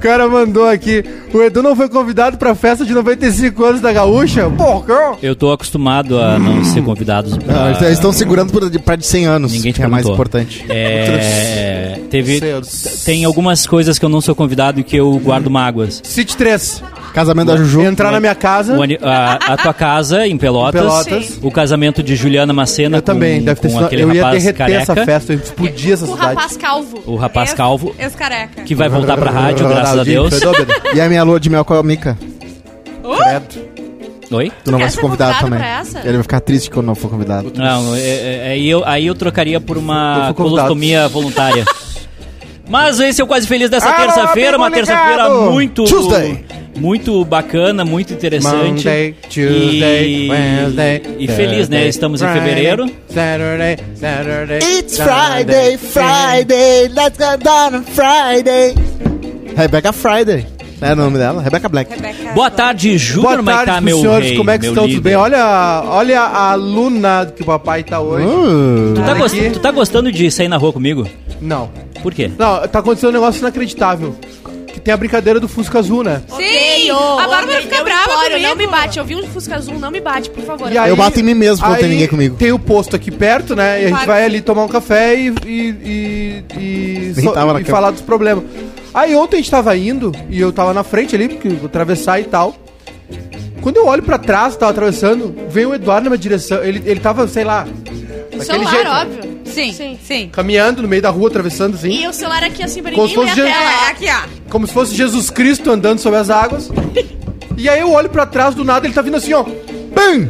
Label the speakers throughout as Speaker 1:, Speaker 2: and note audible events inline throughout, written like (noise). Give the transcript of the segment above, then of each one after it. Speaker 1: cara mandou aqui. O Edu não foi convidado pra festa de 95 anos da Gaúcha? Porra!
Speaker 2: Eu tô acostumado a
Speaker 1: Hum.
Speaker 2: não ser
Speaker 1: (laughs)
Speaker 2: convidados.
Speaker 3: Ah,
Speaker 2: pra-
Speaker 3: eles estão segurando pra, pra de 100 anos.
Speaker 2: Ninguém te
Speaker 3: que é mais
Speaker 2: perguntou.
Speaker 3: importante. (laughs)
Speaker 2: É, teve,
Speaker 1: Sei, eu-
Speaker 2: tem algumas coisas que eu não sou convidado e que eu guardo mágoas.
Speaker 1: City 3.
Speaker 3: Casamento da Juju.
Speaker 1: Entrar na minha casa.
Speaker 2: O ani- a, a tua casa em Pelotas,
Speaker 1: Em Pelotas. Sim.
Speaker 2: o casamento de Juliana Macena
Speaker 1: Eu
Speaker 2: com,
Speaker 1: também, deve ter
Speaker 2: com
Speaker 1: sido.
Speaker 2: aquele
Speaker 1: Eu ia
Speaker 2: rapaz
Speaker 1: derreter
Speaker 2: careca
Speaker 1: essa festa, eu explodia essa
Speaker 4: O
Speaker 1: cidade.
Speaker 4: rapaz calvo.
Speaker 2: O rapaz
Speaker 4: Ex-
Speaker 2: calvo.
Speaker 4: Ex-careca.
Speaker 2: que vai voltar pra
Speaker 3: Ah,
Speaker 2: rádio, graças a
Speaker 1: (laughs) Ronaldinho
Speaker 2: Deus.
Speaker 1: Fenômeno. (laughs)
Speaker 3: E a minha lua de mel com a Mica.
Speaker 1: Credo.
Speaker 2: Oi?
Speaker 3: Tu não
Speaker 4: quer
Speaker 3: vai ser convidado,
Speaker 4: ser convidado
Speaker 3: também.
Speaker 4: pra essa?
Speaker 3: Ele vai ficar triste quando não for convidado.
Speaker 2: Não, é- é- aí, eu, aí eu trocaria por
Speaker 1: Eu
Speaker 2: uma
Speaker 1: fui convidado.
Speaker 2: colostomia
Speaker 1: (laughs)
Speaker 2: voluntária. Mas esse é o Quase Feliz dessa
Speaker 1: Alô,
Speaker 2: terça-feira, uma
Speaker 1: amigo
Speaker 2: terça-feira
Speaker 1: ligado!
Speaker 2: muito...
Speaker 3: Tuesday!
Speaker 2: Muito bacana, muito interessante.
Speaker 1: Monday, Tuesday,
Speaker 2: e,
Speaker 1: Wednesday,
Speaker 2: e feliz, né?
Speaker 1: Thursday,
Speaker 2: Estamos em
Speaker 1: Friday,
Speaker 2: fevereiro.
Speaker 1: Saturday, Saturday.
Speaker 3: It's Friday, Friday, let's go down on Friday. Rebecca Friday. É o nome dela? Rebecca Black.
Speaker 4: Rebeca.
Speaker 2: Boa tarde, Júnior
Speaker 1: Boa tarde,
Speaker 2: Maitá, tá,
Speaker 1: meus
Speaker 2: meu
Speaker 1: senhores,
Speaker 2: rei,
Speaker 1: como é que
Speaker 2: meu
Speaker 1: estão? Tudo
Speaker 2: líder.
Speaker 1: bem? Olha, olha a luna que o papai tá hoje.
Speaker 3: Uh,
Speaker 2: Tu tá,
Speaker 1: Olha
Speaker 2: gost-
Speaker 1: aqui.
Speaker 2: tu tá gostando de sair na rua comigo?
Speaker 1: Não.
Speaker 2: Por quê?
Speaker 1: Não, tá acontecendo um negócio inacreditável. Que tem a brincadeira do Fusca Azul, né?
Speaker 4: Sim!
Speaker 5: Odeio,
Speaker 4: a Bárbara
Speaker 5: odeio,
Speaker 4: fica
Speaker 5: não
Speaker 4: brava
Speaker 5: imploro,
Speaker 4: comigo.
Speaker 5: Não me bate. Eu vi um Fusca Azul, não me bate, por favor.
Speaker 1: E aí-
Speaker 3: Eu bato em mim mesmo quando
Speaker 1: aí
Speaker 3: tem ninguém comigo.
Speaker 1: Tem o posto aqui perto, né? E a gente
Speaker 4: Claro.
Speaker 1: vai ali tomar um café e, e, e, e,
Speaker 3: Nem
Speaker 1: só-
Speaker 3: tava na
Speaker 1: e
Speaker 3: cama.
Speaker 1: falar dos problemas. Aí ontem a gente tava indo e eu tava na frente ali, porque eu vou atravessar e tal. Quando eu olho pra trás, tava atravessando, veio o Eduardo na minha direção. Ele, ele tava, sei lá, daquele
Speaker 5: Celular,
Speaker 1: jeito. né?
Speaker 5: óbvio.
Speaker 4: Sim,
Speaker 5: Sim.
Speaker 4: sim.
Speaker 1: Caminhando no meio da rua, atravessando assim.
Speaker 5: E o celular aqui, assim,
Speaker 1: Como se
Speaker 5: bonitinho, e
Speaker 1: fosse
Speaker 5: a
Speaker 1: Jesus.
Speaker 5: tela.
Speaker 4: É, aqui, ó.
Speaker 1: Como se fosse Jesus Cristo andando sobre as águas. E aí eu olho pra trás, do nada ele tá vindo assim, ó. Bam!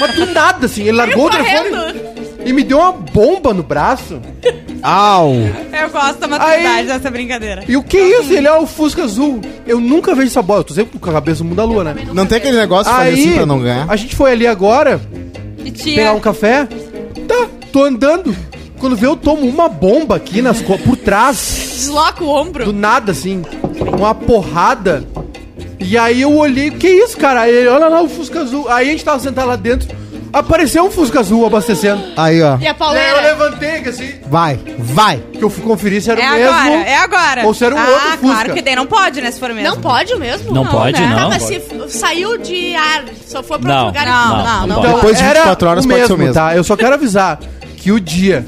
Speaker 1: Mas do nada, assim, ele largou o telefone e me deu uma bomba no braço.
Speaker 3: Au!
Speaker 4: Eu gosto da maturidade
Speaker 1: Aí-
Speaker 4: dessa brincadeira.
Speaker 1: E o que é isso? Ele é o Fusca Azul. Eu nunca vejo essa bola. Eu tô sempre com a cabeça no mundo da lua, né?
Speaker 3: Não tem aquele negócio de fazer
Speaker 1: Aí,
Speaker 3: assim pra não ganhar?
Speaker 1: a gente foi ali agora
Speaker 4: E tia.
Speaker 1: pegar um café. Tá, tô andando. Quando vê, eu tomo uma bomba aqui nas co- por trás.
Speaker 5: Desloca o
Speaker 1: Do
Speaker 5: ombro.
Speaker 1: nada, assim. Uma porrada. E aí eu olhei, que isso, cara? Ele, olha lá o Fusca Azul. Aí a gente tava sentado lá dentro. Apareceu um Fusca Azul abastecendo.
Speaker 3: Aí, ó.
Speaker 5: E a
Speaker 1: E aí eu
Speaker 5: pauleira.
Speaker 1: levantei, que assim,
Speaker 3: Vai, vai!
Speaker 1: que eu fui conferir se era
Speaker 4: É
Speaker 1: o mesmo.
Speaker 4: agora, é agora.
Speaker 1: Ou se era um outro Fusca.
Speaker 4: claro que daí não pode, né, se for mesmo.
Speaker 5: Não pode mesmo?
Speaker 2: Não pode,
Speaker 5: né?
Speaker 2: não.
Speaker 5: Tá, mas se f- saiu de ar, só foi pra
Speaker 2: Não,
Speaker 5: outro lugar.
Speaker 4: não, não, não
Speaker 2: pode.
Speaker 4: pode.
Speaker 3: Depois de 24 horas
Speaker 1: o
Speaker 3: pode ser o mesmo.
Speaker 1: Tá? Eu só quero avisar que o dia.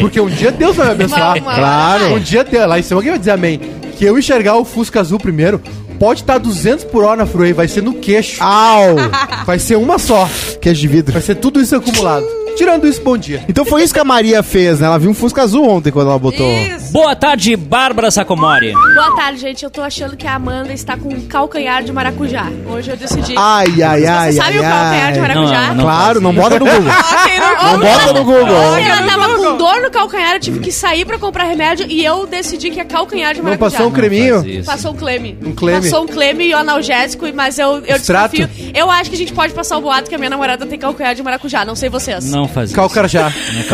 Speaker 1: porque um dia Deus vai me abençoar.
Speaker 5: Uma- uma-
Speaker 3: Claro.
Speaker 1: Um dia Deus, lá em cima alguém vai dizer amém. Que eu enxergar o Fusca Azul primeiro, pode tá estar 200 por hora na Freeway, vai ser no queixo.
Speaker 3: Au!
Speaker 1: Vai ser uma só.
Speaker 3: Queijo de vidro.
Speaker 1: Vai ser tudo isso acumulado. Tirando isso, bom dia.
Speaker 3: Então foi isso que a Maria fez, né? Ela viu um Fusca Azul ontem quando ela botou.
Speaker 4: Isso.
Speaker 2: Boa tarde, Bárbara Sacomori.
Speaker 5: Boa tarde, gente. Eu tô achando que a Amanda está com um calcanhar de maracujá. Hoje eu decidi.
Speaker 3: Ai, ai, ai,
Speaker 5: Você sabe
Speaker 3: ai,
Speaker 5: o calcanhar de
Speaker 3: ai.
Speaker 5: maracujá?
Speaker 2: Não, não.
Speaker 3: Claro, não bota no Google.
Speaker 4: Ok, não
Speaker 3: Não bota no Google.
Speaker 5: Ontem ela tava
Speaker 4: Google.
Speaker 5: com dor no calcanhar, eu tive que sair pra comprar remédio e eu decidi que é calcanhar de
Speaker 1: Não
Speaker 5: maracujá.
Speaker 1: passou um creminho?
Speaker 2: Faz isso.
Speaker 5: Passou um cleme.
Speaker 1: Um cleme?
Speaker 5: Passou um cleme e o analgésico, mas eu, eu
Speaker 1: Extrato?
Speaker 5: desconfio. Eu acho que a gente pode passar o boato que a minha namorada tem calcanhar de maracujá, não sei vocês.
Speaker 2: Não faz isso.
Speaker 1: Calcarjá.
Speaker 2: isso, é uma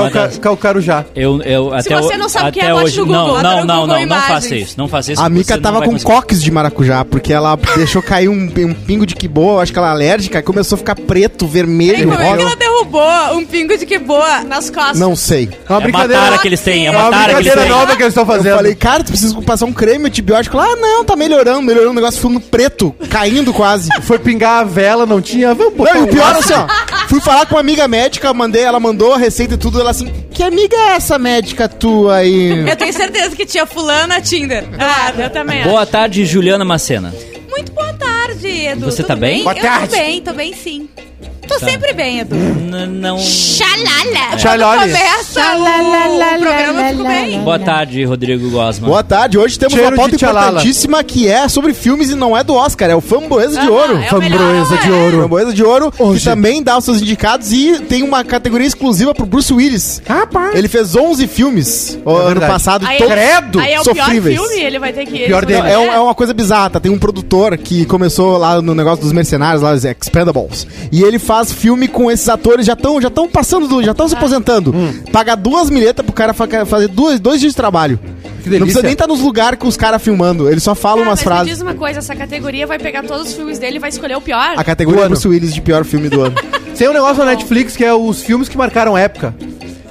Speaker 1: Calca,
Speaker 2: das-
Speaker 1: calcarujá.
Speaker 3: É
Speaker 2: Eu, eu, até
Speaker 5: você
Speaker 2: o-
Speaker 5: não sabe o que é,
Speaker 2: até
Speaker 5: bote
Speaker 2: hoje,
Speaker 5: no Google.
Speaker 2: Não,
Speaker 4: Bota
Speaker 2: não,
Speaker 4: no
Speaker 2: não,
Speaker 4: Google
Speaker 2: não, não
Speaker 4: Imagens.
Speaker 2: faça isso. Não faça isso.
Speaker 3: A
Speaker 2: porque
Speaker 3: Mica
Speaker 2: Assim, você
Speaker 3: tava
Speaker 2: não vai
Speaker 3: com
Speaker 2: conseguir.
Speaker 3: coques de maracujá, porque ela deixou cair um, um pingo de que boa, acho que ela é alérgica, e começou a ficar preto, vermelho,
Speaker 4: Como é que
Speaker 5: tá
Speaker 3: rosa.
Speaker 4: ela derrubou um pingo de que boa?
Speaker 5: Nas costas.
Speaker 3: Não sei.
Speaker 1: É uma
Speaker 2: É matara que eles têm, é
Speaker 1: É uma
Speaker 2: matara que eles
Speaker 1: brincadeira
Speaker 2: têm.
Speaker 1: nova que eles estão fazendo.
Speaker 3: Eu falei, cara, tu precisa passar um creme antibiótico. Ela, Ah, não, tá melhorando, melhorando. O negócio ficou no preto, caindo quase.
Speaker 1: Foi pingar a vela, não tinha. Vamos botar
Speaker 3: Não, e o
Speaker 1: um-
Speaker 3: pior assim, ó. Fui falar com uma amiga médica, mandei, ela mandou a receita e tudo. Ela assim, que amiga é essa médica tua aí?
Speaker 4: Eu tenho certeza que tinha fulana Tinder. Ah, eu também
Speaker 1: é-
Speaker 2: Boa tarde, Juliana Macena.
Speaker 4: Muito boa tarde, Edu.
Speaker 2: Você
Speaker 4: Tudo
Speaker 2: tá bem? Tá. Boa
Speaker 4: eu
Speaker 1: tarde.
Speaker 4: tô bem, tô bem sim. Tô sempre bem, Edu.
Speaker 2: N- não.
Speaker 5: Xalala!
Speaker 1: Xalholes.
Speaker 4: Começa o programa, eu fico bem.
Speaker 2: Boa tarde, Rodrigo Gosman.
Speaker 3: Boa tarde, hoje temos
Speaker 1: Ah. Cheiro
Speaker 3: uma pauta
Speaker 1: de tchalala.
Speaker 3: importantíssima que é sobre filmes e não é do Oscar, é o Framboesa de
Speaker 5: Ah,
Speaker 3: Ouro.
Speaker 5: é o melhor, Framboesa de é.
Speaker 3: Ouro. Framboesa de Ouro, que
Speaker 1: Hoje.
Speaker 3: também dá os seus indicados e tem uma categoria exclusiva pro Bruce Willis.
Speaker 1: Rapaz.
Speaker 3: Ele fez 11 filmes o ano
Speaker 1: verdade.
Speaker 3: passado,
Speaker 5: Aí é,
Speaker 3: todos
Speaker 1: Credo!
Speaker 5: aí é o
Speaker 3: sofríveis.
Speaker 5: pior filme, ele vai ter que...
Speaker 1: pior
Speaker 5: eles
Speaker 1: dele.
Speaker 5: vão-
Speaker 3: É, um- é uma coisa bizarra, tá? Tem um produtor que começou lá no negócio dos mercenários, lá os Expendables. E ele faz filme com esses atores, já estão já tão passando, do, já estão se aposentando. Paga duas milhetas pro cara fa- fazer duas, dois dias de trabalho.
Speaker 1: delícia.
Speaker 3: Não precisa nem estar nos lugares com os caras filmando, ele só
Speaker 5: Ah,
Speaker 3: fala umas
Speaker 5: mas me
Speaker 3: frases.
Speaker 5: diz um uma coisa, essa categoria vai pegar todos os filmes dele e vai escolher o pior?
Speaker 3: A categoria é
Speaker 1: Do ano.
Speaker 3: Bruce Willis de pior filme do ano.
Speaker 1: Tem um negócio na Netflix que é os filmes que marcaram época.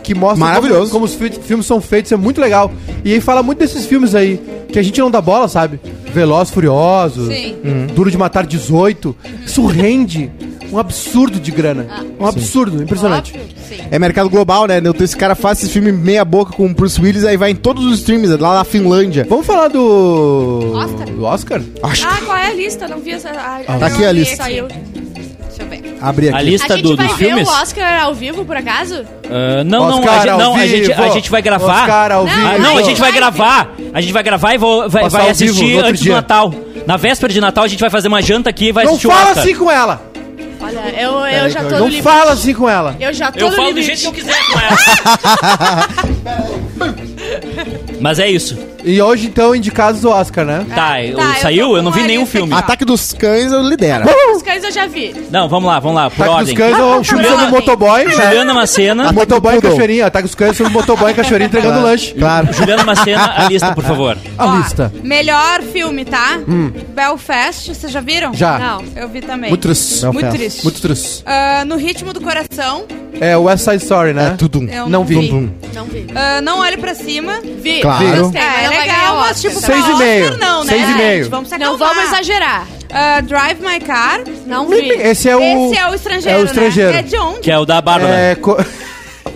Speaker 1: Que mostra
Speaker 3: Maravilhoso.
Speaker 1: como, como os fi- filmes são feitos, é muito legal. E aí fala muito desses filmes aí. que a gente não dá bola, sabe? Veloz, Furioso,
Speaker 4: Sim.
Speaker 1: Uhum. Duro de Matar 18. Isso rende um absurdo de grana. Um absurdo, impressionante.
Speaker 4: Óbvio, sim.
Speaker 3: É mercado global, né? Então Esse cara faz esse filme meia boca com o Bruce Willis, aí vai em todos os streams, lá na Finlândia.
Speaker 1: Vamos falar do.
Speaker 4: Oscar?
Speaker 1: Do Oscar?
Speaker 3: Acho
Speaker 5: Ah, qual é a lista? Não vi essa. Ah,
Speaker 3: Tá
Speaker 5: não
Speaker 3: aqui a
Speaker 5: vi,
Speaker 3: lista.
Speaker 5: Saiu.
Speaker 4: Deixa eu ver.
Speaker 3: abri aqui.
Speaker 2: A
Speaker 5: A
Speaker 2: lista
Speaker 5: gente
Speaker 2: do-
Speaker 5: vai
Speaker 2: dos
Speaker 5: ver
Speaker 2: filmes?
Speaker 5: o Oscar ao vivo, por acaso?
Speaker 2: Ah, não, não, a
Speaker 1: Oscar
Speaker 2: gente,
Speaker 1: ao
Speaker 2: não a, gente, a
Speaker 1: vivo.
Speaker 2: gente vai gravar.
Speaker 1: Oscar ao
Speaker 2: Ah,
Speaker 1: vivo.
Speaker 2: não, a gente vai gravar. A gente vai gravar e vou- vai,
Speaker 1: Passar
Speaker 2: vai
Speaker 1: ao vivo
Speaker 2: assistir
Speaker 1: no outro
Speaker 2: antes
Speaker 1: dia.
Speaker 2: do Natal. Na véspera de Natal a gente vai fazer uma janta aqui e vai
Speaker 1: Não
Speaker 2: assistir o
Speaker 1: fala
Speaker 2: Oscar.
Speaker 1: assim com ela!
Speaker 5: Olha, eu, eu já tô no
Speaker 1: Não
Speaker 5: limite.
Speaker 1: fala assim com ela!
Speaker 5: Eu já tô
Speaker 2: Eu
Speaker 5: no
Speaker 2: falo do
Speaker 5: limite.
Speaker 2: jeito que eu quiser com ela.
Speaker 1: (laughs)
Speaker 2: Mas é isso.
Speaker 1: E hoje, então, indicados do Oscar, né?
Speaker 2: Tá, eu-
Speaker 4: Ah, eu tô
Speaker 2: saiu?
Speaker 4: com
Speaker 2: Eu não vi
Speaker 4: a
Speaker 2: nenhum
Speaker 4: lista
Speaker 2: filme.
Speaker 4: aqui, ó.
Speaker 3: Ataque dos Cães lidera.
Speaker 1: Ah.
Speaker 5: Os cães eu já vi.
Speaker 2: Não, vamos lá, vamos lá, por
Speaker 1: Ataque
Speaker 2: ordem.
Speaker 1: dos Cães é um filme sobre
Speaker 4: Juliana-
Speaker 1: o motoboy, né?
Speaker 2: Juliana Macena.
Speaker 1: (laughs)
Speaker 3: Ataque
Speaker 1: Motoboy
Speaker 3: do
Speaker 1: e
Speaker 3: Poodle.
Speaker 1: cachoeirinha. Ataque dos Cães é sobre o motoboy e cachoeirinha entregando lanche.
Speaker 3: Claro.
Speaker 2: Juliana Macena, a lista, por favor.
Speaker 1: A
Speaker 4: Ó,
Speaker 1: lista. Hum.
Speaker 4: Melhor filme, tá? Belfast, vocês já viram?
Speaker 1: Já.
Speaker 4: Não, eu vi também.
Speaker 1: Muito triste.
Speaker 4: Muito triste.
Speaker 1: Muito triste.
Speaker 4: Ah, no Ritmo do Coração,
Speaker 1: É o West Side Story, né?
Speaker 3: É tudo um.
Speaker 4: eu
Speaker 1: Não
Speaker 4: não
Speaker 1: vi.
Speaker 4: vi.
Speaker 3: Dum-dum.
Speaker 5: Não vi.
Speaker 4: Ah, não Olhe Pra Cima.
Speaker 5: Vi.
Speaker 3: Claro.
Speaker 5: Gostei, mas
Speaker 4: É, é
Speaker 5: ela vai ganhar
Speaker 4: legal,
Speaker 5: o
Speaker 4: mas
Speaker 5: Oscar,
Speaker 4: tipo,
Speaker 5: tá?
Speaker 4: pra
Speaker 1: Seis e meio.
Speaker 4: Oscar não, né?
Speaker 1: Seis e meio.
Speaker 4: Gente, Vamos se
Speaker 5: Não
Speaker 4: acalmar.
Speaker 5: vamos exagerar.
Speaker 4: Ah, Drive My Car.
Speaker 5: Não vi.
Speaker 1: Esse é o.
Speaker 4: Esse é o estrangeiro,
Speaker 1: É o estrangeiro.
Speaker 4: né? É de onde?
Speaker 2: Que é o da Bárbara.
Speaker 1: É co- (laughs)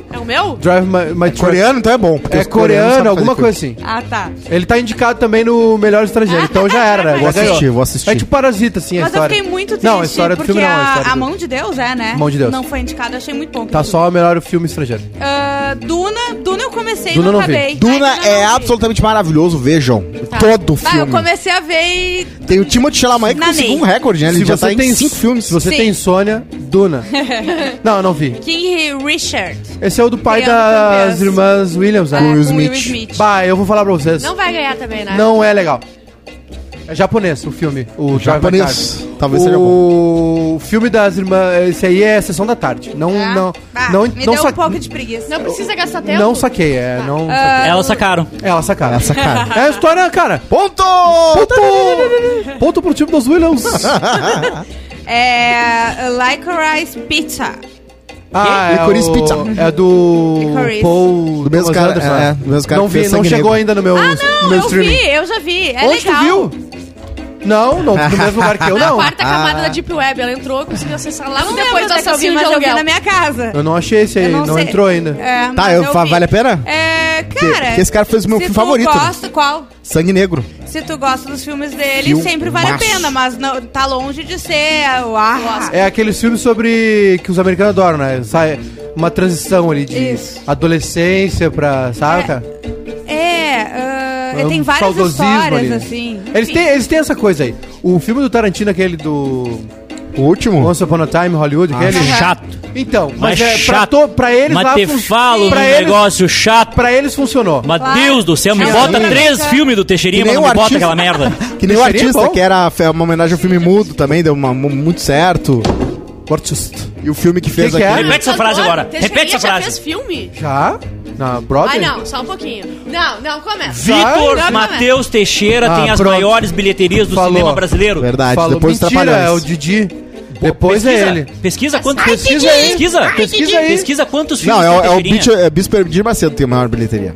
Speaker 5: É o meu?
Speaker 1: Drive My, my Truck.
Speaker 3: Coreano, então é bom. porque
Speaker 1: É
Speaker 3: os coreanos
Speaker 1: coreano,
Speaker 3: sabem
Speaker 1: alguma
Speaker 3: fazer
Speaker 1: coisa assim.
Speaker 4: Ah, tá.
Speaker 1: Ele tá indicado também no Melhor
Speaker 4: (laughs)
Speaker 1: Estrangeiro, então já era, né?
Speaker 3: Vou
Speaker 1: Já ganhou.
Speaker 3: assistir, vou assistir.
Speaker 1: É tipo Parasita, assim, a
Speaker 4: Mas eu
Speaker 1: história.
Speaker 4: fiquei muito triste,
Speaker 1: Não, a história do
Speaker 4: porque
Speaker 1: filme não. A,
Speaker 4: a,
Speaker 1: história
Speaker 4: a
Speaker 1: do-
Speaker 4: Mão de Deus é, né?
Speaker 1: Mão de Deus.
Speaker 4: Não foi indicado, eu achei muito bom.
Speaker 1: Tá só o melhor filme estrangeiro.
Speaker 4: Ah, Duna, Duna eu comecei e
Speaker 1: Duna
Speaker 4: não,
Speaker 1: não vi.
Speaker 4: acabei.
Speaker 3: Duna
Speaker 4: Ai,
Speaker 3: é
Speaker 4: não vi.
Speaker 3: absolutamente maravilhoso, vejam. Todo o
Speaker 4: Bah, Ah, eu
Speaker 3: filme.
Speaker 4: comecei a ver e...
Speaker 3: Tem o Timothée Chalamet que
Speaker 4: Na
Speaker 3: conseguiu
Speaker 4: lei.
Speaker 3: um recorde, né? Ele
Speaker 1: Se
Speaker 3: já
Speaker 1: você
Speaker 3: tá em
Speaker 1: tem-
Speaker 3: cinco filmes.
Speaker 1: Se você
Speaker 4: Sim.
Speaker 1: tem insônia, Duna. não, eu não vi.
Speaker 4: King Richard.
Speaker 1: Esse é o do pai
Speaker 4: Criando
Speaker 1: das
Speaker 4: também as-
Speaker 1: irmãs Williams, né?
Speaker 4: Ah,
Speaker 3: Will
Speaker 4: com
Speaker 3: Smith.
Speaker 1: Bah, eu vou falar pra vocês.
Speaker 5: Não
Speaker 1: Não,
Speaker 5: vai ganhar também, né?
Speaker 1: é legal. É japonês o filme. O
Speaker 3: É Japonês.
Speaker 1: Drive My Car.
Speaker 3: Talvez
Speaker 1: o...
Speaker 3: seja
Speaker 1: O filme das irmãs... Esse aí é Sessão da Tarde. Não,
Speaker 4: tá?
Speaker 1: não...
Speaker 4: Bah,
Speaker 1: não,
Speaker 4: me
Speaker 1: não
Speaker 4: deu
Speaker 1: sa-
Speaker 4: um pouco de preguiça.
Speaker 5: Não precisa gastar tempo.
Speaker 1: Não saquei, é... Não
Speaker 4: Ah.
Speaker 1: saquei. É,
Speaker 2: Elas sacaram.
Speaker 1: Ela sacaram.
Speaker 3: Essa cara.
Speaker 1: É a história, cara.
Speaker 3: Ponto!
Speaker 1: Ponto!
Speaker 4: (laughs)
Speaker 1: Ponto pro time dos
Speaker 3: (laughs)
Speaker 1: Williams.
Speaker 4: É... Licorice Pizza.
Speaker 1: Ah,
Speaker 3: Licorice
Speaker 1: o-
Speaker 3: Pizza.
Speaker 1: É do
Speaker 4: Licorice.
Speaker 1: Paul...
Speaker 3: Do mesmo
Speaker 1: Thomas
Speaker 3: cara,
Speaker 1: Anderson,
Speaker 3: é,
Speaker 1: né?
Speaker 3: do mesmo cara
Speaker 1: Não
Speaker 3: que fez
Speaker 1: vi, não
Speaker 3: Sangue
Speaker 1: chegou aingo.
Speaker 3: Negro.
Speaker 1: ainda no meu, no
Speaker 4: Ah, Não,
Speaker 1: meu
Speaker 4: eu
Speaker 1: streaming.
Speaker 4: vi, eu já vi. É
Speaker 1: Onde
Speaker 4: legal.
Speaker 1: tu viu? Não, não, no mesmo lugar que eu,
Speaker 5: Na
Speaker 1: não.
Speaker 5: quarta
Speaker 3: Ah.
Speaker 5: camada da Deep Web, ela entrou, conseguiu acessar lá
Speaker 4: Eu não
Speaker 5: depois
Speaker 4: lembro
Speaker 5: do
Speaker 4: onde é que eu vi,
Speaker 5: assassino de
Speaker 4: mas eu vi
Speaker 5: aluguel.
Speaker 4: na minha casa.
Speaker 1: Eu não achei esse aí,
Speaker 4: Eu
Speaker 1: não,
Speaker 4: sei.
Speaker 1: entrou ainda.
Speaker 4: É,
Speaker 3: Tá,
Speaker 4: mas
Speaker 3: eu, fa-
Speaker 4: vi.
Speaker 3: vale a pena?
Speaker 4: É, cara.
Speaker 3: Que- que esse cara fez o meu
Speaker 4: se
Speaker 3: filme
Speaker 4: tu
Speaker 3: favorito, né?
Speaker 4: Gosta, qual?
Speaker 3: Sangue Negro.
Speaker 4: Se tu gosta dos filmes dele,
Speaker 3: Filmaço.
Speaker 4: sempre vale a pena, mas não, tá longe de ser o ah,
Speaker 1: É aqueles filmes sobre. que os americanos adoram, né? Sai uma transição ali de
Speaker 4: Isso.
Speaker 1: adolescência pra. sabe,
Speaker 4: É,
Speaker 1: cara?
Speaker 4: É, ah,
Speaker 1: É um
Speaker 4: tem várias
Speaker 1: saudosismo
Speaker 4: histórias,
Speaker 1: ali, né?
Speaker 4: assim.
Speaker 1: Eles têm, eles têm essa coisa aí. O filme do Tarantino, aquele do.
Speaker 3: O último?
Speaker 1: Once Upon a Time, Hollywood, aquele.
Speaker 2: Ah, Chato.
Speaker 1: Então, mas,
Speaker 2: Mas
Speaker 1: é, pra,
Speaker 2: chato.
Speaker 1: to, pra eles
Speaker 2: Mas
Speaker 1: lá.
Speaker 2: te
Speaker 1: fun-
Speaker 2: falo
Speaker 1: pra,
Speaker 2: num
Speaker 1: eles,
Speaker 2: negócio chato.
Speaker 1: pra eles funcionou.
Speaker 2: Mas
Speaker 4: Claro.
Speaker 2: Deus do céu, me
Speaker 4: Sim.
Speaker 2: bota
Speaker 4: Sim.
Speaker 2: três filmes do Teixeirinha,
Speaker 3: Que
Speaker 2: mas
Speaker 3: nem
Speaker 2: não me
Speaker 3: o
Speaker 2: bota
Speaker 3: artista.
Speaker 2: aquela merda.
Speaker 3: Que nem o
Speaker 1: Seria
Speaker 3: artista,
Speaker 1: bom.
Speaker 3: que era é uma homenagem ao filme mudo também, deu uma, mu- muito certo. E o filme que fez
Speaker 1: Que que é?
Speaker 3: aquele.
Speaker 2: Repete essa frase agora.
Speaker 5: Teixeirinha
Speaker 2: Repete essa
Speaker 5: Já fez
Speaker 2: frase.
Speaker 5: filme?
Speaker 1: Já? Na Broadway?
Speaker 5: Ai, não, só um pouquinho. Não, não, começa.
Speaker 2: Vitor
Speaker 4: é.
Speaker 5: Vai.
Speaker 2: Matheus Teixeira
Speaker 1: Ah,
Speaker 2: tem as
Speaker 1: pronto.
Speaker 2: maiores bilheterias do
Speaker 1: Falou.
Speaker 2: cinema brasileiro.
Speaker 3: Verdade,
Speaker 1: é? Falou,
Speaker 3: depois dos
Speaker 1: mentira, é o
Speaker 3: Trapalhões.
Speaker 1: Didi. Depois
Speaker 2: tá pesquisa,
Speaker 1: é ele.
Speaker 2: Pesquisa quantos
Speaker 1: Pesquisa aí.
Speaker 2: Pesquisa.
Speaker 1: Pesquisa aí.
Speaker 2: Pesquisa quantos filmes
Speaker 3: Não, é, o- é o
Speaker 2: Teixeirinha.
Speaker 3: Bicho- é Bispo Hermídio Macedo que tem a maior bilheteria.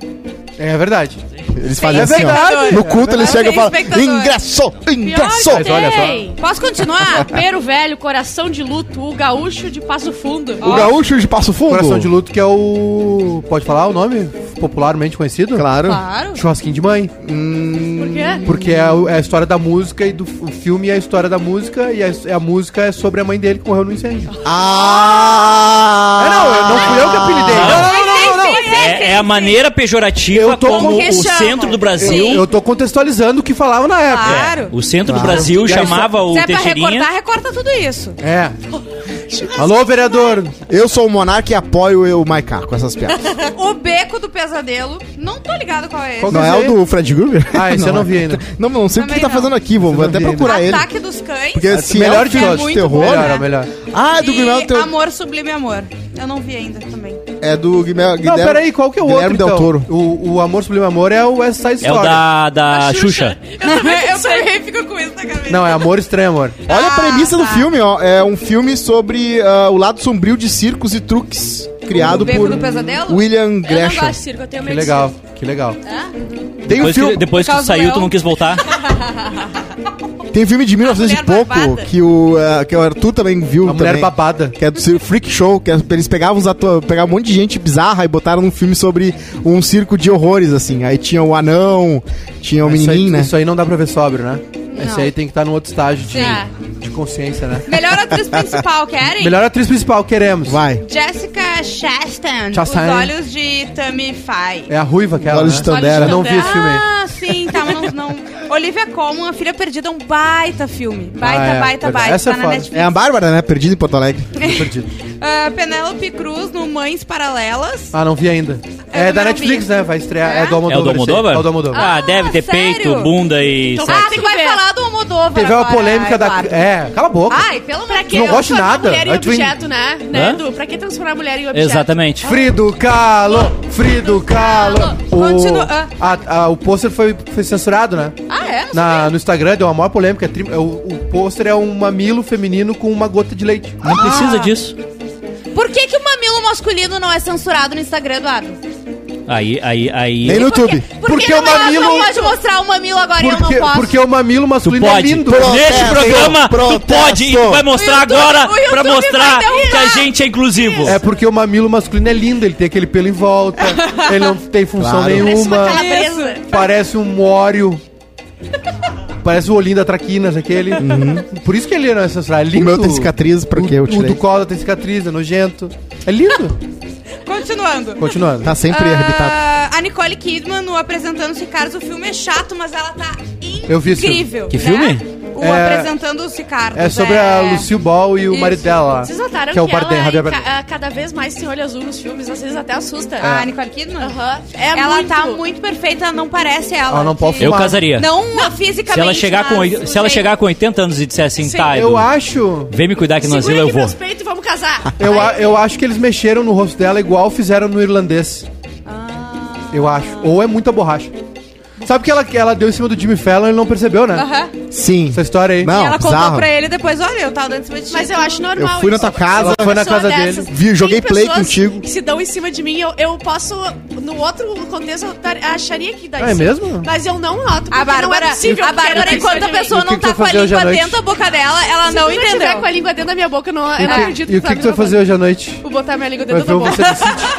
Speaker 1: É verdade.
Speaker 3: Eles fazem
Speaker 1: É
Speaker 3: assim, ó.
Speaker 1: verdade.
Speaker 3: No culto
Speaker 1: É
Speaker 3: eles
Speaker 4: verdade.
Speaker 3: chegam e falam:
Speaker 4: Espectador. é.
Speaker 3: ingresso, ingresso.
Speaker 5: Pior que
Speaker 1: Mas olha só.
Speaker 5: tem. (laughs)
Speaker 4: Posso continuar?
Speaker 5: Pero Velho, Coração de Luto, O Gaúcho de Passo Fundo.
Speaker 3: O gaúcho de Passo Fundo.
Speaker 1: Coração de Luto, que é o. Pode falar o nome? Popularmente conhecido?
Speaker 3: Claro.
Speaker 4: claro.
Speaker 1: Churrasquinho de mãe.
Speaker 5: Por quê?
Speaker 1: Porque é, o- é a história da música e do f- o filme é a história da música e a, a música é sobre a mãe dele que morreu no incêndio.
Speaker 3: Ah!
Speaker 1: É, não, eu- não fui eu que apelidei.
Speaker 2: Ah.
Speaker 1: Não, não, não, não, não.
Speaker 2: É, é a maneira pejorativa
Speaker 1: Eu tô
Speaker 2: como
Speaker 1: com
Speaker 2: o
Speaker 4: queixão.
Speaker 2: centro do Brasil.
Speaker 1: Eu, eu tô contextualizando o que falavam na época.
Speaker 4: Claro.
Speaker 3: É.
Speaker 2: O centro do Brasil
Speaker 1: E aí,
Speaker 2: chamava o
Speaker 4: Se é pra
Speaker 2: Teixeirinha.
Speaker 4: recortar, recorta tudo isso.
Speaker 1: É. Alô, vereador.
Speaker 3: Eu sou o Monark e apoio eu, o Maiká com essas piadas.
Speaker 4: O Beco do Pesadelo. Não tô ligado qual é esse.
Speaker 1: Qual
Speaker 3: não é o do Fred Gruber?
Speaker 1: Ah, esse eu não vi ainda.
Speaker 3: Não, não sei o que
Speaker 4: Também
Speaker 3: ele tá
Speaker 4: não.
Speaker 3: fazendo aqui, vou, vou
Speaker 1: não
Speaker 3: até
Speaker 1: vi ainda.
Speaker 3: procurar ele.
Speaker 4: Ataque dos Cães.
Speaker 3: Porque se é
Speaker 1: melhor
Speaker 3: um
Speaker 1: de
Speaker 3: filme
Speaker 1: todos.
Speaker 3: de
Speaker 4: Muito
Speaker 3: terror.
Speaker 4: bom,
Speaker 1: Melhor,
Speaker 4: né?
Speaker 1: é o melhor.
Speaker 3: Ah, é do Guilherme
Speaker 4: e
Speaker 3: Del Toro.
Speaker 4: Amor Sublime Amor. Eu não vi ainda também. (laughs)
Speaker 3: É do Guilherme.
Speaker 1: Não, peraí, qual que é o
Speaker 3: Guilherme
Speaker 1: outro?
Speaker 3: Del
Speaker 1: então?
Speaker 3: Toro.
Speaker 1: O, o Amor Sublime Amor é o West Side
Speaker 2: É
Speaker 1: Story.
Speaker 2: o da, da Xuxa.
Speaker 4: Eu também, eu também fico com isso na cabeça.
Speaker 1: Não, é Amor Estranho Amor.
Speaker 3: Olha a
Speaker 4: Ah,
Speaker 3: premissa do
Speaker 4: tá.
Speaker 3: filme, ó. É um filme sobre ah, o lado sombrio de circos e truques. Criado
Speaker 4: Beco
Speaker 3: por
Speaker 4: do Pesadelo?
Speaker 3: William
Speaker 5: Eu não gosto
Speaker 3: Gresham.
Speaker 5: de circo, eu tenho
Speaker 1: Que
Speaker 5: medo de
Speaker 1: legal.
Speaker 5: circo.
Speaker 1: Que Que legal.
Speaker 3: Tem um
Speaker 2: Depois,
Speaker 3: filme,
Speaker 2: que, depois que tu
Speaker 4: Casuel.
Speaker 2: saiu, tu não quis voltar.
Speaker 1: Ah,
Speaker 3: tem um filme de 1900 e
Speaker 4: Mulher
Speaker 3: pouco
Speaker 4: Barbada.
Speaker 3: que o, ah, que o Arthur também viu.
Speaker 1: A mulher
Speaker 3: também.
Speaker 1: babada.
Speaker 3: Que é do Cir- Freak Show, que é- eles pegavam os atores, pegavam um monte de gente bizarra e botaram num filme sobre um circo de horrores, assim. Aí tinha o anão, tinha o
Speaker 1: Mas isso aí-
Speaker 3: menininho, né?
Speaker 1: Isso aí não dá pra ver sóbrio, né? Esse aí tem que estar num outro estágio de,
Speaker 4: É.
Speaker 1: de consciência, né?
Speaker 3: um
Speaker 4: Melhor atriz principal, querem?
Speaker 1: Melhor atriz principal, queremos.
Speaker 3: Vai.
Speaker 4: Jessica Chastain,
Speaker 1: Chastain.
Speaker 4: Os Olhos de Tammy Faye.
Speaker 1: É a ruiva aquela,
Speaker 3: Olhos
Speaker 1: né?
Speaker 3: de Tandera.
Speaker 1: Eu não vi esse filme aí.
Speaker 4: Ah, sim, tá, mas não, não. Olivia Colman, A Filha Perdida, é um baita filme. Baita,
Speaker 1: Ah, é,
Speaker 4: baita,
Speaker 1: verdade.
Speaker 4: baita.
Speaker 1: Essa é
Speaker 4: tá na
Speaker 1: foda.
Speaker 4: Netflix.
Speaker 3: É a Bárbara, né? Perdida em Porto Alegre.
Speaker 1: Tô perdido.
Speaker 4: Ah, Penélope Cruz no Mães Paralelas.
Speaker 1: Ah, não vi ainda.
Speaker 4: Eu
Speaker 1: É, da
Speaker 4: também não
Speaker 1: Netflix,
Speaker 4: vi.
Speaker 1: né? Vai estrear. É, do
Speaker 2: É o
Speaker 1: Almodóvar.
Speaker 2: do
Speaker 1: esse aí.
Speaker 2: Almodóvar?
Speaker 1: É o do Almodóvar.
Speaker 2: Ah, deve ter
Speaker 4: sério?
Speaker 2: peito, bunda e
Speaker 5: Então
Speaker 2: sexo.
Speaker 5: vai.
Speaker 4: Ah, tu vai
Speaker 5: ver.
Speaker 4: falar do Almodóvar
Speaker 1: Teve uma
Speaker 4: agora, Ah,
Speaker 1: polêmica da...
Speaker 4: Eduardo.
Speaker 1: É, cala a boca.
Speaker 4: Ai, pelo amor
Speaker 5: Pra
Speaker 4: de
Speaker 5: que
Speaker 1: Não gosto de
Speaker 5: transformar
Speaker 1: nada.
Speaker 5: mulher em
Speaker 1: Aí tu vem-
Speaker 5: objeto, né? Né,
Speaker 2: Hã?
Speaker 5: Edu? Pra que transformar mulher em objeto?
Speaker 2: Exatamente.
Speaker 1: Frio do calo, frio do calo.
Speaker 4: Continua.
Speaker 1: O, a- a- o pôster foi, foi censurado, né?
Speaker 4: Ah, é? Não
Speaker 1: Na, no Instagram deu uma maior polêmica. é tri- é O, o pôster é um mamilo feminino com uma gota de leite.
Speaker 2: Não
Speaker 4: Ah.
Speaker 2: precisa disso.
Speaker 4: sei. Por que, que o mamilo masculino não é censurado no Instagram, Eduardo?
Speaker 2: Aí, aí, aí.
Speaker 3: Nem no
Speaker 4: Por quê?
Speaker 3: YouTube.
Speaker 4: Por que
Speaker 1: Porque
Speaker 4: não
Speaker 1: o
Speaker 4: vai-
Speaker 1: mamilo-
Speaker 4: Não pode mostrar o mamilo agora e Ah, eu não
Speaker 1: Porque,
Speaker 4: posso.
Speaker 1: porque o mamilo
Speaker 2: Tu
Speaker 1: masculino é
Speaker 2: pode.
Speaker 1: lindo.
Speaker 3: Protesto,
Speaker 2: Neste programa, tu
Speaker 3: protesto.
Speaker 2: pode e tu vai mostrar
Speaker 4: O YouTube-
Speaker 2: agora
Speaker 4: o YouTube
Speaker 2: pra
Speaker 4: vai um
Speaker 2: mostrar
Speaker 4: derrubar.
Speaker 2: que a gente é inclusivo.
Speaker 1: É porque o mamilo masculino é lindo, ele tem aquele pelo em
Speaker 4: (laughs)
Speaker 1: volta, ele não tem função
Speaker 3: Claro.
Speaker 5: Parece uma
Speaker 1: nenhuma.
Speaker 5: calabresa.
Speaker 1: Parece um óleo. Parece o olhinho da Traquinas, aquele. Por isso que ele não é censurado. É
Speaker 3: O
Speaker 1: lindo.
Speaker 3: meu tem cicatriz, porque eu
Speaker 1: o, o
Speaker 3: tirei.
Speaker 1: do cola tem cicatriz, é nojento. É lindo.
Speaker 4: Continuando.
Speaker 1: Continuando.
Speaker 3: Tá sempre
Speaker 4: Ah,
Speaker 3: arrebitado.
Speaker 4: a Nicole Kidman no Apresentando os Ricardos. O filme é chato, mas ela tá
Speaker 1: Eu vi esse
Speaker 2: filme.
Speaker 4: incrível.
Speaker 2: Que
Speaker 4: né?
Speaker 2: filme?
Speaker 4: O
Speaker 1: É-
Speaker 4: Apresentando os Ricardos.
Speaker 1: É sobre a Lucille Ball e o
Speaker 5: Isso.
Speaker 1: marido dela.
Speaker 5: Vocês
Speaker 4: tá-
Speaker 5: notaram
Speaker 1: que
Speaker 5: que,
Speaker 1: é o Bardem,
Speaker 5: ela
Speaker 1: Javier
Speaker 5: ca-
Speaker 1: Bardem. É.
Speaker 5: ah, cada vez mais tem olho azul nos filmes, às vezes até assusta.
Speaker 4: A Nicole Kidman?
Speaker 5: Aham. É
Speaker 4: ela
Speaker 5: muito.
Speaker 4: tá muito perfeita, ela não parece ela.
Speaker 1: Ela não pode
Speaker 4: que-
Speaker 2: Eu casaria.
Speaker 4: Não, fisicamente.
Speaker 2: se ela chegar com,
Speaker 4: mas
Speaker 2: oi-
Speaker 4: o
Speaker 2: se ela
Speaker 4: jeito.
Speaker 2: chegar com 80 anos e disser assim,
Speaker 5: Sim.
Speaker 2: tá, Edu,
Speaker 1: Eu acho.
Speaker 2: vem me cuidar que no asilo
Speaker 5: Segura
Speaker 2: eu
Speaker 5: aqui
Speaker 2: vou.
Speaker 5: meus peitos e vamos casar.
Speaker 1: Eu, a- eu acho que eles mexeram no rosto dela igual fizeram no irlandês.
Speaker 4: Ah.
Speaker 1: Eu acho. Ou é muita borracha. Sabe que ela, que ela deu em cima do Jimmy Fallon e ele não percebeu, né?
Speaker 4: Aham.
Speaker 3: Sim.
Speaker 1: Essa história aí.
Speaker 3: Não,
Speaker 4: ela
Speaker 3: bizarro.
Speaker 4: contou pra ele depois, olha, eu tava dando em cima de ti.
Speaker 5: Mas eu acho normal
Speaker 3: Eu fui na
Speaker 5: isso.
Speaker 3: tua casa.
Speaker 1: Ela foi na
Speaker 5: Pessoa
Speaker 1: casa
Speaker 5: dessas.
Speaker 1: dele.
Speaker 3: Vi- joguei
Speaker 5: Tem
Speaker 3: play
Speaker 5: pessoas
Speaker 3: contigo.
Speaker 5: que se dão em cima de mim, eu, eu posso... No outro contexto, eu tar- acharia que dá em
Speaker 1: Ah, é
Speaker 5: cima.
Speaker 1: mesmo?
Speaker 5: Mas eu não noto, porque
Speaker 4: A
Speaker 5: não é
Speaker 4: Ah, Bárbara,
Speaker 5: possível.
Speaker 4: a
Speaker 5: que quero
Speaker 4: Bárbara
Speaker 5: dar em cima
Speaker 4: enquanto a
Speaker 5: de mim.
Speaker 4: pessoa
Speaker 1: E o que
Speaker 4: não
Speaker 1: que tu
Speaker 4: tá
Speaker 1: vai
Speaker 4: com a
Speaker 1: fazer hoje à
Speaker 4: língua
Speaker 1: noite?
Speaker 4: dentro da boca dela, ela
Speaker 5: Se
Speaker 4: não
Speaker 5: tu tiver
Speaker 4: entendeu.
Speaker 5: com a língua dentro da minha boca, eu não, eu não acredito
Speaker 1: E o
Speaker 5: tá
Speaker 1: que, que
Speaker 5: me
Speaker 1: tu vai fazer
Speaker 5: falando.
Speaker 1: hoje à noite?
Speaker 5: Vou botar minha língua
Speaker 1: Vai
Speaker 5: dentro
Speaker 1: ver
Speaker 5: da
Speaker 1: o
Speaker 5: boca.
Speaker 1: você decide.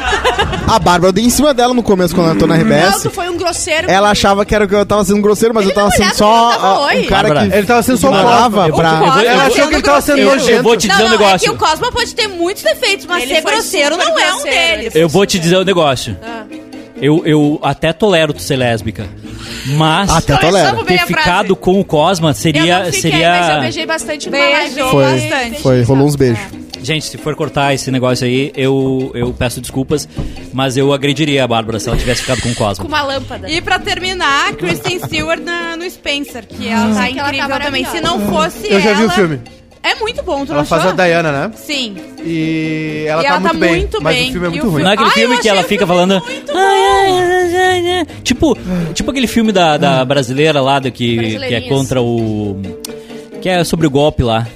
Speaker 3: A Bárbara, eu dei em cima dela no começo, quando ela entrou na
Speaker 5: Não,
Speaker 3: RBS.
Speaker 5: tu foi um grosseiro.
Speaker 3: Ela achava que era que eu tava sendo grosseiro, mas eu tava
Speaker 5: não
Speaker 3: sendo
Speaker 5: olhava,
Speaker 3: só
Speaker 5: ele não dava
Speaker 3: ah,
Speaker 5: oi.
Speaker 3: um cara
Speaker 2: Bárbara,
Speaker 3: que
Speaker 1: Ele tava sendo só
Speaker 3: ignorava
Speaker 1: o
Speaker 3: pra...
Speaker 2: Eu-
Speaker 1: Ela
Speaker 2: eu-
Speaker 1: achou que ele tava sendo
Speaker 2: eu- eu
Speaker 1: nojento.
Speaker 2: vou te dizer
Speaker 4: não,
Speaker 2: um
Speaker 4: não, é
Speaker 2: negócio.
Speaker 4: que o Cosma pode ter muitos defeitos, mas
Speaker 5: Ele
Speaker 4: ser
Speaker 5: foi
Speaker 4: grosseiro
Speaker 5: super
Speaker 4: não é um
Speaker 5: grosseiro, ele
Speaker 4: deles.
Speaker 5: foi-
Speaker 2: Eu vou te dizer um negócio.
Speaker 5: Ah.
Speaker 2: Eu, eu até tolero tu ser lésbica. Mas
Speaker 3: Até é tolera.
Speaker 2: ter
Speaker 5: Então, bem a frase.
Speaker 2: ficado com o Cosma
Speaker 5: eu não
Speaker 2: seria.
Speaker 5: fiquei, mas eu
Speaker 2: seria...
Speaker 5: beijei bastante numa live.
Speaker 4: Beijou
Speaker 3: Foi.
Speaker 4: bastante.
Speaker 3: Foi, rolou uns beijos.
Speaker 2: Gente, se for cortar esse negócio aí, eu, eu peço desculpas, mas eu agrediria a Bárbara se ela tivesse ficado com o
Speaker 5: Com
Speaker 2: Cosma.
Speaker 5: uma lâmpada.
Speaker 4: E pra terminar, Kristen Stewart na- no Spencer, que ela tá
Speaker 5: que ela tá
Speaker 4: incrível também. Se
Speaker 5: maravilhosa.
Speaker 4: não fosse
Speaker 1: Eu já vi o
Speaker 4: ela-
Speaker 1: filme.
Speaker 4: É muito bom, tu
Speaker 1: Ela
Speaker 4: não
Speaker 1: faz
Speaker 4: achou?
Speaker 1: a Diana, né?
Speaker 4: Sim.
Speaker 1: E ela,
Speaker 4: E
Speaker 1: tá,
Speaker 4: ela
Speaker 1: muito,
Speaker 4: tá
Speaker 1: bem,
Speaker 4: muito
Speaker 1: Mas
Speaker 4: bem.
Speaker 1: o filme é
Speaker 4: E
Speaker 1: muito
Speaker 4: o
Speaker 1: ruim.
Speaker 2: Não é aquele
Speaker 4: Ai,
Speaker 2: filme
Speaker 4: eu
Speaker 2: que ela
Speaker 4: achei
Speaker 2: fica
Speaker 4: o filme
Speaker 2: falando. "Ai, ai, ai, ai". Tipo, tipo aquele filme da, da brasileira lá do que, que é
Speaker 5: Brasileirinhas.
Speaker 2: contra o. que é sobre o golpe lá.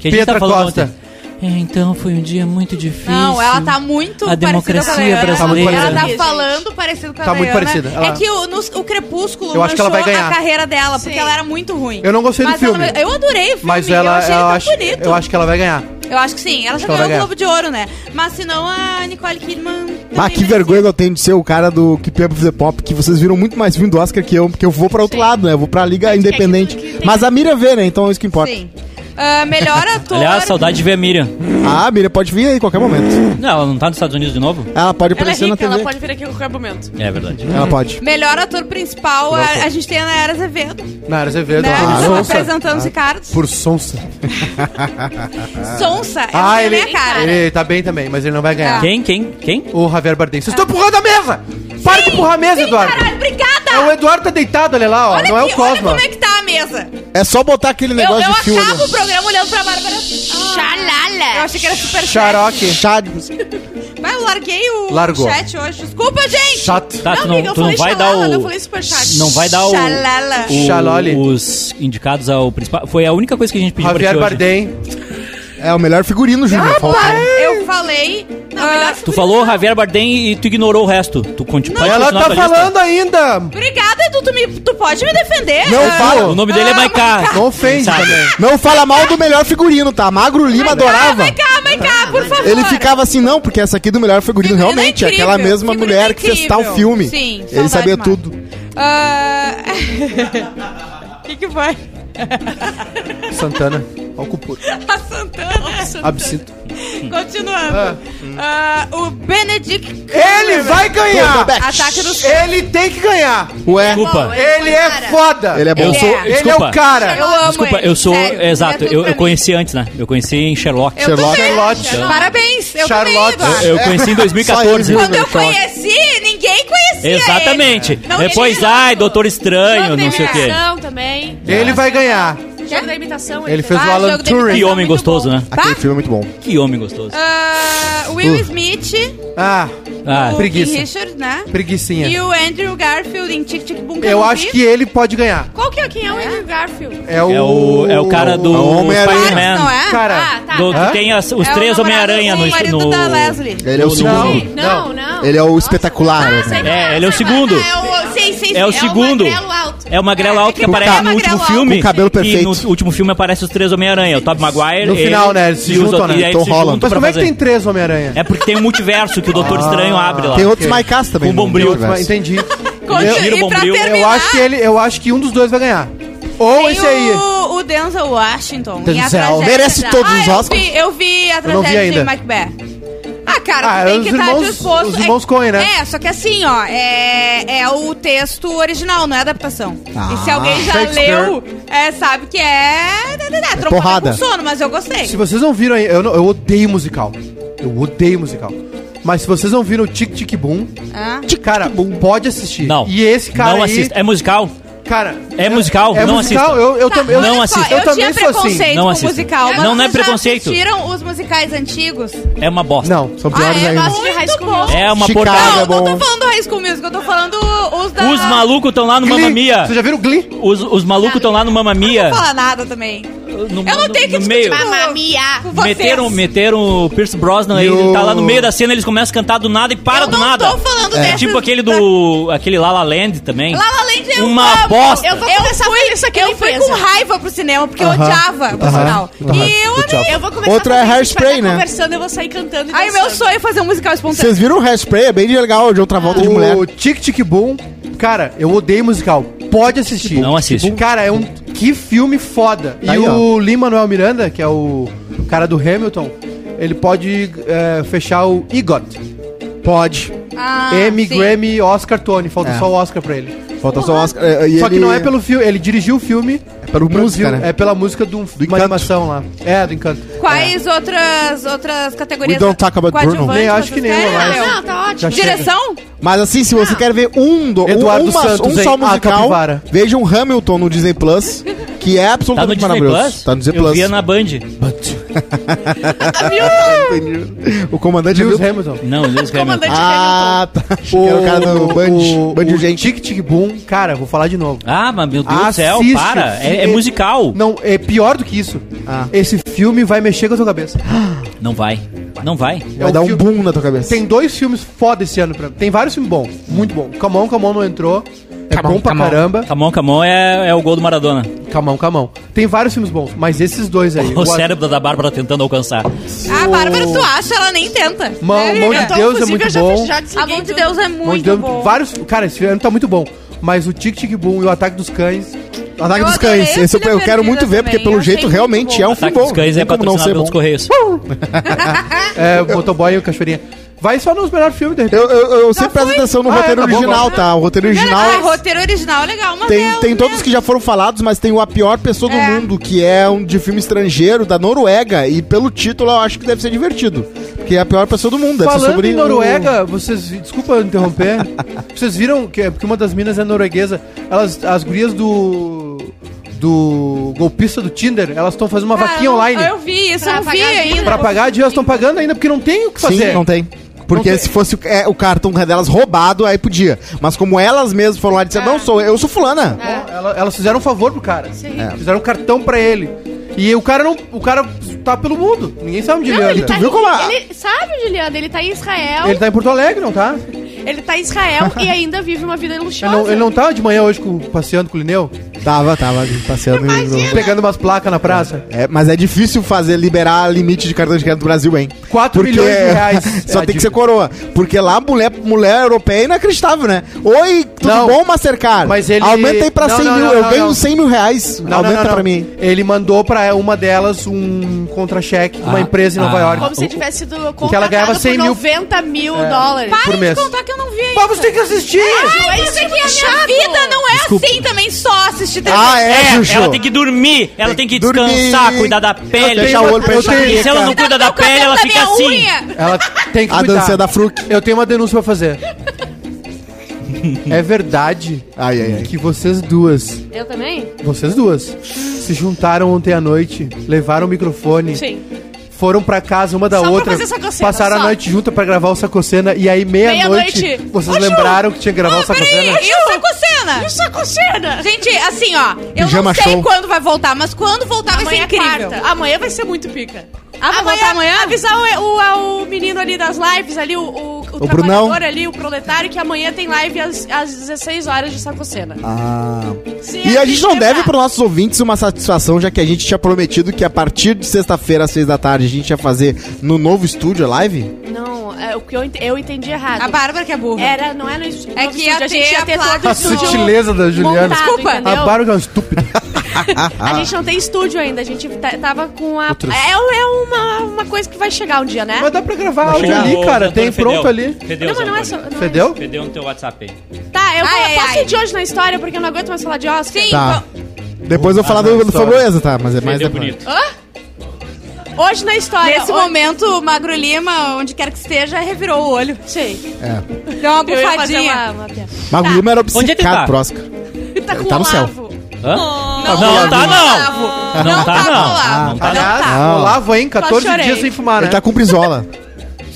Speaker 2: Que a gente
Speaker 1: Pietra
Speaker 2: tá falando
Speaker 1: Costa.
Speaker 2: ontem. É, então foi um dia muito difícil.
Speaker 4: Não, ela tá muito
Speaker 2: A democracia
Speaker 4: parecida com a Leana.
Speaker 1: brasileira.
Speaker 4: Ela tá
Speaker 5: Gente.
Speaker 4: falando parecido com a
Speaker 1: Tá muito
Speaker 4: Leana.
Speaker 1: parecida, ela-
Speaker 4: É que o, nos- o Crepúsculo
Speaker 1: Eu acho que ela
Speaker 4: manchou
Speaker 1: vai ganhar.
Speaker 4: a carreira dela, porque
Speaker 5: Sim.
Speaker 4: ela era muito ruim.
Speaker 1: Eu não gostei do
Speaker 4: Mas ela-
Speaker 1: filme.
Speaker 4: eu adorei o filme,
Speaker 1: Mas ela,
Speaker 4: eu achei
Speaker 1: eu,
Speaker 4: ele tão
Speaker 1: acho,
Speaker 4: bonito.
Speaker 1: eu acho que ela vai ganhar.
Speaker 4: Eu acho que sim. Ela
Speaker 1: Acho
Speaker 4: já
Speaker 1: que ela
Speaker 4: ganhou
Speaker 1: vai
Speaker 4: o Globo de Ouro, né? Mas senão a Nicole Kidman.
Speaker 3: Ah,
Speaker 4: também
Speaker 3: que
Speaker 4: merecia.
Speaker 3: vergonha que eu tenho de ser o cara do Keep Up with the Pop, que vocês viram muito mais vindo do Oscar que eu, porque eu vou pra outro lado, né? Eu vou pra Liga Independente.
Speaker 5: é que tem-
Speaker 3: Mas a Miriam vê, né? Então é isso que importa.
Speaker 4: Sim.
Speaker 2: (laughs)
Speaker 4: Ah, melhor ator.
Speaker 2: Aliás, saudade de ver a Miriam.
Speaker 3: Ah, a Miriam pode vir aí em qualquer momento.
Speaker 2: Não, ela não tá nos Estados Unidos de novo?
Speaker 3: Ela pode
Speaker 5: Ela é
Speaker 3: aparecer
Speaker 5: rica,
Speaker 3: na
Speaker 5: ela
Speaker 3: TV.
Speaker 5: pode vir aqui a qualquer momento.
Speaker 2: É verdade.
Speaker 3: Ela pode.
Speaker 4: Melhor ator principal, a, a gente tem a Nayara Azevedo.
Speaker 1: Na área Azevedo,
Speaker 4: né?
Speaker 1: ela por
Speaker 3: claro.
Speaker 4: Apresentando
Speaker 1: sonsa.
Speaker 4: Apresentando os Ricardos.
Speaker 1: Ah. Por sonsa.
Speaker 4: Sonsa, é
Speaker 1: Ah,
Speaker 4: a
Speaker 1: ele,
Speaker 4: minha cara.
Speaker 1: ele tá bem também, mas ele não vai ganhar.
Speaker 2: Quem, quem, quem?
Speaker 1: O Javier Bardem. Vocês estão empurrando a mesa! Para de empurrar a mesa, Eduardo!
Speaker 4: Ah. Caralho, obrigada!
Speaker 1: É, o Eduardo tá deitado, olha lá, ó.
Speaker 4: Olha
Speaker 1: não é
Speaker 4: aqui,
Speaker 1: o
Speaker 4: Olha
Speaker 1: Cosma.
Speaker 4: como é que tá a mesa.
Speaker 3: É só botar aquele
Speaker 4: Eu,
Speaker 3: negócio
Speaker 4: eu
Speaker 3: de filme.
Speaker 4: acabo o programa olhando pra Bárbara. Xalala. Eu achei que era super chat.
Speaker 1: Xarope.
Speaker 3: Chá-
Speaker 4: Mas eu larguei o
Speaker 1: Largou.
Speaker 4: chat hoje. Desculpa, gente.
Speaker 1: Chato.
Speaker 2: Tá, tu
Speaker 5: amiga,
Speaker 2: não,
Speaker 5: eu
Speaker 2: tu não
Speaker 5: falei
Speaker 2: vai dar
Speaker 5: xalala,
Speaker 2: o.
Speaker 5: Eu falei superchat.
Speaker 2: Não vai dar o,
Speaker 4: Xalala.
Speaker 2: o-
Speaker 1: Xalole.
Speaker 2: os indicados ao principal. Foi a única coisa que a gente pediu pra ti
Speaker 1: Javier
Speaker 2: hoje.
Speaker 1: Bardem.
Speaker 3: É o melhor figurino, Júnior. Falta.
Speaker 4: Eu falei.
Speaker 5: Não,
Speaker 4: ah,
Speaker 5: melhor-
Speaker 2: Tu falou Javier Bardem e tu ignorou o resto. Tu continua. pode
Speaker 1: Ela
Speaker 2: continuar
Speaker 1: tá
Speaker 2: com a lista.
Speaker 1: falando ainda.
Speaker 4: Obrigada, Edu. Tu, me- tu pode me defender?
Speaker 3: Não
Speaker 4: Ah,
Speaker 3: fala.
Speaker 2: O nome dele é
Speaker 4: Ah,
Speaker 2: Maiká.
Speaker 1: Não ofende
Speaker 2: Sabe?
Speaker 1: também.
Speaker 3: Não fala mal do melhor figurino, tá? Magro Lima adorava.
Speaker 4: Vai cá, vai cá, por favor.
Speaker 3: Ele ficava assim, não, porque essa aqui do melhor figurino,
Speaker 4: Figurino
Speaker 3: realmente, é
Speaker 4: incrível,
Speaker 3: aquela mesma
Speaker 4: figurino é
Speaker 3: mulher que fez tal
Speaker 4: incrível.
Speaker 3: filme.
Speaker 4: Sim,
Speaker 3: Ele
Speaker 4: saudade
Speaker 3: sabia
Speaker 4: demais.
Speaker 3: tudo.
Speaker 4: O Ah, (laughs) que, que vai?
Speaker 2: é
Speaker 1: Santana. Alcupur.
Speaker 4: A Santana.
Speaker 1: Absinto.
Speaker 4: Continuando. Ah, o Benedict.
Speaker 1: Ele vai ganhar!
Speaker 4: Ataque do
Speaker 1: Ele tem que ganhar!
Speaker 3: Ué,
Speaker 2: Desculpa.
Speaker 1: Ele é foda!
Speaker 3: ele é bom.
Speaker 2: Eu
Speaker 4: Ele
Speaker 2: sou.
Speaker 4: é.
Speaker 1: Ele é o
Speaker 2: Desculpa.
Speaker 4: Eu
Speaker 1: cara!
Speaker 4: amo
Speaker 2: Desculpa,
Speaker 4: ele,
Speaker 2: eu sou.
Speaker 4: sério.
Speaker 2: Exato,
Speaker 4: Ele é
Speaker 2: eu,
Speaker 4: tudo
Speaker 2: eu
Speaker 4: pra
Speaker 2: conheci antes, né? Eu conheci em Sherlock.
Speaker 4: mim. Eu É.
Speaker 3: Sherlock.
Speaker 4: também.
Speaker 1: Charlotte.
Speaker 4: Parabéns, eu
Speaker 1: Charlotte.
Speaker 4: também, Eduardo.
Speaker 2: Eu, eu conheci em
Speaker 3: Só
Speaker 2: 2014.
Speaker 3: ele.
Speaker 4: Quando eu
Speaker 3: Sherlock.
Speaker 4: conheci, ninguém conhecia
Speaker 2: é. Exatamente.
Speaker 4: ele. Não
Speaker 2: Depois,
Speaker 4: tinha.
Speaker 2: ai, Doutor Estranho,
Speaker 5: Jogo da
Speaker 2: não sei o quê.
Speaker 5: imitação também.
Speaker 1: Ele vai ganhar!
Speaker 5: Jogo da imitação.
Speaker 1: Ele fez o
Speaker 4: Ah,
Speaker 1: Alan
Speaker 4: jogo da
Speaker 1: Turing.
Speaker 2: Que homem
Speaker 4: Muito
Speaker 2: gostoso,
Speaker 4: bom.
Speaker 2: né?
Speaker 3: Aquele filme é muito bom.
Speaker 2: Que homem gostoso.
Speaker 4: Ah, Will
Speaker 3: Uh.
Speaker 4: Smith,
Speaker 1: Ah,
Speaker 2: Ah,
Speaker 4: o
Speaker 1: preguiça.
Speaker 4: King Richard, né? E
Speaker 1: preguicinha.
Speaker 4: o Andrew Garfield em Tic Tic Boom. que
Speaker 1: Eu
Speaker 4: não
Speaker 1: acho
Speaker 4: vi.
Speaker 1: que ele pode ganhar.
Speaker 5: Qual que é? Quem é o Andrew Garfield?
Speaker 1: É o.
Speaker 2: é o, é o cara do
Speaker 3: É o Homem-Aranha.
Speaker 2: Spider-Man.
Speaker 4: Não é?
Speaker 5: Ah,
Speaker 1: Cara.
Speaker 5: tá.
Speaker 2: Do-
Speaker 1: Hã?
Speaker 2: que tem as- os
Speaker 4: É o
Speaker 2: três
Speaker 4: namorado
Speaker 2: Homem-Aranha
Speaker 4: do
Speaker 2: no,
Speaker 4: marido
Speaker 2: no-
Speaker 4: da Leslie.
Speaker 3: Ele é o
Speaker 2: No-
Speaker 3: segundo.
Speaker 5: Sim, Não, não.
Speaker 3: Ele é o
Speaker 5: Nossa.
Speaker 3: espetacular.
Speaker 5: Ah,
Speaker 3: né?
Speaker 5: sei
Speaker 2: É,
Speaker 5: lá,
Speaker 2: ele é o
Speaker 5: sei lá.
Speaker 2: segundo.
Speaker 5: Ah, é o- Sim, sim, sim.
Speaker 2: É o segundo.
Speaker 5: magrelo alto.
Speaker 2: É o Magrelo Alto que
Speaker 3: Com
Speaker 2: aparece
Speaker 3: ca-
Speaker 2: no último
Speaker 4: Com
Speaker 2: filme.
Speaker 3: cabelo
Speaker 2: E
Speaker 3: perfeito.
Speaker 2: no último filme aparece os três Homem-Aranha. O Tobey Maguire.
Speaker 1: No
Speaker 2: ele
Speaker 1: final, né, eles se
Speaker 2: e os
Speaker 1: juntam,
Speaker 2: outros-
Speaker 1: né?
Speaker 2: E aí eles
Speaker 3: Tom
Speaker 2: se juntam
Speaker 3: Holland.
Speaker 2: pra
Speaker 1: Mas como é que
Speaker 2: fazer.
Speaker 1: tem Ah. três Homem-Aranha?
Speaker 2: É porque tem um multiverso que o Doutor Estranho abre lá.
Speaker 3: Tem outros
Speaker 1: ok.
Speaker 3: Maicás também.
Speaker 2: Com
Speaker 3: no
Speaker 2: bombril.
Speaker 3: universo.
Speaker 1: Mas Entendi.
Speaker 4: É Continua-
Speaker 2: Giro
Speaker 4: e pra
Speaker 2: Bombril. Eu
Speaker 1: Eu
Speaker 4: terminar,
Speaker 1: acho que ele. Eu acho que um dos dois vai ganhar. Ou
Speaker 4: tem um-
Speaker 1: esse aí.
Speaker 4: O, o Denzel Washington. e a
Speaker 1: Denzel.
Speaker 4: tragédia
Speaker 3: Merece
Speaker 4: da-
Speaker 3: todos
Speaker 4: ah,
Speaker 3: os
Speaker 4: eu
Speaker 3: Oscars.
Speaker 4: Vi, eu vi a
Speaker 1: Eu não vi
Speaker 4: tragédia de
Speaker 1: ainda.
Speaker 4: Macbeth. Ah, cara,
Speaker 1: Ah,
Speaker 4: tu tem
Speaker 1: os
Speaker 4: que
Speaker 1: irmãos-
Speaker 4: tá disposto.
Speaker 1: os irmãos
Speaker 4: é,
Speaker 1: Coen, né?
Speaker 4: É, só que assim, ó, é, é o texto original, não é adaptação.
Speaker 3: Ah,
Speaker 4: e se alguém já
Speaker 1: Shakespeare.
Speaker 4: leu, é, sabe que é. é trocada
Speaker 3: porrada.
Speaker 4: com sono, mas eu gostei.
Speaker 1: Se vocês não viram aí, eu, não- eu odeio musical. Eu odeio musical. Mas se vocês não viram o Tic Tic Boom,
Speaker 4: Ah.
Speaker 1: cara, pode assistir.
Speaker 2: Não.
Speaker 1: E esse cara
Speaker 2: Não
Speaker 1: aí,
Speaker 2: assista. É musical?
Speaker 1: cara,
Speaker 2: É musical?
Speaker 1: é
Speaker 2: não
Speaker 1: musical,
Speaker 2: assista.
Speaker 1: eu, eu
Speaker 4: Tá,
Speaker 1: também eu,
Speaker 2: não
Speaker 4: olha
Speaker 2: assisto.
Speaker 4: só, Eu,
Speaker 1: Eu também
Speaker 4: tinha
Speaker 1: sou assim.
Speaker 4: preconceito
Speaker 2: Não
Speaker 4: com
Speaker 2: assisto.
Speaker 4: musical, mas
Speaker 2: Não, não é
Speaker 4: vocês já
Speaker 2: preconceito.
Speaker 4: assistiram os musicais antigos?
Speaker 2: É uma bosta.
Speaker 1: Não,
Speaker 3: São piores
Speaker 4: Ah, é?
Speaker 3: ainda.
Speaker 4: Gosto de High School
Speaker 5: Muito bom.
Speaker 4: Musical.
Speaker 2: É uma
Speaker 3: Chicago.
Speaker 2: porcaria.
Speaker 4: Não, não
Speaker 3: bom.
Speaker 4: tô falando do High School Music, eu tô falando os da...
Speaker 2: Os malucos estão lá no Mamma
Speaker 1: Glee.
Speaker 2: Mia.
Speaker 1: Vocês já viram Glee?
Speaker 2: Os, os malucos estão lá no Mamma Mia.
Speaker 4: Não vou falar nada também.
Speaker 2: No,
Speaker 4: Eu não tenho que
Speaker 2: no
Speaker 4: discutir
Speaker 2: meio.
Speaker 4: com-
Speaker 5: Mamma mia.
Speaker 4: com vocês.
Speaker 2: Meteram, meteram o Pierce Brosnan aí,
Speaker 3: E o-
Speaker 2: ele tá lá no meio da cena, eles começam a cantar do nada e para
Speaker 4: Eu
Speaker 2: do
Speaker 4: não
Speaker 2: nada.
Speaker 4: tô falando
Speaker 2: é
Speaker 4: desses
Speaker 2: tipo aquele do. aquele La La Land também.
Speaker 4: da- La La Land eu
Speaker 2: Uma
Speaker 4: amo.
Speaker 2: bosta.
Speaker 4: Eu, vou
Speaker 5: Eu
Speaker 4: começar
Speaker 5: fui-
Speaker 4: por isso aqui.
Speaker 5: eu
Speaker 4: Eu fui
Speaker 5: fui
Speaker 4: com
Speaker 5: essa.
Speaker 4: raiva pro cinema, porque eu odiava, por sinal.
Speaker 3: Aham.
Speaker 4: E eu
Speaker 3: Odiava.
Speaker 4: amei.
Speaker 5: Eu vou começar
Speaker 3: Outra
Speaker 5: a
Speaker 3: é
Speaker 5: fazer isso,
Speaker 3: Hairspray,
Speaker 5: vai tá
Speaker 3: né?
Speaker 5: conversando, eu vou sair cantando e
Speaker 4: Aí meu
Speaker 5: dançando.
Speaker 4: sonho é fazer um musical espontâneo.
Speaker 3: Vocês viram o Hairspray? É bem legal, de outra volta de mulher.
Speaker 1: O Tic Tic Boom, cara, eu odeio musical. Pode assistir.
Speaker 2: Não assiste.
Speaker 1: Cara, é um que filme foda.
Speaker 3: Tá
Speaker 1: e
Speaker 3: aí,
Speaker 1: o Lin Manuel Miranda, que é o cara do Hamilton, ele pode é, fechar o EGOT. Pode.
Speaker 4: Ah,
Speaker 1: Emmy,
Speaker 4: sim.
Speaker 1: Grammy, Oscar, Tony. Falta
Speaker 3: É.
Speaker 1: só o Oscar pra ele.
Speaker 3: Falta só o Oscar. é, e
Speaker 1: Só que
Speaker 3: ele-
Speaker 1: não é pelo filme. Ele dirigiu o filme.
Speaker 3: É pela
Speaker 1: produziu-
Speaker 3: música, né?
Speaker 1: É pela música de um- de uma
Speaker 3: Encanto.
Speaker 1: animação lá. É, do Encanto.
Speaker 4: Quais outras, outras categorias?
Speaker 3: We don't talk about Bruno.
Speaker 4: coadjuvantes
Speaker 1: Nem acho que
Speaker 4: vocês
Speaker 1: nenhuma
Speaker 4: querem?
Speaker 1: mais.
Speaker 4: Não,
Speaker 5: Não, tá
Speaker 1: Já
Speaker 5: ótimo.
Speaker 1: chega.
Speaker 4: Direção?
Speaker 3: Mas assim, se
Speaker 4: Ah.
Speaker 3: você quer ver um, do,
Speaker 1: Eduardo
Speaker 3: uma-
Speaker 1: Santos,
Speaker 3: um
Speaker 1: hein?
Speaker 3: só
Speaker 1: A
Speaker 3: musical,
Speaker 1: capivara.
Speaker 3: veja um Hamilton no Disney Plus, que é
Speaker 2: Tá no
Speaker 3: absolutamente
Speaker 2: Disney
Speaker 3: maravilhoso.
Speaker 2: Plus?
Speaker 3: Tá no Disney
Speaker 2: Eu
Speaker 3: Plus.
Speaker 2: via na Band.
Speaker 3: Entendi. o comandante
Speaker 1: Lewis
Speaker 3: Hamilton.
Speaker 1: Hamilton.
Speaker 2: Não, Lewis Hamilton.
Speaker 5: Comandante
Speaker 3: Ah, tá. Achei que era o cara do Band, Band
Speaker 1: o
Speaker 3: Urgente.
Speaker 1: Tic Tic Boom, cara, vou falar de novo.
Speaker 2: Ah, mas meu Deus do céu,
Speaker 1: Assiste.
Speaker 2: para. É, é musical.
Speaker 1: Não, é pior do que isso.
Speaker 3: Ah.
Speaker 1: Esse filme vai mexer com a tua cabeça.
Speaker 2: Não vai. Não vai.
Speaker 1: É
Speaker 3: Vai
Speaker 1: um
Speaker 3: dar um
Speaker 1: filme-
Speaker 3: boom na tua cabeça.
Speaker 1: Tem dois filmes foda esse ano. Pra... Tem vários filmes bons, muito bom. Camão, Camão não entrou. É
Speaker 3: Camão,
Speaker 1: bom pra
Speaker 3: Camão.
Speaker 1: caramba.
Speaker 2: Camon, Camon é, é o gol do Maradona.
Speaker 1: Camão, Camão. Tem vários filmes bons, mas esses dois aí.
Speaker 2: (laughs) O
Speaker 1: What-
Speaker 2: cérebro da Bárbara tentando alcançar.
Speaker 4: A Bárbara, Ah, tu acha? Ela nem tenta.
Speaker 1: Mão,
Speaker 4: Né,
Speaker 1: mão de
Speaker 4: amiga?
Speaker 5: Então,
Speaker 1: Deus é
Speaker 5: inclusive,
Speaker 1: muito
Speaker 5: eu já
Speaker 1: bom.
Speaker 5: fiz- já
Speaker 4: A
Speaker 5: desliguei
Speaker 4: mão de
Speaker 5: tudo.
Speaker 4: Deus é
Speaker 1: Mão de
Speaker 4: muito
Speaker 1: Deus-
Speaker 4: boa.
Speaker 1: Vários. Cara, esse ano tá muito bom. Mas o Tic Tic Boom e o Ataque dos Cães.
Speaker 3: Ataque
Speaker 4: Eu
Speaker 3: dos
Speaker 4: adorei
Speaker 3: Cães.
Speaker 4: a
Speaker 3: Esse eu,
Speaker 4: Filha
Speaker 3: eu quero
Speaker 4: Perdida
Speaker 3: muito ver, porque
Speaker 4: também.
Speaker 3: pelo
Speaker 4: Eu
Speaker 3: jeito
Speaker 4: achei
Speaker 3: realmente
Speaker 4: muito
Speaker 3: é um filme
Speaker 2: Ataque
Speaker 3: bom.
Speaker 2: dos Cães é
Speaker 3: Tem como não
Speaker 2: patrocinado pelos
Speaker 3: ser bom.
Speaker 2: Correios.
Speaker 1: É, o Motoboy e o Cachoeirinha. Vai só nos melhores filmes, de repente.
Speaker 3: Eu, eu, eu sempre presto atenção no
Speaker 1: Ah, é,
Speaker 3: roteiro
Speaker 1: tá bom,
Speaker 3: original,
Speaker 1: tá
Speaker 3: tá? O roteiro original.
Speaker 4: Ah, roteiro original é legal, mas é
Speaker 3: Tem,
Speaker 4: o
Speaker 1: né?
Speaker 3: tem todos
Speaker 4: mesmo.
Speaker 3: que já foram falados, mas tem o A Pior Pessoa do
Speaker 4: É.
Speaker 3: Mundo, que é um de filme estrangeiro, da Noruega, e pelo título eu acho que deve ser divertido. Porque é a pior pessoa do mundo. Deve ser
Speaker 1: Falando
Speaker 3: sobre um-
Speaker 1: em
Speaker 3: o-
Speaker 1: Noruega, vocês. Desculpa eu
Speaker 3: (laughs)
Speaker 1: interromper. vocês viram que é porque uma das minas é norueguesa. Elas, as gurias do. Do golpista do Tinder, elas estão fazendo uma
Speaker 5: Ah,
Speaker 4: Cara,
Speaker 1: vaquinha
Speaker 4: eu-
Speaker 1: online.
Speaker 4: Eu vi isso,
Speaker 5: Pra
Speaker 4: eu vi
Speaker 5: pagar a
Speaker 4: ainda.
Speaker 5: vida.
Speaker 1: Pra pagar a dívida, elas estão pagando ainda porque não tem o que fazer.
Speaker 3: Sim, não tem. Porque
Speaker 1: Não tem.
Speaker 3: se fosse o- é, o cartão delas roubado, aí podia. Mas como elas mesmas foram lá e
Speaker 1: É.
Speaker 3: disseram, não, sou eu, eu sou fulana.
Speaker 1: Então,
Speaker 3: É.
Speaker 1: Ela- Elas fizeram um favor pro cara.
Speaker 5: Sim.
Speaker 1: Fizeram um cartão pra ele. E o cara não. O cara tá pelo mundo. Ninguém sabe onde ele
Speaker 5: Não,
Speaker 1: anda.
Speaker 5: ele
Speaker 1: Ele
Speaker 5: tá
Speaker 1: tá...
Speaker 3: viu como a-
Speaker 5: Ele sabe onde ele anda, ele tá em Israel, ele,
Speaker 1: em Porto Alegre, não tá?
Speaker 5: tá em
Speaker 1: (laughs)
Speaker 5: Israel e ainda vive uma vida
Speaker 1: Ele
Speaker 5: luxuosa.
Speaker 1: não, ele não tá de manhã hoje com- passeando com o Lineu?
Speaker 3: Tava, tava passeando.
Speaker 1: Pegando umas placas na praça?
Speaker 3: É, mas é difícil fazer liberar limite de cartão de crédito do Brasil, hein?
Speaker 1: 4 milhões de reais.
Speaker 3: (laughs) só
Speaker 1: É a
Speaker 3: tem que
Speaker 1: dívida.
Speaker 3: ser coroa. Porque lá mulher, mulher europeia é inacreditável, né? Oi, tudo
Speaker 1: Não.
Speaker 3: bom, Mastercard?
Speaker 1: Mas ele-
Speaker 3: Aumenta aí pra
Speaker 1: Não,
Speaker 3: 100
Speaker 1: não,
Speaker 3: mil.
Speaker 1: não,
Speaker 3: eu
Speaker 1: não,
Speaker 3: ganho
Speaker 1: não.
Speaker 3: 100 mil reais.
Speaker 1: Não,
Speaker 3: Aumenta
Speaker 1: não, não, não.
Speaker 3: pra mim.
Speaker 1: Ele mandou pra uma delas um contra-cheque, uma
Speaker 2: Ah,
Speaker 1: empresa em Nova
Speaker 2: ah.
Speaker 1: York.
Speaker 5: Como se tivesse sido
Speaker 1: Que ela
Speaker 5: contratado
Speaker 1: ganhava 100
Speaker 5: por
Speaker 1: mil. É.
Speaker 5: 90 mil dólares.
Speaker 1: por
Speaker 4: Parem de
Speaker 1: mês.
Speaker 4: contar que eu não vi ainda.
Speaker 1: Mas você tem que assistir!
Speaker 4: Ai, mas é que a minha vida não é assim também, só assistir TV.
Speaker 3: Ah, é,
Speaker 2: É,
Speaker 3: Juju?
Speaker 2: ela tem que dormir, ela tem que
Speaker 3: Dormir.
Speaker 2: descansar, cuidar da pele.
Speaker 3: Deixar o olho pra
Speaker 1: Eu
Speaker 3: enxergar.
Speaker 1: tenho-
Speaker 2: E se ela não
Speaker 4: Cuidado
Speaker 2: cuida da
Speaker 4: com o cabelo
Speaker 2: pele, ela
Speaker 4: da
Speaker 2: fica
Speaker 4: minha
Speaker 2: assim.
Speaker 4: unha.
Speaker 1: (laughs) Ela tem que
Speaker 3: A
Speaker 1: cuidar.
Speaker 3: dança é da Fruc.
Speaker 1: Eu tenho uma denúncia pra fazer. (laughs) É verdade
Speaker 3: Ai, ai, ai.
Speaker 1: que vocês duas,
Speaker 5: Eu também?
Speaker 1: vocês duas, se juntaram ontem à noite, levaram o microfone,
Speaker 5: Sim.
Speaker 1: foram pra casa uma da
Speaker 4: Só pra
Speaker 1: outra,
Speaker 4: fazer sacocena,
Speaker 1: passaram a
Speaker 4: só.
Speaker 1: noite junta pra gravar o Sacocena e aí meia-noite
Speaker 5: Meia-noite.
Speaker 1: vocês lembraram que tinha que gravar o Sacocena?
Speaker 4: E o Sacocena?
Speaker 5: Sacocena!
Speaker 4: Gente, assim, ó, eu
Speaker 3: Pijama
Speaker 4: não sei
Speaker 3: show.
Speaker 4: quando vai voltar, mas quando voltar vai ser
Speaker 5: Amanhã é
Speaker 4: incrível.
Speaker 5: quarta. Amanhã vai ser muito pica.
Speaker 4: Ah, vai voltar amanhã?
Speaker 5: Avisar o, o, o menino ali das lives, ali, o, o, o trabalhador
Speaker 3: Brunão.
Speaker 5: ali, o proletário, que amanhã tem live às, às 16 horas de Sacocena.
Speaker 3: Ah.
Speaker 5: Se
Speaker 3: E a gente não
Speaker 5: lembrar.
Speaker 3: deve para nossos ouvintes uma satisfação, já que a gente tinha prometido que a partir de sexta-feira, às seis da tarde, a gente ia fazer no novo estúdio a live?
Speaker 5: Não, é, o que eu, ent- eu entendi errado.
Speaker 4: A Bárbara que é burra.
Speaker 5: Era, não é no estúdio.
Speaker 4: É que ia
Speaker 5: a gente
Speaker 4: ter
Speaker 5: ia
Speaker 4: a
Speaker 5: ter
Speaker 4: placa.
Speaker 5: todo o
Speaker 1: A
Speaker 5: estúdio
Speaker 1: sutileza da Juliana.
Speaker 5: montado,
Speaker 4: Desculpa.
Speaker 5: entendeu?
Speaker 1: A Bárbara é uma estúpida.
Speaker 5: A gente não tem estúdio ainda, a gente tá- tava com a.
Speaker 1: Outros-
Speaker 5: É, é uma, uma coisa que vai chegar um dia, né?
Speaker 1: Mas dá pra gravar
Speaker 3: Tá
Speaker 2: Vai
Speaker 1: áudio
Speaker 2: chegar.
Speaker 1: ali,
Speaker 2: Ô,
Speaker 1: cara.
Speaker 2: Antônio,
Speaker 1: Tem
Speaker 2: fedeu.
Speaker 1: pronto ali.
Speaker 2: Fedeu,
Speaker 5: Não, mas não é só.
Speaker 2: Antônio.
Speaker 5: não é-
Speaker 1: Fedeu?
Speaker 2: Fedeu no teu WhatsApp aí.
Speaker 5: Tá, eu vou,
Speaker 4: Ai, ai,
Speaker 5: posso
Speaker 4: ai.
Speaker 5: ir de hoje na história, porque eu não aguento mais falar de Oscar.
Speaker 4: Sim,
Speaker 3: Tá.
Speaker 4: vamos-
Speaker 3: Depois eu vou falar
Speaker 1: Ah, não,
Speaker 3: do, do
Speaker 1: história.
Speaker 3: Framboesa, tá? Mas é mais
Speaker 2: Fedeu
Speaker 3: depois.
Speaker 2: bonito.
Speaker 5: Hoje na história.
Speaker 4: nesse
Speaker 5: hoje-
Speaker 4: momento, Magro Lima, onde quer que esteja, revirou o olho.
Speaker 5: Sei.
Speaker 3: É.
Speaker 4: Deu uma
Speaker 5: Eu ia fazer
Speaker 4: bufadinha.
Speaker 5: uma- uma piada.
Speaker 3: Mas o Lima era
Speaker 2: Onde é que ele
Speaker 3: obcecado
Speaker 2: tá?
Speaker 3: pro Oscar.
Speaker 5: Tá com
Speaker 3: tá no
Speaker 5: o
Speaker 3: céu.
Speaker 5: Olavo.
Speaker 2: Hã?
Speaker 4: Não,
Speaker 2: Não, tá não.
Speaker 4: Olavo.
Speaker 2: Não
Speaker 3: Ah,
Speaker 2: tá não.
Speaker 4: Olavo.
Speaker 2: Não tá
Speaker 1: Aliás,
Speaker 4: não.
Speaker 3: não.
Speaker 1: Olavo, hein? 14
Speaker 5: Quase chorei.
Speaker 1: dias sem fumar, né?
Speaker 3: Ele tá
Speaker 1: (laughs)
Speaker 3: com brisola.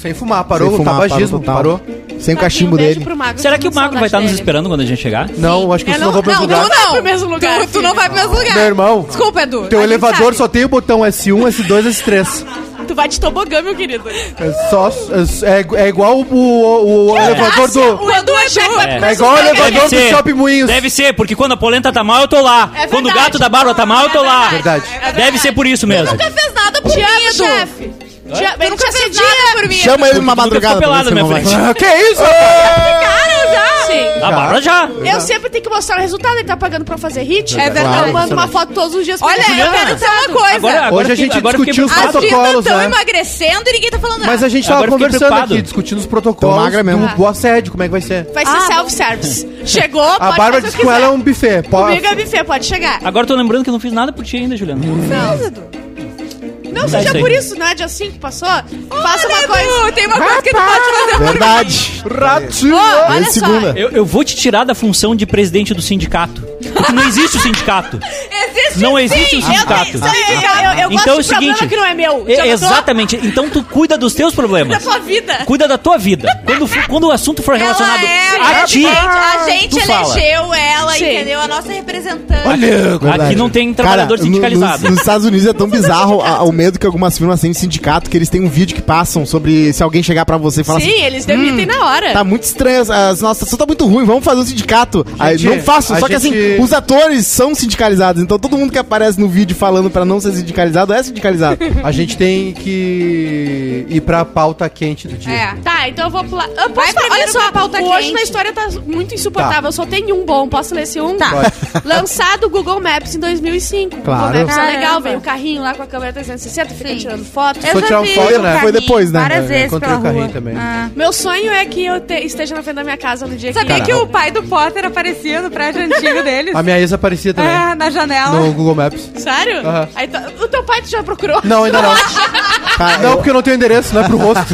Speaker 1: Sem fumar, parou
Speaker 3: Sem
Speaker 1: o
Speaker 3: fumar, tá.
Speaker 1: tabagismo,
Speaker 3: total.
Speaker 1: parou.
Speaker 3: Sem o cachimbo
Speaker 5: um beijo
Speaker 3: dele.
Speaker 5: pro Magro,
Speaker 2: Será
Speaker 5: tô
Speaker 2: que o
Speaker 5: com
Speaker 2: Mago vai
Speaker 5: saudade
Speaker 2: estar nos
Speaker 5: dele.
Speaker 2: esperando quando a gente chegar?
Speaker 1: Não, acho que
Speaker 5: É,
Speaker 1: isso não, vou
Speaker 5: não- não,
Speaker 1: perguntar.
Speaker 5: não, não. vai pro mesmo lugar,
Speaker 4: Tu, tu não
Speaker 5: filho.
Speaker 4: vai pro mesmo lugar.
Speaker 1: Meu irmão.
Speaker 4: Desculpa, Edu.
Speaker 1: Teu
Speaker 4: A gente
Speaker 1: elevador
Speaker 4: sabe.
Speaker 1: só tem o botão S1, S2, S3.
Speaker 5: Tu vai de tobogã, meu querido.
Speaker 1: É, só, é, é igual o, o- o elevador do.
Speaker 4: Quando o Edu vai pro
Speaker 2: É.
Speaker 1: É igual o elevador do Shopping Moinhos.
Speaker 2: Deve ser, porque quando a polenta tá mal, eu tô lá.
Speaker 5: É verdade. É
Speaker 2: quando o gato da Bárbara tá mal, eu tô lá.
Speaker 1: Verdade.
Speaker 2: Deve ser por isso mesmo.
Speaker 4: Nunca fez nada por
Speaker 5: Te
Speaker 4: mim,
Speaker 5: amo,
Speaker 4: Edu.
Speaker 5: chefe. Te amo.
Speaker 4: Tu
Speaker 5: Ele
Speaker 4: nunca
Speaker 5: nunca
Speaker 4: fez
Speaker 5: se
Speaker 4: nada por mim.
Speaker 3: Chama ele numa
Speaker 2: Porque tu nunca
Speaker 3: madrugada.
Speaker 2: ficou pelado
Speaker 5: né?
Speaker 3: pra ver se
Speaker 2: na
Speaker 3: ele
Speaker 2: minha
Speaker 3: não vai.
Speaker 2: frente.
Speaker 1: Ah, que isso, rapaz?
Speaker 4: Cara, já.
Speaker 5: Sim.
Speaker 2: A Bárbara já.
Speaker 5: Eu sempre tenho que mostrar o resultado, ele tá pagando pra fazer hit.
Speaker 4: É verdade.
Speaker 5: Eu mando uma foto todos os dias pra
Speaker 4: Olha,
Speaker 5: ele. Ah,
Speaker 4: eu quero dizer uma coisa.
Speaker 2: Agora, agora
Speaker 1: Hoje a
Speaker 2: fiquei-
Speaker 1: gente
Speaker 2: agora fiquei
Speaker 1: discutiu os
Speaker 2: preocupado.
Speaker 4: As vidas
Speaker 1: protocolos,
Speaker 4: estão
Speaker 1: né?
Speaker 4: emagrecendo e ninguém tá falando nada.
Speaker 1: Mas a gente tava
Speaker 2: Agora fiquei
Speaker 1: conversando
Speaker 2: preocupado.
Speaker 1: aqui, discutindo os protocolos
Speaker 3: Tô magra mesmo.
Speaker 1: do- do assédio, como é que vai ser.
Speaker 5: Vai ser
Speaker 4: Ah,
Speaker 5: self-service. Chegou,
Speaker 1: A
Speaker 5: pode
Speaker 1: Bárbara
Speaker 5: fazer o
Speaker 1: disse
Speaker 5: que
Speaker 1: que com ela é
Speaker 5: quiser.
Speaker 1: um buffet. Pode.
Speaker 5: Comigo é buffet, pode chegar.
Speaker 2: Agora eu tô lembrando que eu não fiz nada por ti ainda, Juliana.
Speaker 5: Não
Speaker 2: Tá,
Speaker 5: seja
Speaker 2: isso aí.
Speaker 5: por isso, não é dia 5 passou? Faça uma
Speaker 4: Edu,
Speaker 5: coisa.
Speaker 4: tem uma coisa que tu pode fazer por mim.
Speaker 3: Verdade.
Speaker 1: Ratinho.
Speaker 5: Ó,
Speaker 3: Ele
Speaker 5: olha só.
Speaker 3: segunda.
Speaker 2: Eu, eu vou te tirar da função de presidente do sindicato. Porque não existe o sindicato.
Speaker 4: Existe
Speaker 2: Não existe o
Speaker 5: Eu,
Speaker 2: sindicato.
Speaker 5: sabe o que que eu, eu, eu
Speaker 2: Então é o
Speaker 5: gosto de problema
Speaker 2: seguinte,
Speaker 5: que não é meu.
Speaker 2: E-
Speaker 5: Já notou?
Speaker 2: exatamente. Então tu cuida dos teus
Speaker 5: Da
Speaker 2: problemas.
Speaker 5: sua vida.
Speaker 2: Cuida da tua vida. Quando, fu- quando o assunto for
Speaker 4: Ela
Speaker 2: relacionado
Speaker 4: é,
Speaker 2: a
Speaker 4: a
Speaker 2: ti,
Speaker 4: gente, a
Speaker 2: tu
Speaker 4: gente
Speaker 2: fala.
Speaker 4: elegeu ela,
Speaker 5: Sim.
Speaker 4: entendeu? A nossa representante.
Speaker 1: Olha,
Speaker 3: Verdade.
Speaker 2: Aqui não tem
Speaker 3: Cara,
Speaker 2: trabalhador
Speaker 3: no-
Speaker 2: sindicalizado.
Speaker 3: Nos, nos Estados Unidos é tão bizarro a- o medo que algumas firmas têm de sindicato que eles têm um vídeo que passam sobre se alguém chegar pra você e falar
Speaker 5: Sim,
Speaker 3: assim.
Speaker 5: eles demitem na hora.
Speaker 3: Tá muito estranho, as nossa, só tá muito ruim, vamos fazer um sindicato. Aí,
Speaker 1: Gente,
Speaker 3: não faço,
Speaker 1: a
Speaker 3: só que
Speaker 1: gente-
Speaker 3: assim, os atores são sindicalizados, então todo mundo que aparece no vídeo falando pra não ser sindicalizado é sindicalizado.
Speaker 1: A gente tem que ir pra pauta quente do dia.
Speaker 4: É.
Speaker 5: Tá, então eu vou pular. Eu
Speaker 4: Vai
Speaker 5: posso falar,
Speaker 4: primeiro
Speaker 5: olha só,
Speaker 4: pra pauta
Speaker 5: hoje
Speaker 4: quente.
Speaker 5: na história tá muito insuportável.
Speaker 1: Tá.
Speaker 5: Eu só tenho um bom, posso ler esse um? Tá. Lançado o Google Maps em 2005.
Speaker 3: Claro.
Speaker 5: O Google Maps é legal,
Speaker 4: Caramba.
Speaker 5: veio o carrinho lá com a câmera 360, fica
Speaker 4: Sim.
Speaker 5: tirando foto.
Speaker 1: Foi tirar um foto, né?
Speaker 3: Foi depois, né?
Speaker 4: Várias
Speaker 3: Eu
Speaker 4: vezes
Speaker 1: encontrei
Speaker 4: pela
Speaker 1: o carrinho
Speaker 4: rua.
Speaker 1: também.
Speaker 4: Ah.
Speaker 5: Meu sonho é que eu te- esteja na frente da minha casa no dia
Speaker 4: Sabia
Speaker 5: que...
Speaker 4: que o pai do Potter aparecia no prédio antigo deles?
Speaker 1: A minha ex aparecia também.
Speaker 3: é.
Speaker 4: Ah, na janela.
Speaker 1: No Google Maps.
Speaker 5: Sério?
Speaker 1: Aham.
Speaker 5: Aí tu- O teu pai tu já procurou?
Speaker 1: Não, ainda
Speaker 4: (laughs)
Speaker 1: não.
Speaker 3: Cara,
Speaker 1: Não,
Speaker 3: eu-
Speaker 1: porque eu não tenho endereço, não é pro rosto.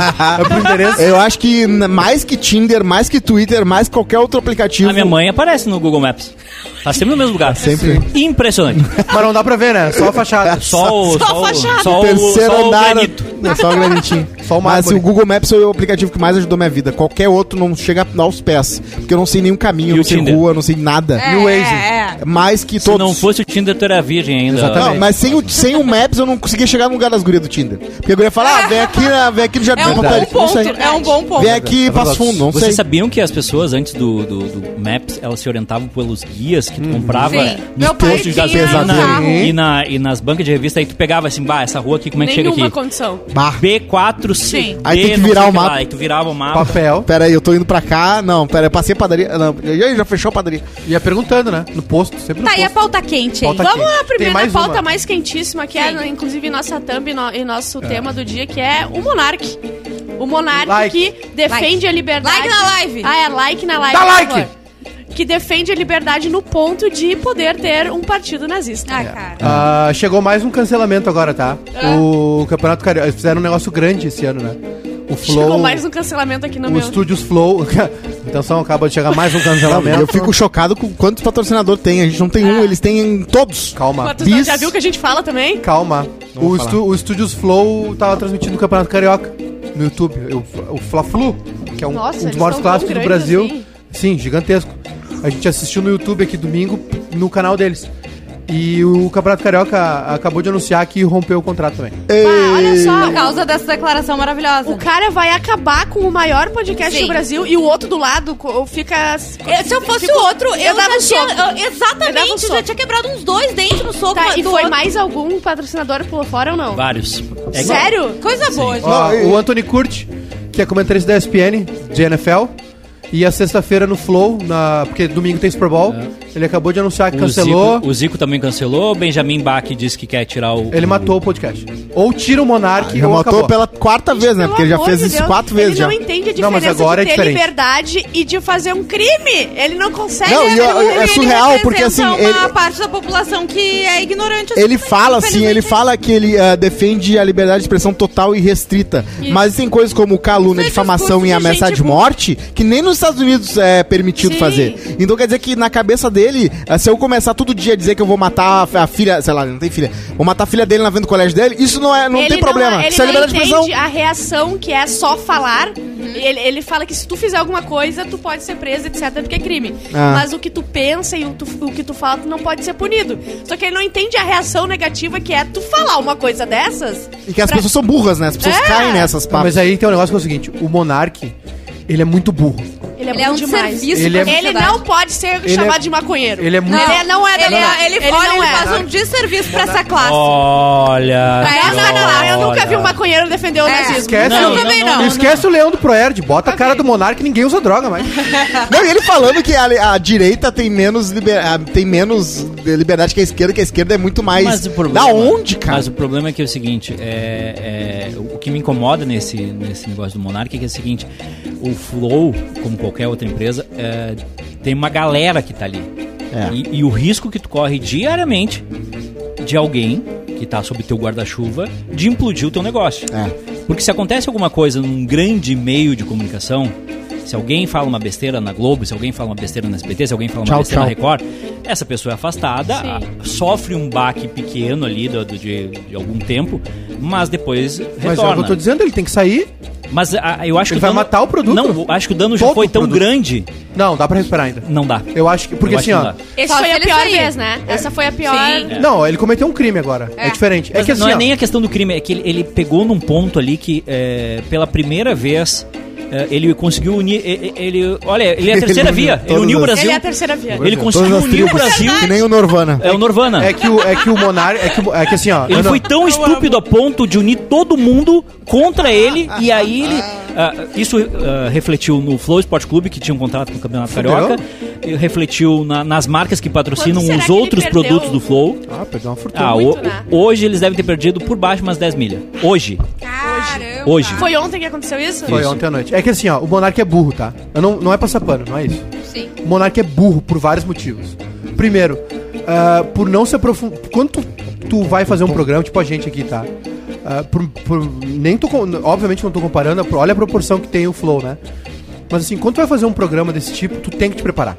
Speaker 1: É pro endereço.
Speaker 3: Eu acho que n- mais que Tinder, mais que Twitter, mais que qualquer outro aplicativo.
Speaker 2: A minha mãe aparece no Google Maps. Tá sempre no mesmo lugar.
Speaker 3: Sempre.
Speaker 2: Impressionante.
Speaker 1: Mas não dá pra ver, né? Só a fachada.
Speaker 2: Só o.
Speaker 5: Só a
Speaker 2: o-
Speaker 5: fachada.
Speaker 2: Só o.
Speaker 3: Terceiro
Speaker 2: Só o
Speaker 3: andar.
Speaker 2: granito.
Speaker 3: Não, só o granitinho.
Speaker 1: (laughs) Só uma
Speaker 3: Mas assim,
Speaker 1: árvore.
Speaker 3: o Google Maps foi o aplicativo que mais ajudou minha vida. Qualquer outro não chega aos pés. Porque eu não sei nenhum caminho,
Speaker 2: E
Speaker 3: eu não
Speaker 2: o
Speaker 3: sei
Speaker 2: Tinder?
Speaker 3: rua, eu não sei nada.
Speaker 4: É,
Speaker 1: o Waze?
Speaker 4: é, é.
Speaker 3: Mais que
Speaker 2: Se
Speaker 3: todos.
Speaker 2: não fosse o Tinder, tu era virgem ainda.
Speaker 3: Não, mas sem o, sem o Maps eu não conseguia chegar no lugar das gurias do Tinder. Porque a guria fala, ah, vem aqui, na- vem aqui no Jardim
Speaker 4: É um
Speaker 3: da Vontade.
Speaker 4: bom ponto,
Speaker 3: Não sei.
Speaker 4: é um bom ponto.
Speaker 3: Vem aqui e
Speaker 1: É
Speaker 3: passa
Speaker 1: verdade.
Speaker 3: fundo, não
Speaker 2: Vocês
Speaker 3: sei.
Speaker 2: sabiam que as pessoas antes do, do, do Maps, elas se orientavam pelos guias que tu
Speaker 3: Uhum.
Speaker 2: comprava
Speaker 4: Sim.
Speaker 2: nos
Speaker 4: Meu pai
Speaker 2: postos de
Speaker 4: tinha
Speaker 5: um
Speaker 2: gasolina
Speaker 4: carro.
Speaker 2: e, na, e nas bancas de revista, aí tu pegava assim, bah, essa rua aqui, como é que chega
Speaker 5: Nenhuma
Speaker 2: aqui?
Speaker 5: condição.
Speaker 3: Bah,
Speaker 2: B4,
Speaker 4: Sim.
Speaker 2: C.
Speaker 3: Aí
Speaker 2: B,
Speaker 3: tem que
Speaker 2: não
Speaker 3: virar
Speaker 2: sei
Speaker 3: o
Speaker 2: que lá.
Speaker 3: mapa.
Speaker 2: Aí tu virava o mapa.
Speaker 1: Papel.
Speaker 3: pera aí, eu tô indo pra cá. Não, pera, eu passei a padaria. Não, e aí, já fechou a padaria.
Speaker 1: Ia perguntando, né? No posto, sempre no
Speaker 4: Tá, e a
Speaker 1: posto.
Speaker 4: pauta quente, hein?
Speaker 1: Pauta
Speaker 5: Vamos
Speaker 1: quente.
Speaker 5: lá,
Speaker 1: Tem
Speaker 5: primeiro
Speaker 1: mais
Speaker 5: a pauta
Speaker 1: uma.
Speaker 5: mais quentíssima, que é, inclusive, nossa thumb e, no- e nosso tema do dia, que é o Monark. O Monark
Speaker 1: Like.
Speaker 5: que defende a liberdade.
Speaker 4: Like na live.
Speaker 5: Ah, é like na live.
Speaker 1: Dá
Speaker 5: por
Speaker 1: like.
Speaker 5: favor. Que defende a liberdade no ponto de poder ter um partido nazista.
Speaker 4: Ah, cara.
Speaker 1: Ah, chegou mais um cancelamento agora, tá?
Speaker 4: Ah.
Speaker 1: O Campeonato Carioca. Eles fizeram um negócio grande esse ano, né? O Flow.
Speaker 5: Chegou mais um cancelamento aqui no
Speaker 1: o
Speaker 5: meu.
Speaker 1: Estúdios Flow. (laughs) Atenção, acaba de chegar mais um cancelamento.
Speaker 3: Eu fico chocado com quantos patrocinador tem. A gente não tem
Speaker 5: É.
Speaker 3: um, eles têm todos.
Speaker 1: Calma.
Speaker 5: Quantos-
Speaker 3: bis.
Speaker 5: Já viu que a gente fala também?
Speaker 1: Calma.
Speaker 3: Não
Speaker 1: O,
Speaker 3: vou
Speaker 1: estu,
Speaker 3: falar.
Speaker 1: o Estúdios Flow tava transmitindo o Campeonato Carioca no YouTube. O, o Fla-Flu, que é um,
Speaker 5: Nossa,
Speaker 1: um dos
Speaker 5: eles
Speaker 1: maiores
Speaker 5: são tão
Speaker 1: clássicos do
Speaker 5: grandes
Speaker 1: Brasil.
Speaker 5: assim.
Speaker 1: Sim, gigantesco. A gente assistiu no YouTube aqui domingo, no canal deles. E o Campeonato Carioca acabou de anunciar que rompeu o contrato também.
Speaker 4: Ah, olha só, por causa dessa declaração maravilhosa.
Speaker 5: O cara vai acabar com o maior podcast
Speaker 4: Sim.
Speaker 5: do Brasil e o outro do lado co- fica.
Speaker 4: Eu- se eu fosse
Speaker 5: Fico-
Speaker 4: o outro,
Speaker 5: eu
Speaker 4: eu,
Speaker 5: dava
Speaker 4: já
Speaker 5: um
Speaker 4: tinha.
Speaker 5: soco.
Speaker 4: eu-
Speaker 5: Eu dava um
Speaker 4: exatamente, já
Speaker 5: soco.
Speaker 4: tinha quebrado uns dois dentes no soco.
Speaker 5: Tá,
Speaker 4: mas
Speaker 5: e
Speaker 4: do
Speaker 5: foi
Speaker 4: outro-
Speaker 5: mais algum patrocinador pulou fora ou não?
Speaker 2: Vários. É igual-
Speaker 5: Sério?
Speaker 4: Coisa boa, gente.
Speaker 1: Ó, o Anthony Curti, que é comentarista da ESPN, de NFL, e a sexta-feira no Flow, na, porque domingo tem Super Bowl,
Speaker 3: É.
Speaker 1: ele acabou de anunciar que
Speaker 2: O
Speaker 1: cancelou,
Speaker 2: Zico, o Zico também cancelou. Benjamin Bach disse que quer tirar o.
Speaker 5: É
Speaker 1: ele matou o podcast. Ou tira o Monark
Speaker 3: Já
Speaker 1: ou
Speaker 3: Ah, matou
Speaker 1: acabou.
Speaker 3: pela quarta vez, né?
Speaker 5: Pelo
Speaker 3: Porque ele já
Speaker 5: amor
Speaker 3: fez
Speaker 5: de
Speaker 3: isso
Speaker 5: Deus,
Speaker 3: quatro vezes já.
Speaker 5: Ele não entende a diferença
Speaker 1: Não, mas agora é
Speaker 5: de ter
Speaker 1: diferente.
Speaker 5: liberdade e de fazer um crime. Ele não consegue.
Speaker 3: Não, e
Speaker 5: ele
Speaker 3: eu-
Speaker 5: não-
Speaker 3: eu- é
Speaker 4: Ele
Speaker 3: surreal,
Speaker 4: representa
Speaker 3: porque, assim,
Speaker 4: uma
Speaker 3: ele-
Speaker 4: parte da população que é ignorante. assim,
Speaker 3: Ele fala assim, ele
Speaker 4: infelizmente.
Speaker 3: fala que ele ah, defende a liberdade de expressão total e restrita. Mas tem coisas como calúnia,
Speaker 4: Isso é
Speaker 3: difamação
Speaker 4: discurso
Speaker 3: e
Speaker 4: de
Speaker 3: ameaça
Speaker 4: gente
Speaker 3: de morte que nem nos Estados Unidos é permitido
Speaker 5: Sim.
Speaker 3: fazer. Então quer dizer que na cabeça dele, ah, se eu começar todo dia a dizer que eu vou matar a, a filha, sei lá, ele não tem filha, vou matar a filha dele na venda do colégio dele, isso não é, não
Speaker 5: ele
Speaker 3: tem problema.
Speaker 5: Ele
Speaker 3: isso é
Speaker 5: não
Speaker 3: liberdade de expressão.
Speaker 5: entende a reação que é só falar.
Speaker 4: Uhum.
Speaker 5: Ele, ele fala que se tu fizer alguma coisa, tu pode ser preso, etc, porque é crime.
Speaker 3: Ah.
Speaker 5: Mas o que tu pensa e o, tu- o que tu fala, tu não pode ser punido. Só que ele não entende a reação negativa que é tu falar uma coisa dessas.
Speaker 3: E que as
Speaker 5: pra-
Speaker 3: pessoas são burras, né? As pessoas
Speaker 5: É.
Speaker 3: caem nessas
Speaker 1: Ah,
Speaker 3: papas.
Speaker 1: Mas aí tem um negócio que é o seguinte, o Monark, ele é muito burro.
Speaker 5: Ele é,
Speaker 4: Ele é
Speaker 5: bom
Speaker 4: um
Speaker 5: demais.
Speaker 1: Ele
Speaker 4: serviço ele
Speaker 1: é-
Speaker 4: pra
Speaker 5: Ele
Speaker 4: sociedade.
Speaker 5: não pode ser
Speaker 1: Ele é-
Speaker 5: chamado de maconheiro.
Speaker 1: Ele é muito...
Speaker 5: Ele é- não é-
Speaker 4: ele,
Speaker 5: não,
Speaker 4: é- ele,
Speaker 5: ele
Speaker 4: olha,
Speaker 5: não
Speaker 4: ele
Speaker 5: é.
Speaker 4: faz um desserviço pra essa classe.
Speaker 2: Olha.
Speaker 4: Pra
Speaker 5: É, Não, não, não, eu nunca vi um
Speaker 2: uma
Speaker 5: maconheiro defender o
Speaker 4: É.
Speaker 5: nazismo.
Speaker 1: Esquece,
Speaker 2: Não,
Speaker 1: o-
Speaker 2: não, também
Speaker 4: não,
Speaker 1: esquece o leão do Proerd, bota a cara do Monark, ninguém usa droga mais.
Speaker 3: Não, e ele falando que a, a direita tem menos, liber- ah, tem menos liberdade que a esquerda, que a esquerda é muito mais. da onde, cara?
Speaker 2: Mas o problema é que é o seguinte, é, é, o que me incomoda nesse, nesse negócio do Monark é que é o seguinte, o Flow, como qualquer outra empresa, é, tem uma galera que tá ali.
Speaker 3: É.
Speaker 2: E, e o risco que tu corre diariamente de alguém que tá sob teu guarda-chuva de implodir o teu negócio.
Speaker 3: É.
Speaker 2: Porque se acontece alguma coisa num grande meio de comunicação, se alguém fala uma besteira na Globo, se alguém fala uma besteira na SBT, se alguém fala uma
Speaker 3: Tchau,
Speaker 2: besteira na
Speaker 3: tchau.
Speaker 2: Record, essa pessoa é afastada, a- sofre um baque pequeno ali do, do- de, de algum tempo, mas depois
Speaker 1: Mas é o que eu tô
Speaker 2: retorna.
Speaker 1: dizendo, ele tem que sair.
Speaker 2: Mas a- eu acho
Speaker 1: Ele
Speaker 2: que
Speaker 1: vai matar o produto.
Speaker 2: Não, acho que o dano já
Speaker 1: Todo
Speaker 2: foi
Speaker 1: o
Speaker 2: tão
Speaker 1: produto.
Speaker 2: grande,
Speaker 1: Não, dá pra respirar ainda.
Speaker 2: não dá.
Speaker 1: Eu acho que... Porque
Speaker 2: Eu
Speaker 1: assim,
Speaker 2: acho que
Speaker 1: ó...
Speaker 2: não dá.
Speaker 5: Esse
Speaker 4: Só
Speaker 5: foi
Speaker 4: se
Speaker 5: a
Speaker 4: ele
Speaker 5: pior
Speaker 4: sair.
Speaker 5: vez, né? Essa foi a pior.
Speaker 4: Sim.
Speaker 1: Não, ele cometeu um crime agora. É,
Speaker 4: É.
Speaker 1: diferente. é
Speaker 2: Mas
Speaker 1: que assim,
Speaker 2: não é
Speaker 1: ó,
Speaker 2: nem a questão do crime, é que ele, ele pegou num ponto ali que é, pela primeira vez é, ele conseguiu unir. e- e- Ele, olha, ele é a terceira
Speaker 3: Ele uniu
Speaker 2: via. Ele
Speaker 3: todas
Speaker 2: uniu o
Speaker 3: as-
Speaker 2: Brasil.
Speaker 5: Ele é a terceira via.
Speaker 2: Ele conseguiu
Speaker 3: Todas as
Speaker 2: unir o
Speaker 3: tribos. assim,
Speaker 2: Brasil.
Speaker 3: Que nem o Norvana.
Speaker 2: É o Norvana.
Speaker 1: é que o, é que o Monark... É que, o- é que assim, ó...
Speaker 2: ele
Speaker 1: eu não-
Speaker 2: foi tão estúpido a ponto de unir todo mundo contra ele e aí ele ah, isso ah, refletiu no Flow Sport Clube que tinha um contrato com o Campeonato
Speaker 1: Fudeu.
Speaker 2: Carioca e refletiu na- nas marcas que patrocinam
Speaker 5: Quanto será
Speaker 2: os
Speaker 5: que ele
Speaker 2: outros
Speaker 5: perdeu?
Speaker 2: produtos do Flow
Speaker 1: Ah, perdeu uma fortuna.
Speaker 2: Ah,
Speaker 5: muito,
Speaker 2: o-
Speaker 5: né?
Speaker 2: hoje eles devem ter perdido por baixo umas 10 milhas hoje
Speaker 4: Caramba.
Speaker 2: Hoje.
Speaker 5: Foi ontem que aconteceu isso?
Speaker 1: Foi
Speaker 2: Isso.
Speaker 1: ontem à noite. É que assim, ó, o Monark é burro, tá? Eu não, não é passar pano, não é isso.
Speaker 4: Sim.
Speaker 1: O Monark é burro por vários motivos. Primeiro, ah, por não se aprofundar. Quando tu, tu vai fazer um programa, tipo a gente aqui, tá? Ah, por- por- nem tô com- obviamente não tô comparando, olha a proporção que tem o Flow, né? Mas assim, quando tu vai fazer um programa desse tipo, tu tem que te preparar.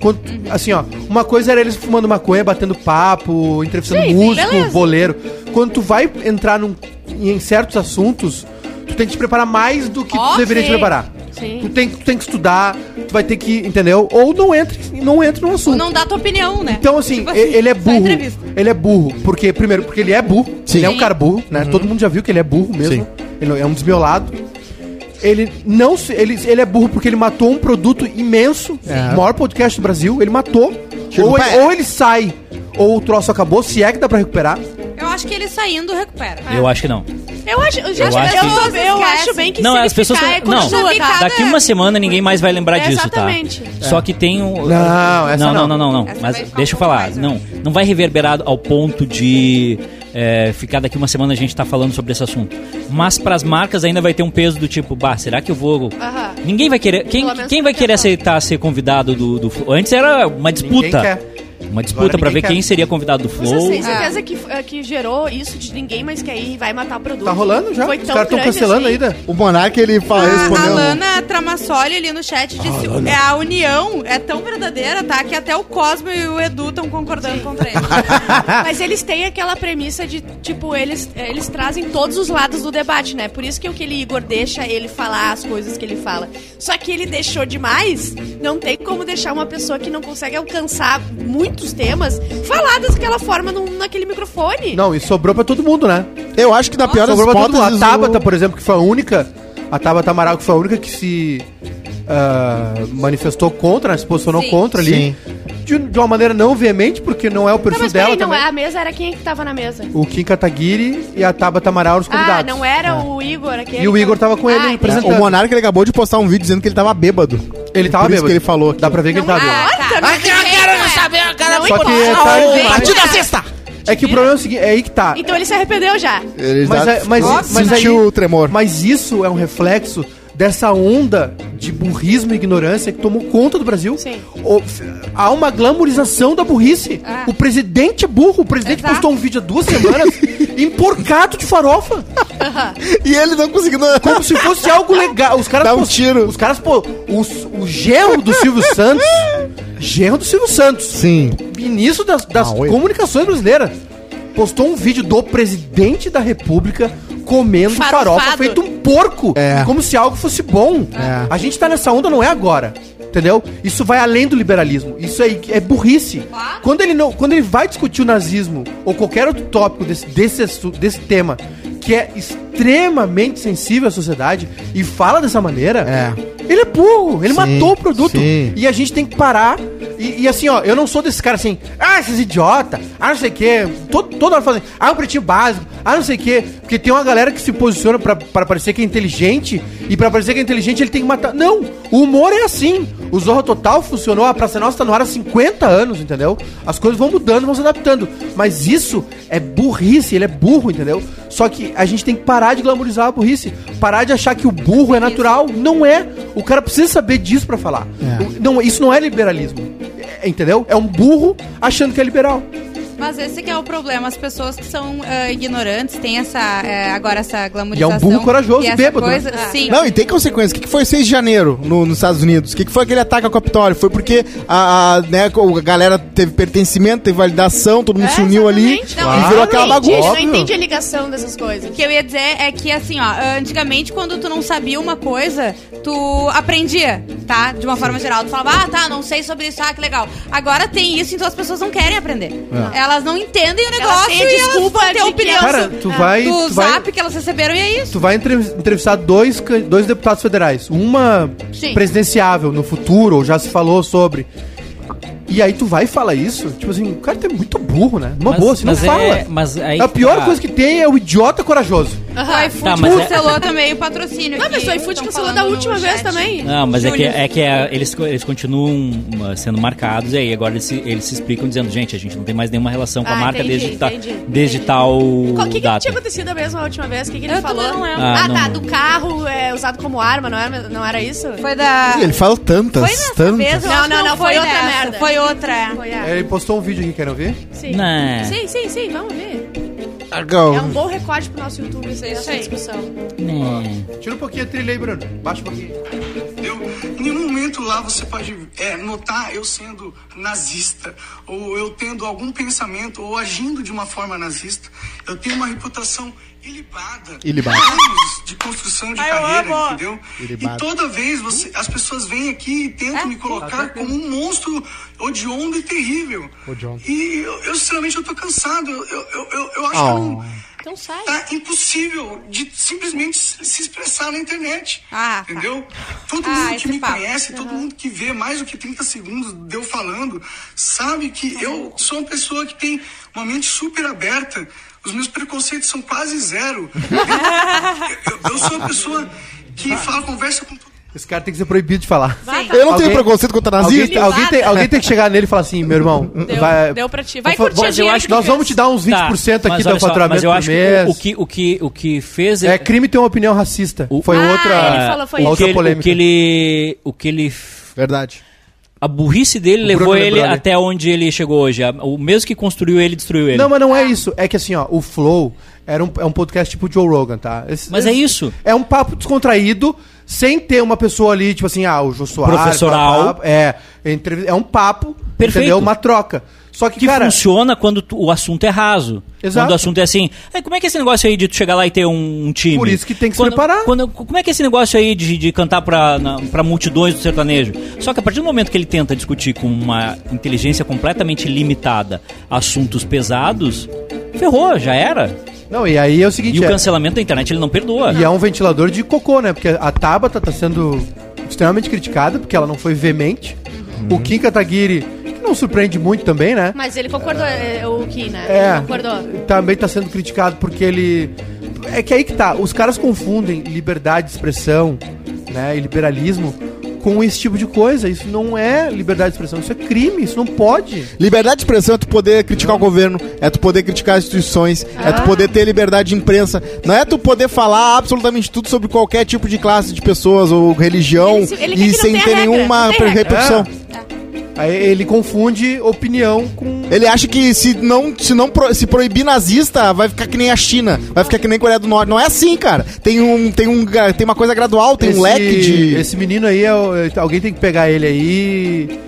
Speaker 1: Quando- assim, ó, uma coisa era eles fumando maconha, batendo papo, entrevistando
Speaker 5: Sim, sim,
Speaker 1: músico,
Speaker 5: beleza.
Speaker 1: voleiro. Quando tu vai entrar num- em certos assuntos, tu tem tem que te preparar mais do que
Speaker 5: Ok.
Speaker 1: tu deveria te preparar.
Speaker 5: Sim.
Speaker 1: Tu tem, tu tem que estudar, tu vai ter que, entendeu? Ou não entre, não entre no assunto.
Speaker 4: Não dá tua opinião, né?
Speaker 1: Então, assim,
Speaker 4: Tipo
Speaker 1: e- ele é
Speaker 4: só
Speaker 1: burro.
Speaker 4: entrevista.
Speaker 1: Ele é burro, porque, primeiro, porque ele é burro.
Speaker 3: Sim.
Speaker 1: Ele é um
Speaker 4: Sim.
Speaker 1: cara burro, né? Todo mundo já viu que ele é burro mesmo.
Speaker 3: Sim.
Speaker 1: Ele não- é um desmiolado. Ele não se, ele, ele é burro porque ele matou um produto imenso, o maior podcast do Brasil. Ele matou.
Speaker 3: Tiro
Speaker 1: Ou
Speaker 3: no
Speaker 1: ele,
Speaker 3: pé.
Speaker 1: ou ele sai, ou o troço acabou, se é que dá pra recuperar.
Speaker 4: Eu acho que ele saindo recupera.
Speaker 1: É.
Speaker 2: Eu acho que não.
Speaker 5: Eu acho, gente,
Speaker 2: Eu
Speaker 5: eu,
Speaker 2: acho que-
Speaker 5: acho, eu acho bem que
Speaker 2: não, as pessoas.
Speaker 5: significar
Speaker 4: é
Speaker 2: tão- não,
Speaker 5: continua, tá?
Speaker 2: daqui uma semana ninguém mais vai lembrar
Speaker 5: É,
Speaker 2: disso, tá?
Speaker 5: exatamente.
Speaker 2: Só que tem um.
Speaker 1: É. Não, essa
Speaker 2: não,
Speaker 1: não.
Speaker 2: não, não, não.
Speaker 4: Essa vai
Speaker 2: Mas
Speaker 4: ficar
Speaker 2: deixa
Speaker 4: um
Speaker 2: eu
Speaker 4: pouco
Speaker 2: falar.
Speaker 4: mais, né?
Speaker 2: não, não vai reverberar ao ponto de é, ficar daqui uma semana a gente tá falando sobre esse assunto. Mas para as marcas ainda vai ter um peso do tipo, bah, será que eu vou.
Speaker 4: Ah,
Speaker 5: Aham.
Speaker 2: Ninguém vai querer. Quem,
Speaker 5: Pelo menos
Speaker 2: quem vai
Speaker 5: pra
Speaker 2: querer
Speaker 5: tentar.
Speaker 2: aceitar ser convidado do, do Flow? Antes era uma disputa.
Speaker 1: quer.
Speaker 2: Uma disputa para
Speaker 1: ninguém
Speaker 2: ver
Speaker 1: quer.
Speaker 2: quem seria convidado do
Speaker 5: Vocês
Speaker 4: assim,
Speaker 2: Flow.
Speaker 5: têm certeza que, eh, que gerou isso de ninguém mais quer ir e vai matar o produto?
Speaker 1: Tá rolando já?
Speaker 5: Foi
Speaker 1: Os
Speaker 5: tão
Speaker 1: caras estão
Speaker 5: grande
Speaker 1: cancelando
Speaker 5: assim.
Speaker 1: ainda.
Speaker 3: O Monark, ele fala,
Speaker 4: A, a
Speaker 3: respondeu.
Speaker 4: Lana Tramassoli ali no chat disse é a união é tão verdadeira, tá? Que até o Cosmo e o Edu estão concordando contra
Speaker 1: (laughs)
Speaker 4: ele.
Speaker 5: Mas eles têm aquela premissa de, tipo, eles, eles trazem todos os lados do debate, né? Por isso que aquele Igor deixa ele falar as coisas que ele fala. Só que ele deixou demais, não tem como deixar uma pessoa que não consegue alcançar muitos temas falar daquela forma num- naquele microfone.
Speaker 1: Não, e sobrou pra todo mundo, né?
Speaker 3: Eu acho que na pior das
Speaker 1: Sobrou pra todo mundo. é A tá
Speaker 3: hipóteses...
Speaker 1: Tabata, por exemplo, que foi a única. A Tabata Amaral, que foi a única que se ah, manifestou contra, se posicionou
Speaker 4: Sim.
Speaker 1: contra ali.
Speaker 3: Sim.
Speaker 1: De, de uma maneira não veemente, porque não é o
Speaker 5: Tá,
Speaker 1: perfil
Speaker 5: mas
Speaker 1: dela
Speaker 5: peraí, não
Speaker 1: também.
Speaker 5: é a mesa, era quem que tava na mesa?
Speaker 1: O Kim Kataguiri e a Tabata Amaral os convidados. É.
Speaker 5: Ah, não era o Igor aquele.
Speaker 1: E o Igor tava com ele
Speaker 5: Ah,
Speaker 1: apresentando.
Speaker 3: O Monark, ele acabou de postar um vídeo dizendo que ele tava bêbado.
Speaker 1: Ele tava
Speaker 3: Por isso
Speaker 1: bêbado.
Speaker 3: que ele falou aqui.
Speaker 1: Dá pra ver que ele
Speaker 5: é.
Speaker 1: tava bêbado.
Speaker 5: Importa, mas ninguém vai.
Speaker 6: saber, cara.
Speaker 5: Não
Speaker 1: Só que é
Speaker 5: importa.
Speaker 1: tarde
Speaker 5: Não
Speaker 1: demais.
Speaker 5: importa.
Speaker 1: É que o problema é o seguinte, é aí que tá.
Speaker 5: Então ele se arrependeu já.
Speaker 3: Ele
Speaker 1: Mas,
Speaker 3: já
Speaker 1: é- mas,
Speaker 3: ficou-
Speaker 1: mas
Speaker 3: sentiu
Speaker 1: aí-
Speaker 3: o tremor.
Speaker 1: Mas isso é um reflexo dessa onda de burrismo e ignorância que tomou conta do Brasil.
Speaker 5: Sim.
Speaker 1: O- f- há uma glamorização da burrice. O presidente é burro. O presidente
Speaker 4: Exato.
Speaker 1: postou um vídeo há duas semanas emporcado de farofa.
Speaker 3: E ele não conseguiu...
Speaker 1: Como se fosse algo legal. Os caras
Speaker 3: Dá um
Speaker 1: pos-
Speaker 3: tiro.
Speaker 1: Os caras, pô, os- o genro do Silvio
Speaker 3: (laughs)
Speaker 1: Santos. Genro do Silvio Santos.
Speaker 3: (laughs) Sim.
Speaker 1: ministro das, das
Speaker 3: Ah, oi.
Speaker 1: comunicações brasileiras postou um vídeo do presidente da república comendo
Speaker 5: Farofado.
Speaker 1: farofa feito um porco,
Speaker 3: É.
Speaker 1: como se algo fosse bom.
Speaker 3: É.
Speaker 1: A gente tá nessa onda não é agora, entendeu? Isso vai além do liberalismo, isso aí é burrice. Quando ele não, quando ele vai discutir o nazismo ou qualquer outro tópico desse desse, assu- desse tema que é extremamente sensível à sociedade e fala dessa maneira,
Speaker 3: É.
Speaker 1: ele é burro, ele
Speaker 3: Sim,
Speaker 1: matou o produto.
Speaker 3: sim.
Speaker 1: E a gente tem que parar. E, e assim, ó, eu não sou desse cara assim, ah, esses idiota, ah, não sei o quê. Todo, toda hora fazendo, ah, um pretinho básico, ah, não sei o quê. Porque tem uma galera que se posiciona pra, pra parecer que é inteligente, e pra parecer que é inteligente ele tem que matar. Não, o humor é assim. O Zorra Total funcionou, a Praça Nossa tá no ar há 50 anos, entendeu? As coisas vão mudando, vão se adaptando. Mas isso é burrice, ele é burro, entendeu? Só que a gente tem que parar de glamorizar a burrice. Parar de achar que o burro é natural. Não é. O cara precisa saber disso pra falar.
Speaker 3: É.
Speaker 1: O- não, isso não é liberalismo. É- entendeu? É um burro achando que é liberal.
Speaker 4: Mas esse que é o problema. As pessoas que são eh, ignorantes têm essa eh, agora essa glamorização.
Speaker 1: E é um burro corajoso e
Speaker 4: essa
Speaker 1: bêbado,
Speaker 4: Coisa,
Speaker 1: né?
Speaker 4: Sim.
Speaker 3: Não, e tem consequência. O que que foi 6 de janeiro no- nos Estados Unidos? O que que foi aquele ataque ao Capitólio? Foi porque a, a, né, a galera teve pertencimento, teve validação, todo mundo se uniu ali
Speaker 5: É, exatamente.
Speaker 4: Não,
Speaker 3: e
Speaker 4: eu
Speaker 3: virou aquela
Speaker 5: não entendi,
Speaker 3: bagunça.
Speaker 5: Não entende a ligação dessas
Speaker 4: O
Speaker 5: coisas.
Speaker 4: que eu ia dizer é que, assim, ó, antigamente quando tu não sabia uma coisa, tu aprendia, tá? De uma forma geral. Tu falava, ah, tá, não sei sobre isso, ah, que legal. Agora tem isso, então as pessoas não querem aprender. Elas não entendem o negócio
Speaker 5: têm a
Speaker 4: e elas
Speaker 5: desculpa
Speaker 4: vão ter
Speaker 5: de que
Speaker 4: opinião
Speaker 5: elas-
Speaker 1: É. Cara, tu vai.
Speaker 4: Ah, do
Speaker 1: Tu vai,
Speaker 4: zap que elas receberam e é isso.
Speaker 1: tu vai entre- entrevistar dois, can- dois deputados federais. Uma
Speaker 4: Sim.
Speaker 1: presidenciável no futuro, ou já se falou sobre. E aí tu vai e fala isso? Tipo assim, o cara é muito burro, né? Uma
Speaker 2: Mas-
Speaker 1: boa, se não
Speaker 2: mas é-
Speaker 1: fala.
Speaker 2: mas aí
Speaker 1: a
Speaker 2: que
Speaker 1: pior
Speaker 2: tá.
Speaker 1: coisa que tem é o idiota corajoso.
Speaker 4: O
Speaker 5: Aham.
Speaker 4: iFood
Speaker 2: Tá, mas é-
Speaker 4: cancelou também o patrocínio.
Speaker 5: Não, mas
Speaker 4: que
Speaker 5: o iFood
Speaker 4: Tá tão
Speaker 5: cancelou da
Speaker 4: falando no
Speaker 5: última vez
Speaker 4: chat.
Speaker 5: também.
Speaker 1: Ah,
Speaker 2: Não, mas é que,
Speaker 4: Júlio.
Speaker 2: é que é, eles, co- eles continuam uh, sendo marcados e aí agora eles se, eles se explicam dizendo, gente, a gente não tem mais nenhuma relação com a
Speaker 5: Ah,
Speaker 2: marca
Speaker 5: entendi,
Speaker 2: desde, ta-
Speaker 5: entendi,
Speaker 2: desde
Speaker 5: entendi.
Speaker 2: tal
Speaker 5: Qual- O que, que
Speaker 2: data.
Speaker 5: tinha acontecido mesmo a última vez? O que, que ele
Speaker 4: Eu
Speaker 5: falou?
Speaker 4: também não lembro.
Speaker 5: Ah,
Speaker 2: Ah,
Speaker 5: tá,
Speaker 2: não.
Speaker 5: do carro é, usado como arma, não era, não era isso?
Speaker 4: Foi da.
Speaker 3: Ele fala tantas,
Speaker 4: Foi nessa
Speaker 3: tantas.
Speaker 4: vez, eu
Speaker 5: Não,
Speaker 4: acho que
Speaker 5: não, não, foi outra
Speaker 4: nessa,
Speaker 5: merda.
Speaker 4: Foi outra. é.
Speaker 5: Foi a...
Speaker 1: Ele postou um vídeo aqui, querem ver?
Speaker 5: Sim.
Speaker 2: Né.
Speaker 5: sim, sim, sim, vamos ver.
Speaker 3: Argão.
Speaker 5: É um bom recorde pro nosso YouTube essa,
Speaker 4: Isso
Speaker 5: essa
Speaker 4: aí.
Speaker 5: discussão.
Speaker 2: Né.
Speaker 1: Tira um pouquinho a trilha aí, Bruno. Baixa um pouquinho.
Speaker 6: entendeu? Em nenhum momento lá você pode é, notar eu sendo nazista, ou eu tendo algum pensamento, ou agindo de uma forma nazista. Eu tenho uma reputação ilibada.
Speaker 3: Ilibada.
Speaker 6: Anos de construção de
Speaker 7: Ai, eu
Speaker 6: carreira,
Speaker 7: amo.
Speaker 6: entendeu?
Speaker 3: Ilibada.
Speaker 6: E toda vez você, as pessoas vêm aqui e
Speaker 7: É
Speaker 6: tentam me colocar como um monstro odiondo e terrível.
Speaker 3: Odiondo.
Speaker 6: E eu, eu, sinceramente, eu tô cansado. Eu, eu, eu, eu acho
Speaker 3: Ah.
Speaker 6: que eu não
Speaker 4: Então sai.
Speaker 6: tá impossível de simplesmente se expressar na internet.
Speaker 4: Ah, tá.
Speaker 6: entendeu? Todo
Speaker 4: Ah,
Speaker 6: mundo
Speaker 4: esse
Speaker 6: que me
Speaker 4: papo.
Speaker 6: conhece, todo mundo que vê mais do que 30 segundos de eu falando, sabe que eu sou uma pessoa que tem uma mente super aberta. Os meus preconceitos são
Speaker 4: (laughs)
Speaker 6: quase zero. Eu, eu- eu sou uma pessoa que fala, conversa com todo
Speaker 1: Esse cara tem que ser proibido de falar.
Speaker 5: Vai, tá.
Speaker 3: Eu não
Speaker 1: Alguém-
Speaker 3: tenho preconceito contra
Speaker 1: Alguém,
Speaker 3: nazista.
Speaker 1: alguém tem, alguém tem que chegar nele e falar assim, meu irmão,
Speaker 5: Deu,
Speaker 1: vai,
Speaker 5: deu pra ti. Vai
Speaker 1: vamos-
Speaker 5: curtir a
Speaker 1: vamos- eu
Speaker 5: dinheiro
Speaker 1: acho
Speaker 5: que
Speaker 1: que Nós
Speaker 5: tu
Speaker 1: vamos te dar uns 20%
Speaker 2: Tá,
Speaker 1: aqui
Speaker 2: mas
Speaker 1: do
Speaker 2: olha só,
Speaker 1: faturamento
Speaker 2: Mas eu
Speaker 1: por
Speaker 2: acho
Speaker 1: mês.
Speaker 2: que o que, o que, o que fez...
Speaker 1: É crime ter uma opinião racista.
Speaker 2: O-
Speaker 1: Foi
Speaker 5: Ah,
Speaker 1: outra,
Speaker 5: ele falou, foi
Speaker 1: uma
Speaker 5: isso.
Speaker 1: outra
Speaker 2: que ele, o
Speaker 1: polêmica.
Speaker 2: que ele... O que ele
Speaker 3: Verdade.
Speaker 2: a burrice dele
Speaker 1: O
Speaker 2: levou
Speaker 1: Bruno
Speaker 2: ele
Speaker 1: lembrou ali.
Speaker 2: até onde ele chegou hoje. A- O mesmo que construiu ele, destruiu ele.
Speaker 1: Não, mas não é isso. É que assim, ó, o Flow era um, é um podcast tipo Joe Rogan, tá? Esse-
Speaker 2: Mas é isso.
Speaker 1: É um papo descontraído, sem ter uma pessoa ali, tipo assim, ah, o Jô Soares...
Speaker 2: Professoral.
Speaker 1: papá, É, entrev- é um papo,
Speaker 2: Perfeito.
Speaker 1: entendeu? Uma troca. Só que,
Speaker 2: que
Speaker 1: cara...
Speaker 2: funciona quando tu- o assunto é raso.
Speaker 1: Exato.
Speaker 2: Quando o assunto é assim. "Ah, como é que é esse negócio aí de tu chegar lá e ter um, um time?
Speaker 1: Por isso que tem que se
Speaker 2: Quando-
Speaker 1: preparar.
Speaker 2: quando- como é que é esse negócio aí de, de cantar pra, na- pra multidões do sertanejo? Só que a partir do momento que ele tenta discutir com uma inteligência completamente limitada assuntos pesados, ferrou, já era.
Speaker 1: Não, e aí é o
Speaker 2: E
Speaker 1: seguinte...
Speaker 2: o
Speaker 1: é-
Speaker 2: cancelamento da internet ele não perdoa.
Speaker 1: E é um ventilador de cocô, né? Porque a Tabata tá sendo extremamente criticada, porque ela não foi veemente. O
Speaker 2: Uhum.
Speaker 1: Kim Kataguiri, que não surpreende muito também, né?
Speaker 5: Mas ele concordou, é, o Ki, né?
Speaker 1: É,
Speaker 5: Ele concordou.
Speaker 1: também tá sendo criticado porque ele... É que aí que tá, os caras confundem liberdade de expressão, né, e liberalismo com esse tipo de coisa. Isso não é liberdade de expressão, isso é crime, isso não pode.
Speaker 3: Liberdade de expressão é tu poder criticar o governo, é tu poder criticar as instituições, é
Speaker 5: Ah.
Speaker 3: tu poder ter liberdade de imprensa. Não é tu poder falar absolutamente tudo sobre qualquer tipo de classe de pessoas ou religião
Speaker 5: Ele se- ele quer que
Speaker 3: e
Speaker 5: não
Speaker 3: sem
Speaker 5: tenha
Speaker 3: ter
Speaker 5: regra,
Speaker 3: nenhuma
Speaker 5: não tem regra.
Speaker 1: É.
Speaker 3: repercussão.
Speaker 1: Aí ele confunde opinião com...
Speaker 3: Ele acha que se não, se não pro- se proibir nazista, vai ficar que nem a China, vai ficar que nem a Coreia do Norte. Não é assim, cara. Tem um tem um gra- tem uma coisa gradual, tem
Speaker 1: esse,
Speaker 3: um leque de
Speaker 1: Esse menino aí, é o- é- alguém tem que pegar ele aí.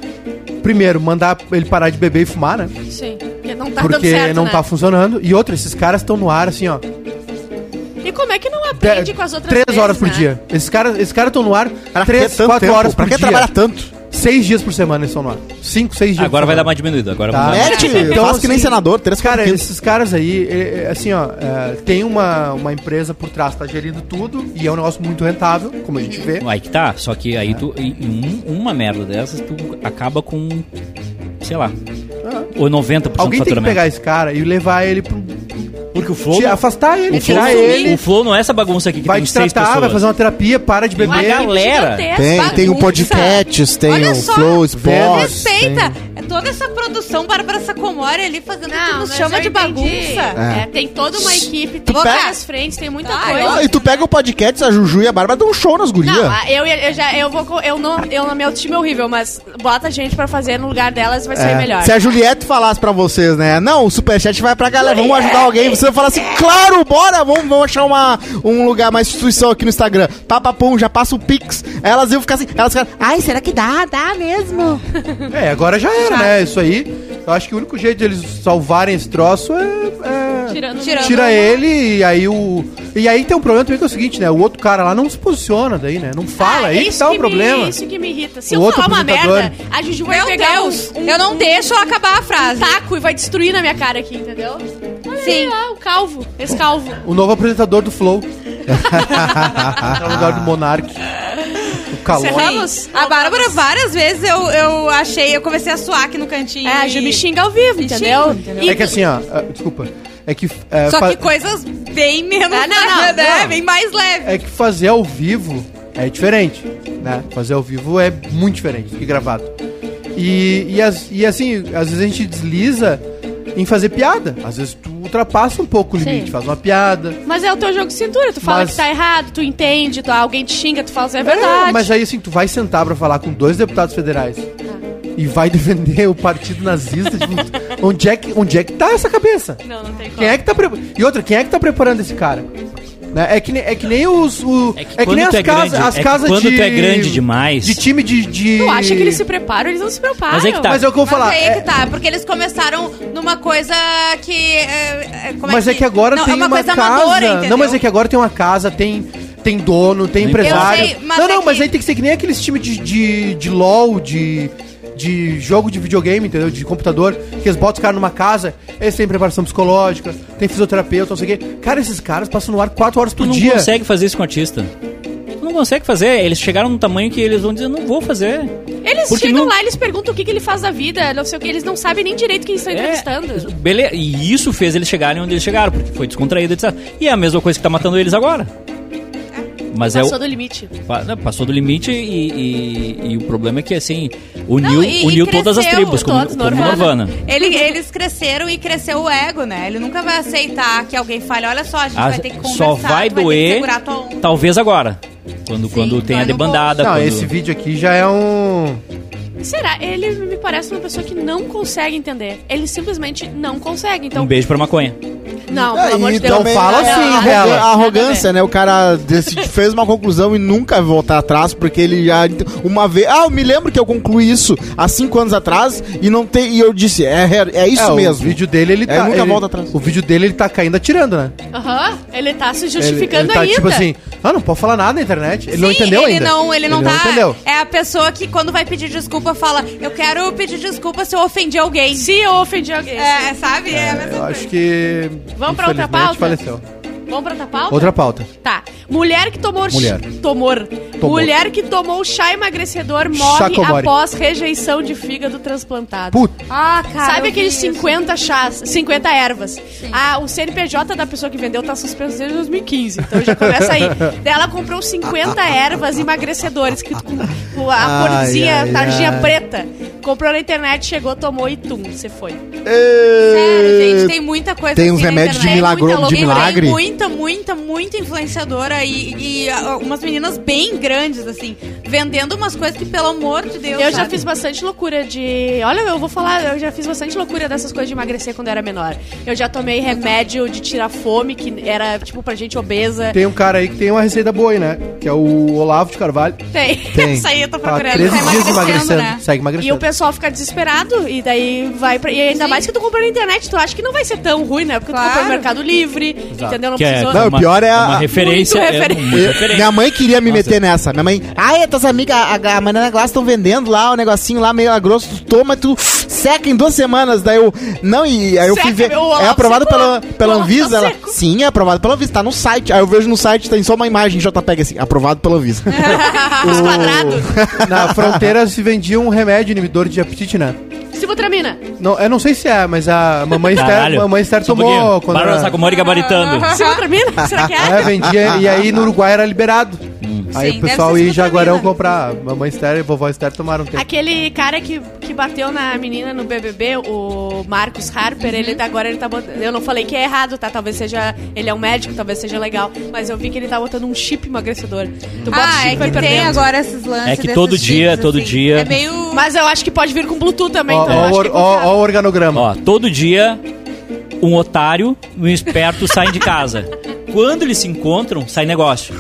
Speaker 1: Primeiro, mandar ele parar de beber e fumar, né?
Speaker 5: Sim. Porque não tá dando
Speaker 1: Porque
Speaker 5: certo,
Speaker 1: não
Speaker 5: né?
Speaker 1: tá funcionando. E outra, esses caras estão no ar assim, ó.
Speaker 5: E como é que não aprende
Speaker 1: de-
Speaker 5: com as outras
Speaker 1: três
Speaker 5: vezes,
Speaker 1: horas por
Speaker 5: né?
Speaker 1: dia. Esses caras esses caras estão no ar
Speaker 3: Pra que
Speaker 1: três,
Speaker 3: tanto
Speaker 1: quatro
Speaker 3: tempo?
Speaker 1: horas por
Speaker 3: Pra que
Speaker 1: dia.
Speaker 3: trabalhar tanto?
Speaker 1: Seis dias por semana eles estão no ar. Cinco, seis dias.
Speaker 2: Agora
Speaker 1: por
Speaker 2: vai dar
Speaker 1: semana.
Speaker 2: uma diminuída. Agora
Speaker 1: Tá.
Speaker 2: vai dar uma-
Speaker 3: Mete,
Speaker 1: Então,
Speaker 3: faz que nem
Speaker 1: assim,
Speaker 3: senador, três
Speaker 1: Cara,
Speaker 3: quatro quilos.
Speaker 1: esses caras aí, é, é, assim, ó, é, tem uma, uma empresa por trás, tá gerindo tudo, e é um negócio muito rentável, como a gente vê.
Speaker 2: Aí que tá, só que aí tu. em- em um- uma merda dessas, tu acaba com. Sei lá. Ou 90%
Speaker 1: Ah. Alguém
Speaker 2: do
Speaker 1: tem que
Speaker 2: faturamento.
Speaker 1: pegar esse cara e levar ele pro.
Speaker 2: Porque o Flow.
Speaker 1: te- afastar ele,
Speaker 2: o Flow-
Speaker 1: tirar ele.
Speaker 2: O Flow não é essa bagunça aqui que
Speaker 1: vai
Speaker 2: tem
Speaker 1: te
Speaker 2: seis
Speaker 1: tratar,
Speaker 2: pessoas.
Speaker 1: vai fazer um uma terapia, para
Speaker 5: um
Speaker 1: de
Speaker 2: Uma
Speaker 1: beber.
Speaker 5: É
Speaker 2: galera.
Speaker 4: Gigantesca,
Speaker 3: Tem, tem o
Speaker 4: bagunça.
Speaker 3: podcast, tem
Speaker 4: Olha
Speaker 3: o
Speaker 4: só,
Speaker 3: Flow Sports.
Speaker 4: Respeita!
Speaker 3: tem-
Speaker 4: É toda essa produção, Bárbara Sacomori ali fazendo
Speaker 5: Não,
Speaker 4: tudo, nos
Speaker 5: mas
Speaker 4: chama
Speaker 5: eu
Speaker 4: de
Speaker 5: entendi.
Speaker 4: bagunça.
Speaker 5: É, tem toda uma equipe,
Speaker 4: Tu
Speaker 5: tem várias
Speaker 4: pega-
Speaker 5: frentes, tem muita
Speaker 4: Ah,
Speaker 5: coisa.
Speaker 3: Ah, e tu pega o podcast, a Juju e a Bárbara dão um show nas gurias.
Speaker 5: Não, ah, eu, eu já eu vou co- eu não eu meu time é horrível, mas bota gente pra fazer no lugar delas vai ser
Speaker 3: É.
Speaker 5: melhor.
Speaker 3: Se a Juliette falasse pra vocês, né? Não, o superchat vai pra galera, vamos ajudar alguém. Você fala assim, claro, bora, vamos, vamos achar uma, um lugar, uma instituição aqui no Instagram. Papapum, já passa o Pix. Elas iam ficar assim, elas ficaram, ai, será que dá? Dá mesmo?
Speaker 1: É, agora já era, né? Isso aí. Eu acho que o único jeito de eles salvarem esse troço é. é-
Speaker 5: Tirando um.
Speaker 4: Tirando-
Speaker 1: Tira ele e aí o. E aí tem um problema também que é o seguinte, né? O outro cara lá não se posiciona daí, né? Não fala,
Speaker 5: Ah,
Speaker 1: aí que
Speaker 5: isso
Speaker 1: tá o
Speaker 5: me-
Speaker 1: problema.
Speaker 5: isso que me irrita. Se
Speaker 1: O
Speaker 5: eu
Speaker 1: outro
Speaker 5: falar uma
Speaker 1: apresentador.
Speaker 5: merda, a Juju vai
Speaker 4: Meu
Speaker 5: pegar
Speaker 4: Deus,
Speaker 5: um, um-
Speaker 4: eu não deixo eu acabar a
Speaker 5: um
Speaker 4: frase.
Speaker 5: taco e vai destruir na minha cara aqui, entendeu? Olha
Speaker 4: Sim.
Speaker 5: aí, ó, o calvo, esse calvo.
Speaker 1: O novo apresentador do Flow. no lugar do Monark. O
Speaker 4: é
Speaker 1: calor.
Speaker 5: Encerramos?
Speaker 4: A Bárbara, várias vezes eu, eu achei, eu comecei a suar aqui no cantinho.
Speaker 5: É, a Ju
Speaker 4: Ju
Speaker 5: me xinga ao vivo, entendeu? E-
Speaker 1: É que assim, ó. ah, Desculpa. É que. é,
Speaker 4: Só
Speaker 1: fa-
Speaker 4: que coisas bem menos.
Speaker 5: Ah, não, não,
Speaker 4: né?
Speaker 5: não.
Speaker 4: Bem mais leve.
Speaker 1: é que fazer ao vivo é diferente, né? Fazer ao vivo é muito diferente do que gravado. E, e, as- e assim, às vezes a gente desliza em fazer piada. Às vezes tu ultrapassa um pouco o limite,
Speaker 5: Sim.
Speaker 1: faz uma piada.
Speaker 5: Mas é o teu jogo de cintura, tu fala
Speaker 1: Mas-
Speaker 5: que tá errado, tu entende, tu, alguém te xinga, tu fala assim, é
Speaker 1: É,
Speaker 5: verdade.
Speaker 1: mas aí assim, tu vai sentar pra falar com dois deputados federais
Speaker 4: Ah.
Speaker 1: e vai defender o partido nazista.
Speaker 4: (laughs)
Speaker 1: tipo, onde, é que, onde é que tá essa cabeça?
Speaker 5: Não, não tem como.
Speaker 1: Quem é que tá pre- E outra, quem é que tá preparando esse cara? Né? É, que, ne- é que nem os. o-
Speaker 2: É que
Speaker 1: é que nem
Speaker 2: quando tu
Speaker 1: as
Speaker 2: é
Speaker 1: casas.
Speaker 2: grande-
Speaker 1: as
Speaker 2: é que
Speaker 1: casas
Speaker 2: quando
Speaker 1: de-
Speaker 2: tu é grande demais-
Speaker 1: De time de. de...
Speaker 5: Tu acha que eles se preparam? Eles não se preparam.
Speaker 2: Mas é que tá.
Speaker 1: Mas é o que eu vou falar.
Speaker 4: Mas aí
Speaker 1: é-
Speaker 4: que tá, porque eles começaram numa coisa que. é, é, como
Speaker 1: mas é que agora
Speaker 4: não,
Speaker 1: tem
Speaker 4: é uma, coisa
Speaker 1: casa.
Speaker 4: amadora, entendeu?
Speaker 1: não, mas é que agora tem uma casa, tem tem dono, tem
Speaker 2: Eu
Speaker 1: empresário.
Speaker 4: sei, mas
Speaker 1: não,
Speaker 4: é
Speaker 1: não,
Speaker 4: que-
Speaker 1: mas aí tem que ser que nem aqueles times de, de, de LOL, de, de jogo de videogame, entendeu? De computador, que eles botam os caras numa casa, eles têm preparação psicológica, tem fisioterapeuta, não sei o quê. Cara, esses caras passam no ar quatro horas
Speaker 2: Tu
Speaker 1: por
Speaker 2: não
Speaker 1: um dia.
Speaker 2: consegue fazer isso com artista. Tu não consegue fazer. Eles chegaram num tamanho que eles vão dizer, não vou fazer.
Speaker 5: Eles
Speaker 2: Porque
Speaker 5: chegam
Speaker 2: não-
Speaker 5: lá, eles perguntam o que, que ele faz da vida, não sei o que, eles não sabem nem direito quem estão
Speaker 2: É.
Speaker 5: entrevistando.
Speaker 2: Beleza. E isso fez eles chegarem onde eles chegaram, porque foi descontraído, etc. E é a mesma coisa que tá matando eles agora. Mas é o.
Speaker 5: Passou do Tá limite.
Speaker 2: Pa- não, Passou do limite e, e- e o problema é que assim uniu,
Speaker 4: Não, e-
Speaker 2: uniu
Speaker 4: e
Speaker 2: todas as
Speaker 4: cresceu, né?
Speaker 2: tribos, como,
Speaker 5: todos,
Speaker 2: como
Speaker 5: Norvana.
Speaker 2: Norvana.
Speaker 4: Ele- eles cresceram e cresceu o ego, né? Ele nunca vai aceitar que alguém fale, olha só, a gente
Speaker 2: Ah,
Speaker 4: vai ter que conversar,
Speaker 2: só vai
Speaker 4: tu ter que
Speaker 2: doer,
Speaker 4: segurar a tua onda."
Speaker 2: talvez agora. Quando, quando tem
Speaker 4: dói
Speaker 2: a
Speaker 4: no
Speaker 2: debandada.
Speaker 1: Não,
Speaker 2: quando-
Speaker 1: esse vídeo aqui já é um.
Speaker 5: Será? Ele me parece uma pessoa que não consegue entender. Ele simplesmente não consegue. Então,
Speaker 2: Um beijo pra maconha.
Speaker 5: não,
Speaker 3: Ah,
Speaker 1: É,
Speaker 4: É,
Speaker 5: pelo amor
Speaker 3: e
Speaker 5: de Deus.
Speaker 3: também
Speaker 1: fala
Speaker 3: a-
Speaker 1: assim,
Speaker 3: a-
Speaker 1: dela.
Speaker 3: A arrogância, né? O cara decidi- (laughs) fez uma conclusão e nunca vai voltar atrás, porque ele já. Uma vez. Ah, eu me lembro que eu concluí isso há cinco anos atrás e não tem. E eu disse, é, re- é isso
Speaker 1: É,
Speaker 3: mesmo.
Speaker 1: O vídeo dele, ele
Speaker 3: É,
Speaker 1: tá.
Speaker 3: nunca
Speaker 1: ele-
Speaker 3: volta atrás.
Speaker 1: O vídeo dele, ele tá caindo atirando, né?
Speaker 5: Aham, ele tá se
Speaker 1: Ele,
Speaker 5: justificando
Speaker 1: ele tá
Speaker 5: ainda.
Speaker 1: tipo assim, ah, não pode falar nada na internet. Ele não
Speaker 4: Sim,
Speaker 1: entendeu
Speaker 4: ele
Speaker 1: ainda.
Speaker 4: Não, ele não tá.
Speaker 1: entendeu.
Speaker 4: É a pessoa que quando vai pedir desculpa fala, eu quero pedir desculpa se eu ofendi alguém.
Speaker 5: Se eu ofendi alguém.
Speaker 4: É, sabe? É, a
Speaker 1: Eu
Speaker 4: mesma coisa.
Speaker 1: acho que.
Speaker 5: Vamos pra outra
Speaker 1: infelizmente,
Speaker 5: pauta?
Speaker 1: Faleceu.
Speaker 5: Vamos pra outra pauta?
Speaker 1: Outra pauta.
Speaker 5: Tá. Mulher que tomou...
Speaker 1: Mulher.
Speaker 5: ch- Tomou.
Speaker 1: Tomou.
Speaker 5: Mulher que tomou chá emagrecedor morre
Speaker 1: Chacomore.
Speaker 5: após rejeição de fígado transplantado.
Speaker 1: Puta.
Speaker 4: Ah, cara.
Speaker 5: Sabe
Speaker 4: eu vi
Speaker 5: aqueles
Speaker 4: isso.
Speaker 5: 50 chás, 50 ervas? Ah, o CNPJ da pessoa que vendeu tá suspenso desde 2015, então já começa aí. Daí ela comprou 50 ervas emagrecedoras, que com, com a
Speaker 1: Ai,
Speaker 5: corzinha,
Speaker 1: ai,
Speaker 5: a tarjinha
Speaker 1: ai.
Speaker 5: preta. Comprou na internet, chegou, tomou e tum, você foi.
Speaker 4: Sério, gente, tem muita coisa
Speaker 3: Tem
Speaker 4: assim
Speaker 3: uns
Speaker 4: na
Speaker 3: remédios de,
Speaker 4: internet.
Speaker 3: milagro,
Speaker 5: muita
Speaker 3: de
Speaker 5: loucura, hein?
Speaker 3: milagre.
Speaker 4: Tem muita, muita, muita influenciadora e, e, ah, umas meninas bem grandes, assim, vendendo umas coisas que, pelo amor de Deus.
Speaker 5: Eu já
Speaker 4: sabe?
Speaker 5: fiz bastante loucura de. Olha, eu vou falar, eu já fiz bastante loucura dessas coisas de emagrecer quando eu era menor. Eu já tomei remédio de tirar fome, que era tipo pra gente obesa.
Speaker 1: Tem um cara aí que tem uma receita boa aí, né? Que é o Olavo de
Speaker 5: (laughs)
Speaker 1: Carvalho.
Speaker 5: Tem.
Speaker 1: Tem.
Speaker 5: Isso aí eu tô
Speaker 1: Tá
Speaker 5: procurando.
Speaker 1: 13
Speaker 4: tá
Speaker 1: dias emagrecendo.
Speaker 4: emagrecendo, né?
Speaker 1: Segue
Speaker 5: E o
Speaker 1: emagrecendo.
Speaker 5: pessoal fica desesperado e daí vai pra... E ainda
Speaker 4: Sim.
Speaker 5: mais que tu comprou na internet, tu acha que não vai ser tão ruim, né? Porque tu
Speaker 4: Claro.
Speaker 5: comprou no Mercado Livre, entendeu? Não
Speaker 2: Que
Speaker 5: precisou... (laughs)
Speaker 3: Não, o pior é a-
Speaker 2: uma referência.
Speaker 5: Muito
Speaker 2: é
Speaker 5: referência.
Speaker 2: muito
Speaker 3: Eu-
Speaker 2: referência.
Speaker 3: minha mãe queria me
Speaker 2: Nossa.
Speaker 3: meter nessa. Minha mãe, ai, ah, tuas amigas, a, a Mariana Glass estão vendendo lá o negocinho lá meio grosso, tu toma, tu seca em duas semanas. Daí eu, não, e aí eu
Speaker 5: Seca,
Speaker 3: fui ver.
Speaker 5: meu, o Olavo
Speaker 3: É aprovado
Speaker 5: secou.
Speaker 3: pela, pela
Speaker 5: O Olavo
Speaker 3: Anvisa?
Speaker 5: tá
Speaker 3: Ela,
Speaker 5: seco.
Speaker 3: Sim, é aprovado pela Anvisa, tá no site. Aí eu vejo no site, tem só uma imagem JPEG assim, aprovado pela Anvisa.
Speaker 5: É, Os quadrados.
Speaker 1: Na fronteira se vendia um remédio inibidor de apetite, né?
Speaker 5: Sibutramina.
Speaker 1: Não, eu não sei se é, mas a mamãe Esther,
Speaker 2: Caralho.
Speaker 1: mamãe Esther
Speaker 2: Só um
Speaker 1: tomou
Speaker 2: pouquinho.
Speaker 1: quando
Speaker 2: Bárbara
Speaker 1: era...
Speaker 2: Sacomori gabaritando.
Speaker 1: (laughs)
Speaker 5: Sibutramina? Será que é?
Speaker 1: É, vendia, e aí no Uruguai era liberado. Aí
Speaker 4: Sim,
Speaker 1: o
Speaker 4: deve
Speaker 1: pessoal
Speaker 4: ser
Speaker 1: ia em
Speaker 4: sibutramina.
Speaker 1: Jaguarão comprar. Mamãe Esther e vovó Esther tomaram um tempo.
Speaker 5: Aquele cara que, que bateu na menina no BBB, o Marcos Harper,
Speaker 4: Uhum.
Speaker 5: ele tá- agora ele tá botando... Eu não falei que é errado, tá? Talvez seja... Ele é um médico, talvez seja legal. Mas eu vi que ele tá botando um chip emagrecedor. Tu bota o
Speaker 4: Ah,
Speaker 5: chip
Speaker 4: é
Speaker 5: vai
Speaker 4: que tem
Speaker 5: perdendo.
Speaker 4: agora esses lances.
Speaker 2: É que
Speaker 4: desses
Speaker 2: todo dia,
Speaker 4: chips,
Speaker 2: todo
Speaker 4: assim.
Speaker 2: dia.
Speaker 4: É meio.
Speaker 5: Mas eu acho que pode vir com Bluetooth também,
Speaker 1: Ó,
Speaker 5: então eu
Speaker 1: ó,
Speaker 5: acho
Speaker 1: or-
Speaker 5: que... é
Speaker 1: ó,
Speaker 5: confiável.
Speaker 1: ó o organograma.
Speaker 2: Ó, todo dia um otário e um esperto saem de casa. Quando eles se encontram, sai negócio.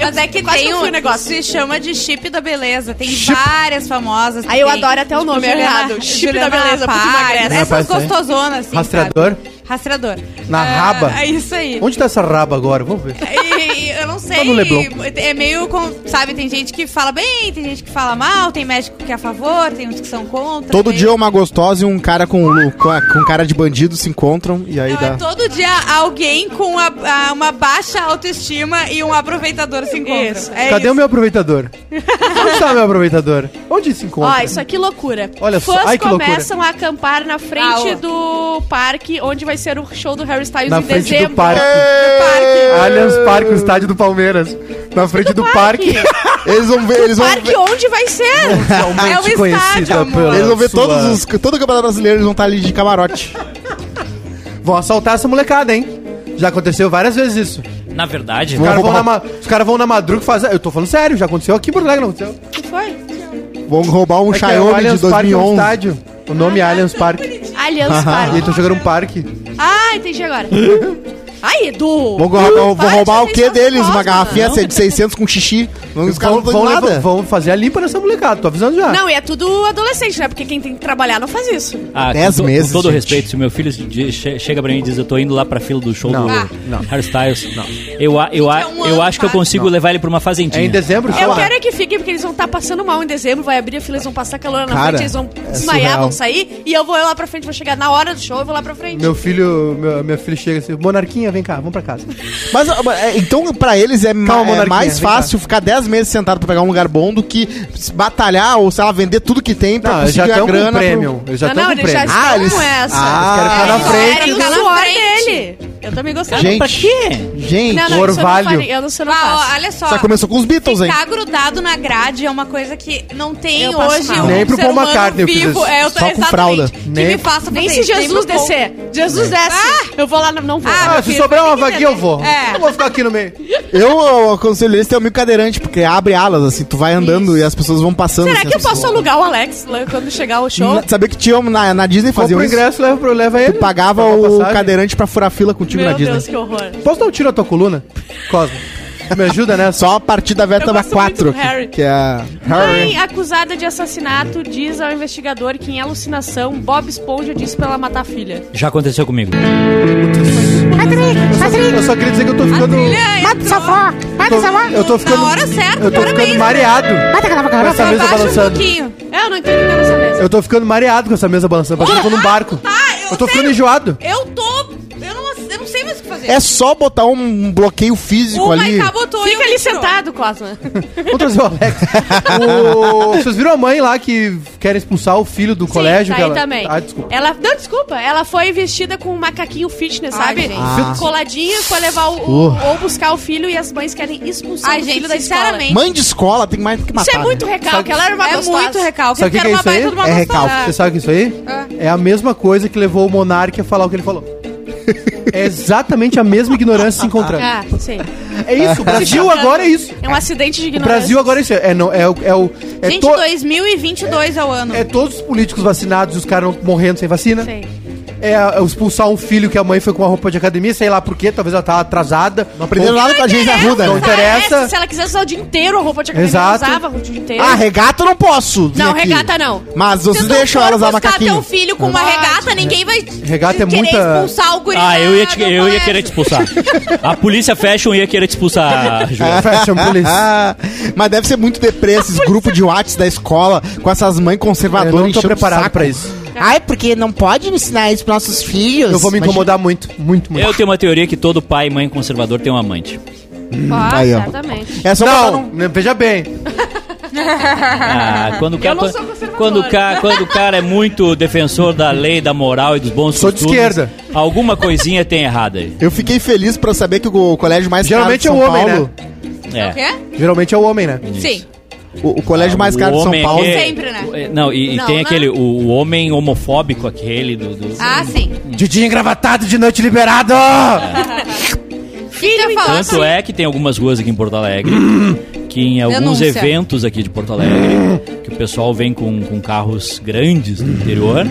Speaker 4: Mas é que
Speaker 5: quase
Speaker 4: tem
Speaker 5: não fui
Speaker 4: um
Speaker 5: no negócio.
Speaker 4: Se chama de chip da beleza. Tem várias famosas. que
Speaker 5: Aí eu
Speaker 4: tem. tipo
Speaker 5: adoro até o nome, é errado. Chip da beleza, puta
Speaker 4: Paz,
Speaker 5: emagrece.
Speaker 1: Não,
Speaker 4: Essas
Speaker 3: é.
Speaker 1: parece, né?
Speaker 4: gostosonas, assim.
Speaker 1: Rastreador?
Speaker 4: sabe? Rastreador.
Speaker 1: Na
Speaker 4: Ah,
Speaker 1: raba?
Speaker 4: É isso aí.
Speaker 1: Onde tá essa raba agora? Vamos ver.
Speaker 4: E- e eu não sei.
Speaker 1: Tá no Leblon.
Speaker 4: É meio. com- sabe, tem gente que fala bem, tem gente que fala mal, tem médico que é a favor, tem uns que são
Speaker 3: (laughs)
Speaker 4: contra.
Speaker 3: Todo
Speaker 4: tem-
Speaker 3: dia uma gostosa e um cara com, lu- com, a- com cara de bandido se encontram e aí
Speaker 4: Não,
Speaker 3: dá.
Speaker 4: é todo dia alguém com a- a- uma baixa autoestima e um aproveitador se encontram.
Speaker 5: Isso.
Speaker 4: É
Speaker 1: Cadê
Speaker 4: isso.
Speaker 1: o meu aproveitador? Onde está o meu aproveitador? Onde se encontra?
Speaker 5: Ó, isso aqui é loucura.
Speaker 1: Olha só,
Speaker 5: Fãs
Speaker 1: ai, que loucura.
Speaker 5: começam a acampar na frente
Speaker 4: Ah, ó.
Speaker 5: do parque onde vai ser o show do Harry
Speaker 4: é
Speaker 5: Styles
Speaker 1: Na
Speaker 5: em
Speaker 1: frente
Speaker 5: dezembro.
Speaker 1: do é parque.
Speaker 4: parque.
Speaker 1: Allianz Parque, o estádio do Palmeiras. Na frente do, parque.
Speaker 3: Eles vão ver, eles vão ver.
Speaker 5: Parque onde vai
Speaker 1: (laughs)
Speaker 5: ser?
Speaker 4: É o estádio, amor.
Speaker 3: Eles vão ver
Speaker 1: sua-
Speaker 3: todos os, todo o campeonato brasileiro, eles vão estar ali de camarote.
Speaker 1: Vão assaltar essa molecada, hein? Já aconteceu várias vezes isso.
Speaker 2: Na verdade,
Speaker 1: Os caras vão,
Speaker 3: roubar-
Speaker 1: na ma- os caras vão na madruga e fazem. "Ah, Eu tô falando sério, já aconteceu aqui em Porto Alegre, não aconteceu.
Speaker 5: que foi?
Speaker 3: Vão roubar um
Speaker 1: É que é o
Speaker 3: Xiaomi de
Speaker 1: Allianz Parque é um
Speaker 3: 2011.
Speaker 1: estádio. O
Speaker 5: Ah, tá,
Speaker 3: Ah.
Speaker 1: nome é Allianz Parque. E (laughs)
Speaker 5: Allianz
Speaker 1: aí
Speaker 5: Parque.
Speaker 1: tô jogando um parque. (laughs)
Speaker 5: Ah, entendi agora. Ai, Edu!
Speaker 3: Vou, roubar- vou
Speaker 5: Para de
Speaker 3: roubar o
Speaker 5: fazer
Speaker 3: quê
Speaker 5: essas
Speaker 3: deles? Uma
Speaker 5: costas.
Speaker 3: garrafinha de 600 com xixi. Os caras não
Speaker 1: vão,
Speaker 3: dão
Speaker 1: levar-
Speaker 3: nada.
Speaker 1: vão fazer a limpa nessa molecada, tô avisando já.
Speaker 5: Não, e é tudo adolescente, né? Porque quem tem que trabalhar não faz isso.
Speaker 2: Ah,
Speaker 3: Dez
Speaker 2: com to-
Speaker 3: meses,
Speaker 2: Com todo
Speaker 3: gente.
Speaker 2: respeito, se o meu filho se di- che- chega pra mim e diz, eu tô indo lá pra fila do show
Speaker 1: Não,
Speaker 2: do
Speaker 1: Ah. não.
Speaker 2: Hairstyles, eu, a- eu, a-
Speaker 4: Gente, é um
Speaker 2: eu
Speaker 4: ano,
Speaker 2: acho que eu
Speaker 4: tá?
Speaker 2: consigo levar ele pra uma fazendinha.
Speaker 1: É em dezembro, sei
Speaker 5: Eu
Speaker 1: lá.
Speaker 5: quero é que fiquem, porque eles vão estar passando mal em dezembro, vai abrir a fila, eles vão passar calor na
Speaker 3: Cara,
Speaker 5: frente, eles vão
Speaker 3: é
Speaker 5: desmaiar,
Speaker 3: surreal.
Speaker 5: vão sair, e eu vou lá pra frente, vou chegar na hora do show, eu vou lá pra frente.
Speaker 1: Meu filho, meu, minha filha chega assim, Monarquinha, vem cá, vamos pra casa.
Speaker 3: Mas ó, mas, é, então, pra eles é, ma-
Speaker 1: Calma,
Speaker 3: é
Speaker 1: Monarquinha,
Speaker 3: mais
Speaker 1: vem
Speaker 3: fácil ficar 10 meses sentado pra pegar um lugar bom do que se batalhar ou, sei lá, vender tudo que tem pra
Speaker 1: Não, eles
Speaker 3: conseguir
Speaker 1: já
Speaker 3: a
Speaker 1: estão com
Speaker 3: grana. pro-
Speaker 1: prêmio. Eles já
Speaker 5: não,
Speaker 1: estão
Speaker 5: não,
Speaker 1: com
Speaker 5: eles já
Speaker 1: prêmio.
Speaker 5: estão
Speaker 3: Ah, eles-
Speaker 5: com essa.
Speaker 3: Ah,
Speaker 1: eles querem ficar tá na
Speaker 5: Eles
Speaker 1: frente.
Speaker 5: querem ficar
Speaker 4: Tá Na
Speaker 5: na suor
Speaker 4: frente.
Speaker 5: dele. Eu também gostei.
Speaker 2: Ah,
Speaker 3: Gente.
Speaker 2: Pra quê?
Speaker 3: Gente,
Speaker 5: Não, não,
Speaker 1: O
Speaker 5: isso eu não
Speaker 1: orvalho.
Speaker 5: faria, Eu não sei, eu não
Speaker 4: Ah, ó,
Speaker 5: faço.
Speaker 4: olha só.
Speaker 3: já começou com os Beatles, hein?
Speaker 4: Ficar grudado na grade é uma coisa que não tem
Speaker 5: Eu passo
Speaker 4: hoje
Speaker 5: mal.
Speaker 4: um
Speaker 1: Nem pro
Speaker 4: ser
Speaker 1: Paul
Speaker 4: humano
Speaker 1: McCartney eu fiz
Speaker 4: vivo.
Speaker 1: isso.
Speaker 4: É, eu
Speaker 3: Só
Speaker 4: tô,
Speaker 3: com
Speaker 4: exatamente,
Speaker 3: fralda.
Speaker 4: Que
Speaker 1: Nem-
Speaker 4: me faça
Speaker 5: Nem
Speaker 4: fazer
Speaker 5: se
Speaker 4: isso, nem
Speaker 5: Jesus
Speaker 4: pro Paul.
Speaker 5: descer. Jesus desce. Eu vou lá, não, não vou.
Speaker 4: Ah,
Speaker 1: Ah,
Speaker 4: meu
Speaker 1: se
Speaker 4: filho,
Speaker 1: sobrar
Speaker 4: vai
Speaker 1: uma
Speaker 4: ter que
Speaker 1: vaguinha, eu
Speaker 4: beber.
Speaker 1: vou.
Speaker 4: É.
Speaker 1: Eu vou ficar aqui no meio.
Speaker 3: Eu ó, aconselho esse teu amigo cadeirante, porque abre alas, assim, tu vai andando e as pessoas vão passando.
Speaker 5: Será
Speaker 3: assim,
Speaker 5: que eu
Speaker 3: as pessoas-
Speaker 5: posso alugar o Alex lá quando chegar o show?
Speaker 3: Na- Sabia que tinha um- na, na Disney
Speaker 1: Compra
Speaker 3: fazia
Speaker 1: o
Speaker 3: isso?
Speaker 1: ingresso, leva, pro- leva ele.
Speaker 3: Tu pagava
Speaker 1: Paga uma
Speaker 3: o
Speaker 1: passagem.
Speaker 3: cadeirante pra furar fila contigo
Speaker 5: Meu
Speaker 3: na Disney.
Speaker 5: Deus, que horror.
Speaker 1: Posso dar um tiro na tua coluna? Cosmo. Me ajuda nessa?
Speaker 3: Só a partida
Speaker 5: Eu
Speaker 3: vértebra
Speaker 5: gosto muito
Speaker 3: 4,
Speaker 5: do Harry.
Speaker 3: que, que é a Harry.
Speaker 5: Mãe acusada de assassinato diz ao investigador que em alucinação Bob Esponja disse pra ela matar a filha.
Speaker 2: Já aconteceu comigo.
Speaker 1: Eu só queria dizer que eu tô ficando.
Speaker 4: Olha,
Speaker 7: Mata
Speaker 4: entrou.
Speaker 7: essa vó! Mata essa vó!
Speaker 1: Eu tô ficando.
Speaker 4: Na hora certa,
Speaker 1: eu tô ficando
Speaker 5: né?
Speaker 4: parabéns.
Speaker 1: mareado
Speaker 7: Mata aquela
Speaker 1: com
Speaker 7: vaca!
Speaker 1: essa mesa
Speaker 4: Abaixa um
Speaker 1: Tá balançando.
Speaker 4: pouquinho.
Speaker 5: É, Eu não entendo nada dessa mesa.
Speaker 1: Eu tô ficando mareado com essa mesa balançando. Parece que eu tô num barco.
Speaker 4: Ah,
Speaker 1: Eu tô
Speaker 4: sério,
Speaker 1: ficando enjoado.
Speaker 4: Eu tô... Eu não, eu não sei mais o que fazer.
Speaker 3: É só botar um bloqueio físico
Speaker 4: Uma
Speaker 3: ali.
Speaker 4: cabotou
Speaker 5: Fica
Speaker 4: e
Speaker 5: ali
Speaker 4: um tirou.
Speaker 5: sentado, Cosma.
Speaker 1: Vamos trazer o
Speaker 4: (laughs)
Speaker 1: Alex. O- Vocês viram a mãe lá que quer expulsar o filho do colégio?
Speaker 5: tá
Speaker 1: que
Speaker 5: aí
Speaker 1: ela-
Speaker 5: também.
Speaker 1: Ah,
Speaker 4: É
Speaker 1: desculpa.
Speaker 5: Ela, não, desculpa. Ela foi vestida com um macaquinho fitness,
Speaker 4: Ai,
Speaker 5: sabe?
Speaker 4: gente.
Speaker 3: Ah.
Speaker 5: Coladinho pra levar o, o- ou buscar o filho e as mães querem expulsar
Speaker 4: Ai,
Speaker 5: o
Speaker 4: gente,
Speaker 5: filho da escola.
Speaker 4: sinceramente...
Speaker 3: Mãe de escola tem mais do que matar.
Speaker 5: Isso é muito
Speaker 3: né?
Speaker 5: recalque. Ela era uma
Speaker 4: É
Speaker 5: gostosa.
Speaker 4: muito recalque.
Speaker 1: Sabe o
Speaker 4: Eu
Speaker 1: que, que
Speaker 4: quero
Speaker 1: é
Speaker 4: uma
Speaker 1: isso aí?
Speaker 4: baita de uma né? Ah.
Speaker 3: É
Speaker 4: gostosa.
Speaker 3: recalque.
Speaker 1: Você sabe o que é isso aí? É a mesma coisa que levou o Monark a falar o que ele falou. É exatamente a mesma ignorância se encontrando.
Speaker 5: Ah, sim.
Speaker 1: É isso, o Brasil agora é isso.
Speaker 5: É um acidente
Speaker 1: O
Speaker 5: de ignorância.
Speaker 1: Brasil agora é isso. É, não, é, o- é o. É,
Speaker 4: Gente,
Speaker 1: to-
Speaker 4: 2022 é o ano.
Speaker 1: é todos os políticos vacinados e os caras morrendo sem vacina.
Speaker 5: Sim.
Speaker 1: É, é expulsar um filho que a mãe foi com uma roupa de academia, sei lá por quê, talvez ela tá atrasada. Não
Speaker 3: Aprenderam nada com a gente da Ruda,
Speaker 1: Não
Speaker 3: né?
Speaker 1: interessa.
Speaker 5: Ah, é, se ela quisesse usar o dia inteiro a roupa de academia,
Speaker 1: Exato.
Speaker 5: ela usava o dia inteiro.
Speaker 3: Ah, regata eu não posso. vir
Speaker 5: Não,
Speaker 3: aqui.
Speaker 5: regata não.
Speaker 3: Mas vocês
Speaker 4: Se tu
Speaker 3: deixam
Speaker 4: for
Speaker 3: ela usar
Speaker 4: buscar
Speaker 3: macaquinho.
Speaker 4: teu filho com uma regata, ninguém vai
Speaker 1: Regata é
Speaker 4: querer
Speaker 1: muita-
Speaker 4: expulsar o guri
Speaker 2: Ah,
Speaker 4: da-
Speaker 2: eu ia, te-
Speaker 4: do
Speaker 2: eu ia
Speaker 4: colégio.
Speaker 2: querer te expulsar. A polícia fashion ia querer te
Speaker 1: (laughs)
Speaker 2: expulsar, Ju.
Speaker 1: Fashion police.
Speaker 3: (laughs) Ah, mas deve ser muito deprê esses
Speaker 5: é.
Speaker 3: grupos de Whats da escola com essas mães conservadoras
Speaker 1: Eu não tô
Speaker 3: enchendo o
Speaker 1: preparado
Speaker 3: saco.
Speaker 1: pra isso.
Speaker 7: Ai, porque não pode ensinar isso pros nossos filhos?
Speaker 1: Eu vou me
Speaker 7: Imagina.
Speaker 1: incomodar muito, muito, muito.
Speaker 2: Eu tenho uma teoria que todo pai e mãe conservador tem um amante.
Speaker 5: Ah,
Speaker 3: Aí, ó.
Speaker 5: exatamente.
Speaker 3: É só botar
Speaker 1: Não,
Speaker 3: num-
Speaker 1: né, veja bem.
Speaker 2: Ah, quando o cara,
Speaker 5: Eu não sou conservadora.
Speaker 2: quando, o cara, quando o cara é muito defensor da lei, da moral e dos bons
Speaker 1: Sou de
Speaker 2: costumes,
Speaker 1: esquerda.
Speaker 2: alguma coisinha tem errada aí.
Speaker 3: Eu fiquei feliz pra saber que o colégio mais
Speaker 1: Geralmente é
Speaker 3: caro
Speaker 1: o
Speaker 3: de São
Speaker 1: homem,
Speaker 3: Paulo...
Speaker 1: né?
Speaker 4: O
Speaker 2: É.
Speaker 4: quê?
Speaker 1: Geralmente é o homem, né?
Speaker 4: Sim.
Speaker 3: O, o colégio mais
Speaker 2: Ah, O
Speaker 3: caro de São
Speaker 2: homem
Speaker 3: Paulo...
Speaker 2: é-
Speaker 4: Sempre, né?
Speaker 2: é, Não, e, e
Speaker 4: Não,
Speaker 2: tem
Speaker 4: né?
Speaker 2: aquele, o, o homem homofóbico aquele do... do-
Speaker 4: Ah, sim.
Speaker 1: Didinho engravatado de noite liberado!
Speaker 4: Filho,
Speaker 5: então,
Speaker 4: falar
Speaker 5: assim,
Speaker 2: Tanto é que tem algumas ruas aqui em Porto Alegre que em alguns
Speaker 4: Denúncia.
Speaker 2: eventos aqui de Porto Alegre que o pessoal vem com, com carros grandes do interior,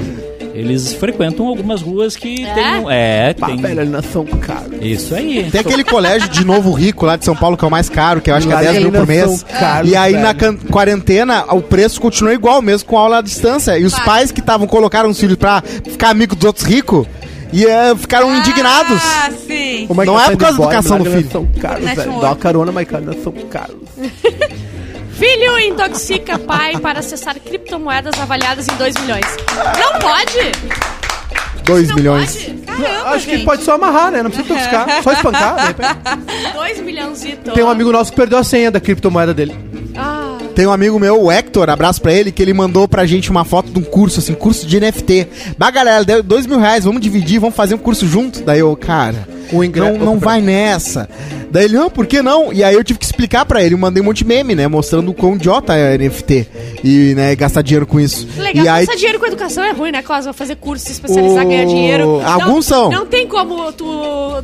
Speaker 2: eles frequentam algumas ruas que tem... É, tem...
Speaker 1: nação caro.
Speaker 2: Isso aí.
Speaker 3: Tem aquele colégio de Novo Rico lá de São Paulo, que é o mais caro, que eu acho que é
Speaker 1: Lá
Speaker 3: 10 mil
Speaker 1: ainda
Speaker 3: por
Speaker 1: são
Speaker 3: mês.
Speaker 1: caros,
Speaker 3: e aí na
Speaker 1: velho.
Speaker 3: can- quarentena o preço continua igual, mesmo com aula à distância. E os
Speaker 4: Claro.
Speaker 3: pais que estavam colocaram os filhos pra ficar amigo dos outros ricos e eh, ficaram indignados.
Speaker 4: Ah, sim.
Speaker 3: Não
Speaker 1: tá
Speaker 3: é por causa da educação do filho.
Speaker 1: São caros,
Speaker 4: Network.
Speaker 1: um velho. Dá uma carona, mas um cara, nós somos caros.
Speaker 5: Filho intoxica pai para acessar criptomoedas avaliadas em 2 milhões. Não pode?
Speaker 3: 2
Speaker 5: Não
Speaker 3: milhões.
Speaker 5: pode?
Speaker 4: Caramba,
Speaker 1: Acho que
Speaker 4: gente.
Speaker 1: pode só amarrar, né? Não precisa tocar, só espancar. de repente.
Speaker 5: 2 milhãozitos.
Speaker 1: Tem um amigo nosso que perdeu a senha da criptomoeda dele.
Speaker 5: Ah,
Speaker 3: Tem um amigo meu, o Hector, abraço pra ele, que ele mandou pra gente uma foto de um curso, assim, curso de NFT. Bah, galera, deu dois mil reais, vamos dividir, vamos fazer um curso junto. Daí eu, cara,
Speaker 1: O ingre-
Speaker 3: não, não
Speaker 1: outro
Speaker 3: vai nessa. Daí ele, não, por que não? E aí eu tive que explicar pra ele, eu mandei um monte de meme, né, mostrando o quão idiota é NFT. E, né, gastar dinheiro com isso.
Speaker 5: legal.
Speaker 3: e aí,
Speaker 5: Passar dinheiro com educação é ruim, né, Cosma? Fazer curso, se especializar, ganhar dinheiro. Não-
Speaker 3: alguns são.
Speaker 5: Não tem como tu,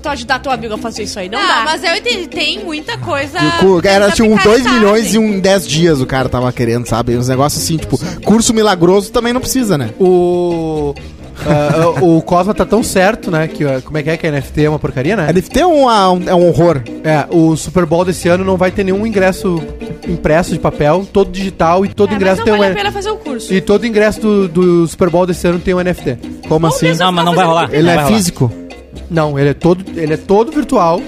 Speaker 5: tu ajudar teu amigo a fazer isso aí. Não,
Speaker 4: Não,
Speaker 5: dá.
Speaker 4: Ah, mas eu entendi. Tem muita coisa.
Speaker 3: cu- Era assim, um 2
Speaker 4: picaretagem.
Speaker 3: milhões e um em 10 dias o cara tava querendo, sabe? Uns negócios assim, tipo, curso milagroso também não precisa, né?
Speaker 1: O. (laughs) Ah, ah, o Cosma tá tão certo, né? Que, ah, como é que é que a NFT é uma porcaria, né?
Speaker 3: NFT é um, ah, um- é um horror.
Speaker 1: É, o Super Bowl desse ano não vai ter nenhum ingresso impresso de papel, todo digital e todo
Speaker 5: É, mas
Speaker 1: ingresso
Speaker 5: não
Speaker 1: tem
Speaker 5: vale
Speaker 1: um.
Speaker 5: a pena fazer o curso.
Speaker 1: E todo ingresso do, do Super Bowl desse ano tem um NFT.
Speaker 3: Como
Speaker 5: Ou
Speaker 3: assim?
Speaker 5: mesmo
Speaker 2: Não, mas não vai rolar.
Speaker 3: Ele
Speaker 2: Não
Speaker 3: é
Speaker 2: vai rolar.
Speaker 3: físico?
Speaker 1: Não, ele é todo, ele é todo virtual,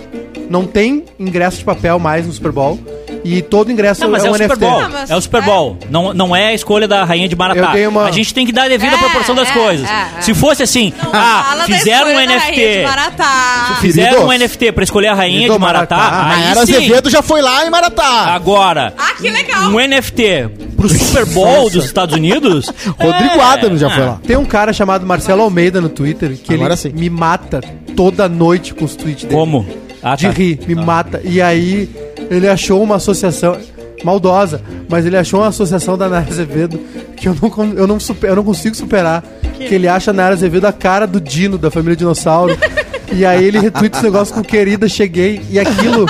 Speaker 1: não tem ingresso de papel mais no Super Bowl. E todo ingresso
Speaker 2: Não, mas
Speaker 1: é
Speaker 2: é,
Speaker 1: um
Speaker 2: o
Speaker 1: NFT.
Speaker 2: Super Bowl.
Speaker 4: Não, mas-
Speaker 2: é o Super Bowl. Não, não é a escolha da rainha de
Speaker 1: Eu
Speaker 2: Maratá.
Speaker 1: tenho uma-
Speaker 2: A gente tem que dar a devida
Speaker 4: É,
Speaker 2: proporção das
Speaker 4: é,
Speaker 2: coisas.
Speaker 4: é, é.
Speaker 2: Se fosse assim,
Speaker 4: Não
Speaker 2: ah,
Speaker 4: fala da
Speaker 2: fizeram um
Speaker 4: escolha da rainha de
Speaker 2: NFT.
Speaker 4: Maratá.
Speaker 2: Fizeram
Speaker 3: Queridos.
Speaker 2: um NFT pra escolher a rainha
Speaker 1: Querido
Speaker 2: de Maratá.
Speaker 1: Maratá,
Speaker 2: aí
Speaker 3: Mayara
Speaker 2: sim.
Speaker 3: Ah, Azevedo já foi lá em Maratá.
Speaker 2: Agora,
Speaker 4: Ah, que legal.
Speaker 2: um NFT pro Super Bowl dos Estados Unidos.
Speaker 3: (laughs)
Speaker 4: É.
Speaker 3: Rodrigo
Speaker 2: é.
Speaker 3: Adams já foi lá.
Speaker 1: Tem um cara chamado Marcelo Almeida no Twitter que
Speaker 3: Agora
Speaker 1: ele
Speaker 3: sim.
Speaker 1: me mata toda noite com os tweets dele.
Speaker 2: Como? Ah,
Speaker 1: de
Speaker 2: tá.
Speaker 1: rir, me mata. E aí ele achou uma associação maldosa, mas ele achou uma associação da Nara Azevedo que eu não, con- eu não, super- eu não consigo superar. Que... ele acha a Nara Azevedo a cara do Dino, da família Dinossauro. E aí ele retweeta esse negócio com querida, cheguei, e aquilo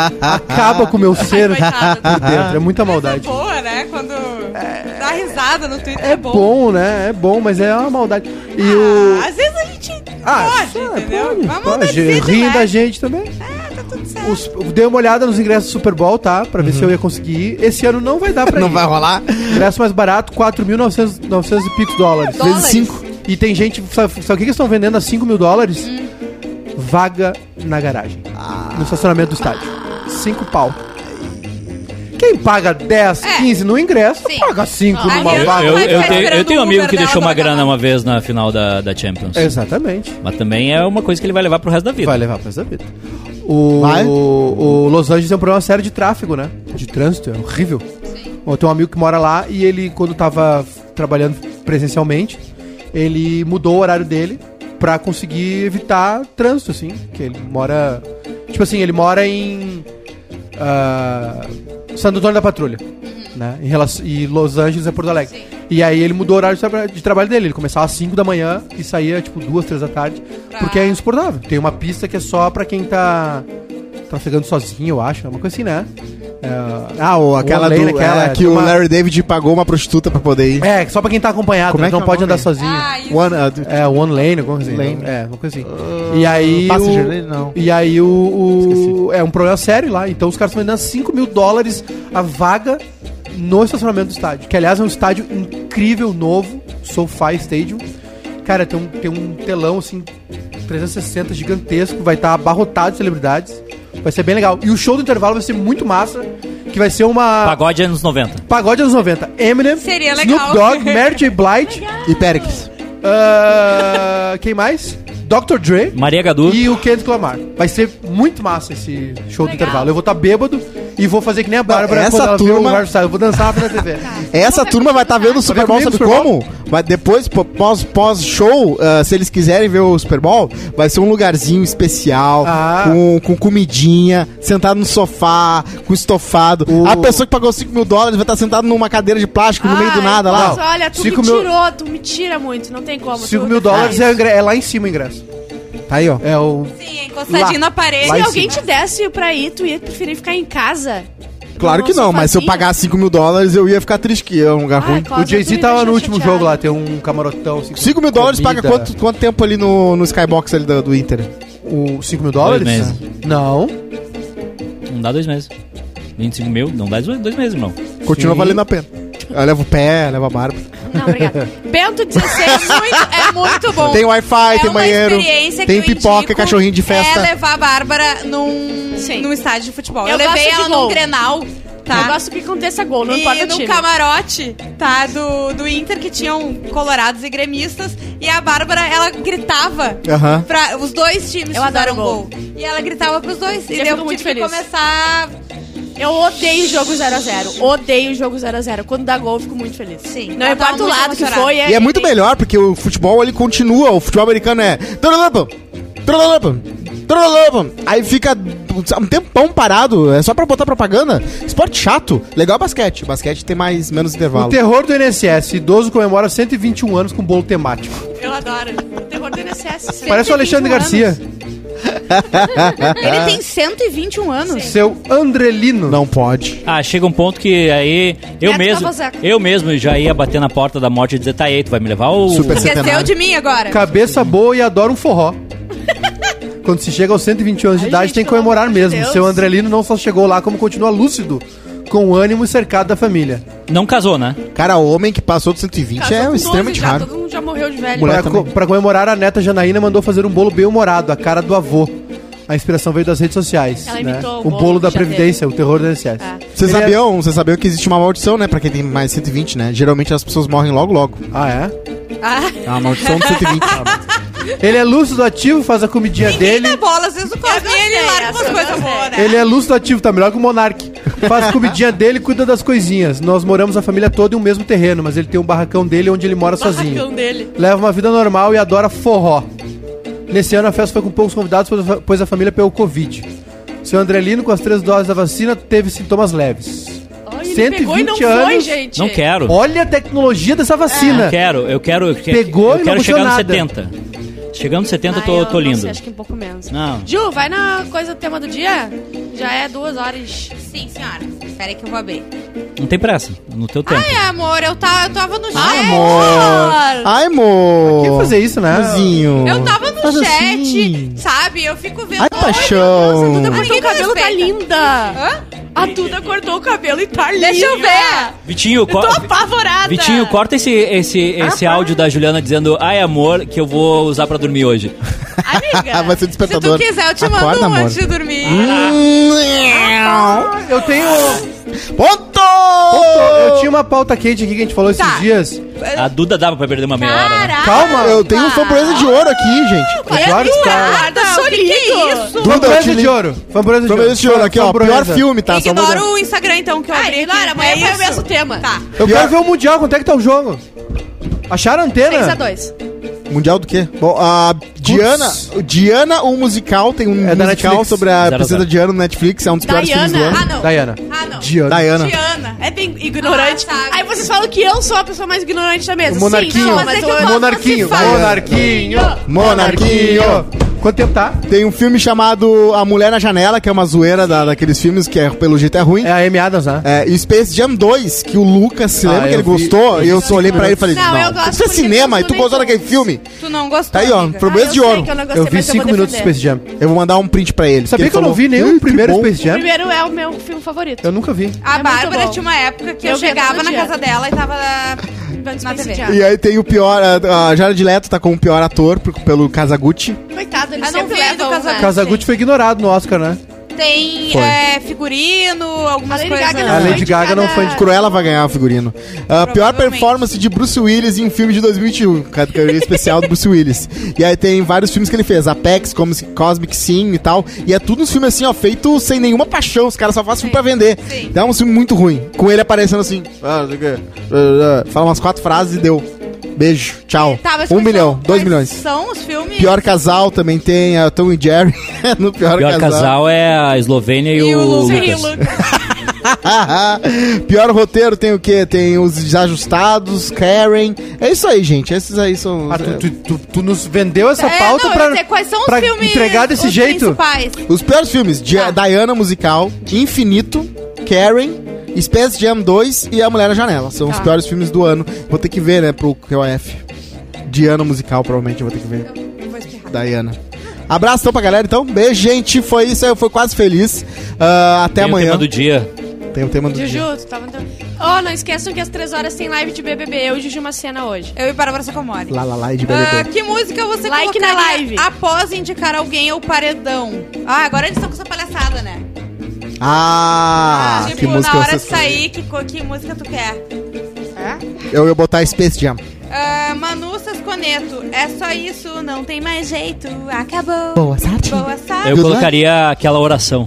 Speaker 1: acaba com o meu ser
Speaker 4: coitado.
Speaker 1: por dentro. É muita
Speaker 4: É
Speaker 1: maldade.
Speaker 4: boa, né? Quando dá risada no Twitter.
Speaker 1: É bom, né? É bom, mas é uma maldade. E
Speaker 4: Ah,
Speaker 1: o.
Speaker 4: às vezes a gente
Speaker 1: Ah,
Speaker 4: pode,
Speaker 1: é,
Speaker 4: entendeu?
Speaker 1: pode,
Speaker 4: Vamos
Speaker 1: pode.
Speaker 4: decidir,
Speaker 1: Riem
Speaker 4: né?
Speaker 1: da gente também.
Speaker 4: Ah, tá tudo certo.
Speaker 1: Os, dei uma olhada nos ingressos do Super Bowl, tá? Pra ver se eu ia conseguir. ir. Esse ano não vai dar pra
Speaker 3: Uhum. Não
Speaker 1: ir.
Speaker 3: vai rolar?
Speaker 1: Ingresso mais barato, 4.900 900 e picos dólares.
Speaker 4: Dólares.
Speaker 1: Vezes 5. E tem gente, sabe, sabe o que que eles estão vendendo a 5 mil dólares?
Speaker 4: Hum.
Speaker 1: Vaga na garagem. No estacionamento do estádio. 5 pau. Quem paga 10,
Speaker 4: É.
Speaker 1: 15 no ingresso,
Speaker 4: Sim.
Speaker 1: paga 5
Speaker 4: Ah,
Speaker 1: numa
Speaker 4: eu-
Speaker 1: vaga.
Speaker 2: Eu,
Speaker 4: Vai ficar
Speaker 2: eu tenho,
Speaker 4: esperando
Speaker 2: eu tenho um
Speaker 4: o
Speaker 2: amigo
Speaker 4: Uber
Speaker 2: que deixou
Speaker 4: dela
Speaker 2: uma
Speaker 4: pra
Speaker 2: grana
Speaker 4: acabar.
Speaker 2: uma vez na final da, da Champions.
Speaker 3: É.
Speaker 1: Exatamente.
Speaker 2: Mas também é uma coisa que ele vai levar pro resto da vida.
Speaker 1: Vai levar pra essa vida. O,
Speaker 3: Vai?
Speaker 1: o, o Los Angeles é um problema sério de tráfego, né? De trânsito, é horrível. Eu tenho um amigo que mora lá e ele, quando tava trabalhando presencialmente, ele mudou o horário dele pra conseguir evitar trânsito, assim. Que ele mora. Tipo assim, ele mora em. ah, Santo Antônio da Patrulha. Né? Em relação, e Los Angeles é Porto Alegre. E aí ele mudou o horário de, tra- de trabalho dele. Ele começava às 5 da manhã e saía tipo 2, 3 da tarde. Porque é insuportável. Tem uma pista que é só pra quem tá trafegando sozinho, eu acho. É uma coisa assim, né? É,
Speaker 3: Ah, o, aquela
Speaker 1: Uma lei
Speaker 3: do,
Speaker 1: naquela,
Speaker 3: é, que
Speaker 1: tem
Speaker 3: o
Speaker 1: uma-
Speaker 3: Larry David pagou uma prostituta pra poder ir.
Speaker 1: é, só pra quem tá acompanhado,
Speaker 3: Como é
Speaker 1: né?
Speaker 3: que
Speaker 1: não
Speaker 3: é o
Speaker 1: pode
Speaker 3: nome?
Speaker 1: andar sozinho.
Speaker 4: Ah, isso.
Speaker 3: One, uh,
Speaker 1: É, One Lane, alguma coisa assim.
Speaker 3: Lane.
Speaker 1: É, uma coisa assim. e aí.
Speaker 3: Ah, Passenger
Speaker 1: o-
Speaker 3: Lane, não.
Speaker 1: E aí o. o- é um problema sério lá. Então os caras estão vendendo 5 mil dólares a vaga no estacionamento do estádio. Que aliás é um estádio incrível, novo, SoFi Stadium. Cara, tem um, tem um telão assim, 360 gigantesco, vai estar abarrotado de celebridades. Vai ser bem legal. E o show do intervalo vai ser muito massa, que vai ser uma.
Speaker 2: Pagode anos 90.
Speaker 1: Pagode anos 90. Eminem,
Speaker 4: Seria
Speaker 1: Snoop
Speaker 4: legal.
Speaker 1: Dogg, Mary
Speaker 4: (laughs)
Speaker 1: J. Blige,
Speaker 3: e Pericles.
Speaker 1: ah, quem mais? Dr. Dre
Speaker 2: Maria Gadu.
Speaker 1: e o Kendrick Lamar. Vai ser muito massa esse show do intervalo. Eu vou estar bêbado e vou fazer que nem a Bárbara
Speaker 3: essa
Speaker 1: quando ela viu o
Speaker 3: turma-
Speaker 1: Hardstyle. Eu vou dançar na TV.
Speaker 3: Essa turma vai estar vendo o Super Bowl,
Speaker 1: comigo
Speaker 3: sabe
Speaker 1: o Super
Speaker 3: como? Vai depois, pô- pós- pós-show, ah, se eles quiserem ver o Super Bowl, vai ser um lugarzinho especial,
Speaker 1: Ah.
Speaker 3: com, com comidinha, sentado no sofá, com estofado.
Speaker 1: O-
Speaker 3: A pessoa que pagou 5 mil dólares vai estar sentado numa cadeira de plástico no meio do
Speaker 5: Ai,
Speaker 3: nada lá.
Speaker 5: Mas olha, tu
Speaker 1: Cinco
Speaker 5: me
Speaker 1: mil-
Speaker 5: tirou, tu me tira muito, não tem como.
Speaker 1: 5
Speaker 5: tu-
Speaker 1: mil dólares
Speaker 5: Ah,
Speaker 1: é,
Speaker 5: isso.
Speaker 1: ingre- é lá em cima o ingresso.
Speaker 3: Tá aí, ó.
Speaker 1: É o...
Speaker 4: Sim, encostadinho na parede.
Speaker 1: Lá
Speaker 5: Se
Speaker 1: em
Speaker 5: alguém te desse pra ir, tu ia preferir ficar em casa?
Speaker 3: Claro que
Speaker 5: Num
Speaker 3: não, mas se eu
Speaker 5: sofazinho?
Speaker 3: pagar 5 mil dólares, eu ia ficar triste que é um lugar
Speaker 5: Ai,
Speaker 3: ruim.
Speaker 5: Cosma,
Speaker 1: o Jay-Z
Speaker 5: tu me
Speaker 1: tava no
Speaker 5: deixou
Speaker 1: último
Speaker 5: chateada.
Speaker 1: jogo lá, tem um camarotão.
Speaker 3: 5 mil dólares paga quanto, quanto tempo ali no, no skybox ali do, do Inter?
Speaker 1: 5 mil dólares?
Speaker 2: meses.
Speaker 1: Não.
Speaker 2: Não dá dois meses. 25 mil, não dá dois dois meses, irmão.
Speaker 3: Continua
Speaker 1: Sim.
Speaker 3: valendo a pena. Eu levo o pé, levo a barba.
Speaker 5: Não, obrigada. Bento 16
Speaker 4: É muito, é muito bom.
Speaker 3: Tem Wi-Fi,
Speaker 4: É
Speaker 3: tem
Speaker 4: uma
Speaker 3: banheiro,
Speaker 4: experiência que
Speaker 3: tem
Speaker 4: eu
Speaker 3: pipoca,
Speaker 4: indico
Speaker 3: cachorrinho de
Speaker 4: É
Speaker 3: festa.
Speaker 4: levar a Bárbara num,
Speaker 5: Sim.
Speaker 4: num estádio de futebol. Eu,
Speaker 5: Eu
Speaker 4: levei
Speaker 5: gosto de
Speaker 4: ela
Speaker 5: gol.
Speaker 4: num Grenal,
Speaker 5: Eu
Speaker 4: tá?
Speaker 5: gosto que aconteça gol, não
Speaker 4: E
Speaker 5: importa o
Speaker 4: no
Speaker 5: time.
Speaker 4: camarote, tá? Do, do Inter, que tinham colorados e gremistas. E a Bárbara, ela gritava
Speaker 3: Aham.
Speaker 4: pra... Os dois times
Speaker 5: Eu adoro
Speaker 4: fizeram gol. E ela gritava pros dois. E
Speaker 5: Eu
Speaker 4: daí eu
Speaker 5: fico
Speaker 4: tive
Speaker 5: muito
Speaker 4: que
Speaker 5: feliz.
Speaker 4: começar...
Speaker 5: Eu odeio jogo 0x0. Odeio jogo 0x0. Quando dá gol, eu fico muito feliz.
Speaker 4: Sim.
Speaker 5: Não
Speaker 4: Dá
Speaker 5: importa o
Speaker 4: muito
Speaker 5: lado que
Speaker 4: emocionado.
Speaker 5: foi.
Speaker 3: E é muito melhor, porque o futebol ele continua, o futebol americano é. "Tararapam, tararapam, tararapam". Aí fica um tempão parado, é só pra botar propaganda. Esporte chato, legal é basquete. Basquete tem mais menos
Speaker 1: O
Speaker 3: intervalo.
Speaker 1: terror do INSS. Idoso comemora 121 anos com bolo temático.
Speaker 5: Eu adoro. O terror do NSS. é
Speaker 1: Parece o Alexandre
Speaker 5: 121 anos.
Speaker 1: Garcia.
Speaker 3: É?
Speaker 4: Ele tem 121 anos.
Speaker 1: Seu Andrelino.
Speaker 3: Não pode.
Speaker 2: Ah, chega um ponto que aí
Speaker 4: tá
Speaker 2: eu
Speaker 5: Neto
Speaker 2: mesmo,
Speaker 5: Cavazaca.
Speaker 2: eu mesmo já ia bater na porta da morte e dizer, tá aí, tu vai me levar ou...
Speaker 3: Super
Speaker 4: Uh, Esqueceu
Speaker 3: centenário.
Speaker 4: de mim agora.
Speaker 1: Cabeça boa e adora um
Speaker 5: (laughs)
Speaker 1: forró. Quando se chega aos 120 anos de
Speaker 5: Ai,
Speaker 1: idade,
Speaker 5: gente,
Speaker 1: tem que
Speaker 5: pelo
Speaker 1: comemorar
Speaker 5: amor de
Speaker 1: mesmo.
Speaker 5: Deus.
Speaker 1: Seu Andrelino não só chegou lá, como continua lúcido, com ânimo e cercado da família.
Speaker 2: Não casou, né?
Speaker 3: Cara, homem que passou dos 120
Speaker 5: Casou
Speaker 3: é
Speaker 5: com 12
Speaker 3: extremamente
Speaker 5: já,
Speaker 3: raro.
Speaker 5: Todo mundo já morreu de velho.
Speaker 3: Mulher
Speaker 1: Pra, co- pra comemorar, a neta Janaína mandou fazer um bolo bem-humorado, a cara do avô. A inspiração veio das redes sociais.
Speaker 5: Ela
Speaker 1: né?
Speaker 5: imitou o
Speaker 1: O
Speaker 5: bolo
Speaker 1: bolo da
Speaker 5: que já Ah.
Speaker 1: Previdência, o terror das SES.
Speaker 3: Vocês
Speaker 1: Ele é-
Speaker 3: sabiam, vocês sabiam que existe uma maldição, né? Pra quem tem mais 120, né? Geralmente as pessoas morrem logo, logo.
Speaker 1: Ah, é?
Speaker 3: É uma maldição de (laughs) 120.
Speaker 1: Ele é lúcido ativo, faz a comidinha
Speaker 4: Ele
Speaker 1: dele.
Speaker 5: tá
Speaker 4: dá bola, às vezes o Cosme ele é larga umas coisas boas, né?
Speaker 1: Ele é lúcido ativo, tá melhor que o Monark. Faz a comidinha dele e cuida das coisinhas. Nós moramos a família toda em um mesmo terreno, mas ele tem um barracão dele onde ele mora sozinho.
Speaker 5: dele.
Speaker 1: Leva uma vida normal e adora forró. Nesse ano a festa foi com poucos convidados, pois a- pois a família pegou Covid. Seu Andrelino, com as três doses da vacina, teve sintomas leves.
Speaker 5: Ai, ele pegou e não foi, gente.
Speaker 2: Não quero.
Speaker 1: Olha a tecnologia dessa vacina.
Speaker 2: Não quero, eu quero... Eu quero,
Speaker 1: Pegou
Speaker 2: eu
Speaker 1: e
Speaker 2: quero
Speaker 1: não
Speaker 2: chegar nos
Speaker 1: puxou
Speaker 2: 70. Chegando nos 70 eu
Speaker 5: Ai,
Speaker 2: tô, tô
Speaker 5: não
Speaker 2: lindo.
Speaker 5: sei, acho que um pouco menos.
Speaker 2: Não.
Speaker 5: Ju, vai na coisa do tema do dia? Já é duas horas.
Speaker 4: Sim, senhora. Espera aí que eu vou abrir.
Speaker 2: Não tem pressa, no teu tempo.
Speaker 4: Ai, amor, eu, tá, eu tava no chat.
Speaker 3: Ai, amor! Ai, amor!
Speaker 1: Quem fazer isso, né?
Speaker 3: Mozinho.
Speaker 4: Eu tava no
Speaker 3: Faz
Speaker 4: chat,
Speaker 3: assim.
Speaker 4: sabe? Eu fico vendo.
Speaker 3: Ai,
Speaker 4: Ai,
Speaker 3: paixão!
Speaker 4: Deus, Duda,
Speaker 5: Ai,
Speaker 4: Ninguém
Speaker 5: teu cabelo
Speaker 4: respeita.
Speaker 5: tá linda.
Speaker 4: Hã?
Speaker 5: A Duda cortou o cabelo e tá linda.
Speaker 4: Deixa eu ver.
Speaker 2: Vitinho,
Speaker 5: Eu tô
Speaker 2: corta.
Speaker 5: apavorada.
Speaker 2: Vitinho, corta esse, esse, esse áudio da Juliana dizendo, ai amor, que eu vou usar pra dormir hoje.
Speaker 3: Ah, (laughs) vai
Speaker 5: Amiga.
Speaker 3: ser
Speaker 4: Se
Speaker 3: despertador.
Speaker 4: tu quiser, eu te mando
Speaker 3: Acorda,
Speaker 4: um
Speaker 3: amor.
Speaker 4: antes de dormir.
Speaker 3: Hum,
Speaker 1: Eu tenho.
Speaker 3: Ponto!
Speaker 1: Eu tinha uma pauta quente aqui que a gente falou esses
Speaker 4: Tá.
Speaker 1: dias.
Speaker 2: A Duda dava pra perder uma meia hora. né?
Speaker 4: Caraca!
Speaker 1: Calma,
Speaker 3: Eu tenho
Speaker 4: tá.
Speaker 3: um framboesa de ouro aqui, gente.
Speaker 4: Olha
Speaker 1: Eduardo
Speaker 4: aqui,
Speaker 1: Scar.
Speaker 4: Eduardo, o que que é
Speaker 5: Solito.
Speaker 4: isso?
Speaker 3: Duda, eu te
Speaker 1: tá. Framboesa de
Speaker 3: ligo.
Speaker 1: ouro. Framboesa de ouro.
Speaker 3: Framboesa de ouro aqui, ó. Pior
Speaker 1: Framboesa.
Speaker 3: filme, tá? Só
Speaker 4: Ignora
Speaker 3: mudando.
Speaker 4: o Instagram, então, que eu
Speaker 5: Ai,
Speaker 4: abri aqui.
Speaker 5: Lara, amanhã
Speaker 4: É
Speaker 5: foi o
Speaker 4: isso.
Speaker 5: mesmo tema.
Speaker 4: Tá.
Speaker 1: Eu
Speaker 3: Pior-
Speaker 1: quero ver o Mundial, quanto é que tá o jogo? Acharam a
Speaker 5: 3 a
Speaker 1: antena?
Speaker 5: 2
Speaker 3: Mundial do quê? Bom, a Diana, o Diana, o musical, tem um
Speaker 1: É da
Speaker 3: musical
Speaker 1: Netflix.
Speaker 3: sobre a
Speaker 2: Zero,
Speaker 3: princesa
Speaker 2: zero.
Speaker 3: Diana no Netflix, é um dos piores filmes do
Speaker 5: Diana.
Speaker 3: ano.
Speaker 4: Ah, não.
Speaker 1: Diana.
Speaker 4: Ah, não.
Speaker 1: Diana.
Speaker 3: Diana.
Speaker 4: Diana.
Speaker 5: É bem ignorante.
Speaker 4: Ah, sabe.
Speaker 5: Aí vocês falam que eu sou a pessoa mais ignorante da mesa.
Speaker 3: Monarquinho.
Speaker 5: Sim, não,
Speaker 4: Mas
Speaker 5: mas
Speaker 4: é
Speaker 5: é
Speaker 4: que eu falo-
Speaker 1: Monarquinho.
Speaker 4: Não se fala.
Speaker 1: Monarquinho.
Speaker 3: Monarquinho.
Speaker 1: Quanto tempo tá?
Speaker 3: Tem um filme chamado A Mulher na Janela, que é uma zoeira da- daqueles filmes que é, pelo jeito é ruim.
Speaker 1: É a Amy Adams, né?
Speaker 3: É, e Space Jam 2, que o Lucas, se lembra
Speaker 1: Ah,
Speaker 3: que ele
Speaker 1: eu vi-
Speaker 3: gostou? E eu só olhei pra ele e falei, não,
Speaker 5: Não, eu gosto
Speaker 3: isso é
Speaker 5: porque
Speaker 3: cinema, e
Speaker 5: eu
Speaker 3: tu gostou
Speaker 5: também
Speaker 3: daquele filme?
Speaker 4: Tu não gostou,
Speaker 3: Tá aí, ó,
Speaker 4: amiga.
Speaker 3: problema
Speaker 5: Ah,
Speaker 3: de
Speaker 5: eu sei
Speaker 3: ouro.
Speaker 5: que eu não gostei,
Speaker 1: Eu vi
Speaker 5: mas
Speaker 1: 5
Speaker 5: vou
Speaker 1: minutos do
Speaker 5: defender.
Speaker 1: Space Jam.
Speaker 3: Eu vou mandar um print pra ele.
Speaker 1: Sabia
Speaker 3: porque
Speaker 1: que eu não
Speaker 3: falou,
Speaker 1: vi
Speaker 3: "Ih,
Speaker 1: nenhum
Speaker 3: que
Speaker 1: primeiro
Speaker 3: bom."
Speaker 1: Space
Speaker 5: O
Speaker 1: Jam?
Speaker 5: primeiro é o meu filme favorito.
Speaker 1: Eu nunca vi.
Speaker 4: A
Speaker 5: É muito
Speaker 4: Bárbara
Speaker 5: bom.
Speaker 4: tinha uma época que eu,
Speaker 5: Eu via
Speaker 4: chegava
Speaker 5: todo
Speaker 4: na
Speaker 5: dia.
Speaker 4: casa dela e tava na,
Speaker 5: Vamos
Speaker 4: na
Speaker 5: Space
Speaker 4: TV.
Speaker 5: Jam.
Speaker 3: E aí tem o pior, a, a Jared Leto tá como o pior ator por- pelo Kazaguchi.
Speaker 5: Coitado, ele
Speaker 4: Ah, não
Speaker 5: sempre
Speaker 4: vi ele
Speaker 5: leva
Speaker 4: do
Speaker 5: uma.
Speaker 4: casamento.
Speaker 1: Kazaguchi foi ignorado no Oscar, né?
Speaker 4: Tem
Speaker 3: Foi.
Speaker 4: é, figurino, algumas
Speaker 5: Lady
Speaker 4: coisas.
Speaker 5: Gaga
Speaker 1: A
Speaker 5: Não,
Speaker 1: Lady
Speaker 5: foi
Speaker 1: Gaga não
Speaker 5: indicada-
Speaker 1: foi de
Speaker 3: Cruella vai ganhar o figurino. A pior
Speaker 4: Provavelmente.
Speaker 3: performance de Bruce Willis em um filme de 2021. Categoria especial do Bruce Willis. E aí tem vários filmes que ele fez. Apex, Comis- Cosmic Sim e tal. E é tudo uns filmes assim, ó, feito sem nenhuma paixão. Os caras só fazem filme pra vender.
Speaker 4: Sim.
Speaker 3: Dá um filme muito ruim. Com ele aparecendo assim. ah, não sei o quê. Ah, ah. Fala umas quatro frases e deu. Beijo, tchau.
Speaker 4: Tá, mas
Speaker 3: um
Speaker 4: quais
Speaker 3: milhão,
Speaker 4: são-
Speaker 3: dois
Speaker 4: quais
Speaker 3: milhões.
Speaker 4: São os filmes.
Speaker 3: Pior casal também tem a Tom e Jerry (laughs) no pior,
Speaker 2: O pior
Speaker 3: casal.
Speaker 2: casal é a Eslovênia e, o, Lucas.
Speaker 3: (laughs) Pior roteiro tem o quê? Tem os desajustados, Karen. É isso aí, gente. Esses aí são. os-
Speaker 1: Ah, tu, tu, tu- tu nos vendeu essa
Speaker 4: É,
Speaker 1: pauta
Speaker 4: não, eu
Speaker 1: pra,
Speaker 4: ia dizer, quais são os
Speaker 1: pra
Speaker 4: filmes
Speaker 1: entregar desse
Speaker 4: os
Speaker 1: jeito?
Speaker 4: principais?
Speaker 3: Os piores filmes: Di-
Speaker 4: Ah.
Speaker 3: Diana Musical, Infinito, Karen, Space Jam 2 e A Mulher na Janela. São os
Speaker 4: Tá.
Speaker 3: piores filmes do ano. Vou ter que ver, né, pro QF. Diana Musical, provavelmente eu vou ter que ver.
Speaker 4: Eu vou espirrar.
Speaker 3: Diana. Abraço então pra galera, então. Beijo, gente. Foi isso aí, eu fui quase feliz. Ah, até
Speaker 2: Tem o
Speaker 3: amanhã.
Speaker 2: tema do dia.
Speaker 3: Tem o tema do dia.
Speaker 5: Juju, tu tava no teu... Oh, não esqueçam que às três horas tem live de BBB. Eu e Juju uma cena hoje.
Speaker 4: Eu e Bárbara Sacomori.
Speaker 3: Lá, lá, lá e de
Speaker 4: Ah,
Speaker 3: BBB.
Speaker 4: que música você
Speaker 5: Like
Speaker 4: colocaria
Speaker 5: na live.
Speaker 4: após indicar alguém ao paredão? Ah, agora eles estão com essa palhaçada, né?
Speaker 3: Ah,
Speaker 4: tipo,
Speaker 3: que música
Speaker 4: na hora
Speaker 3: vocês
Speaker 4: de sair, que, co- que música tu quer?
Speaker 3: Eu ia botar Space Jam.
Speaker 4: Ah, Manu Sasconeto, é só isso, não tem mais jeito, acabou.
Speaker 7: Boa sorte.
Speaker 4: Boa sorte.
Speaker 2: Eu
Speaker 3: Good
Speaker 2: colocaria aquela oração.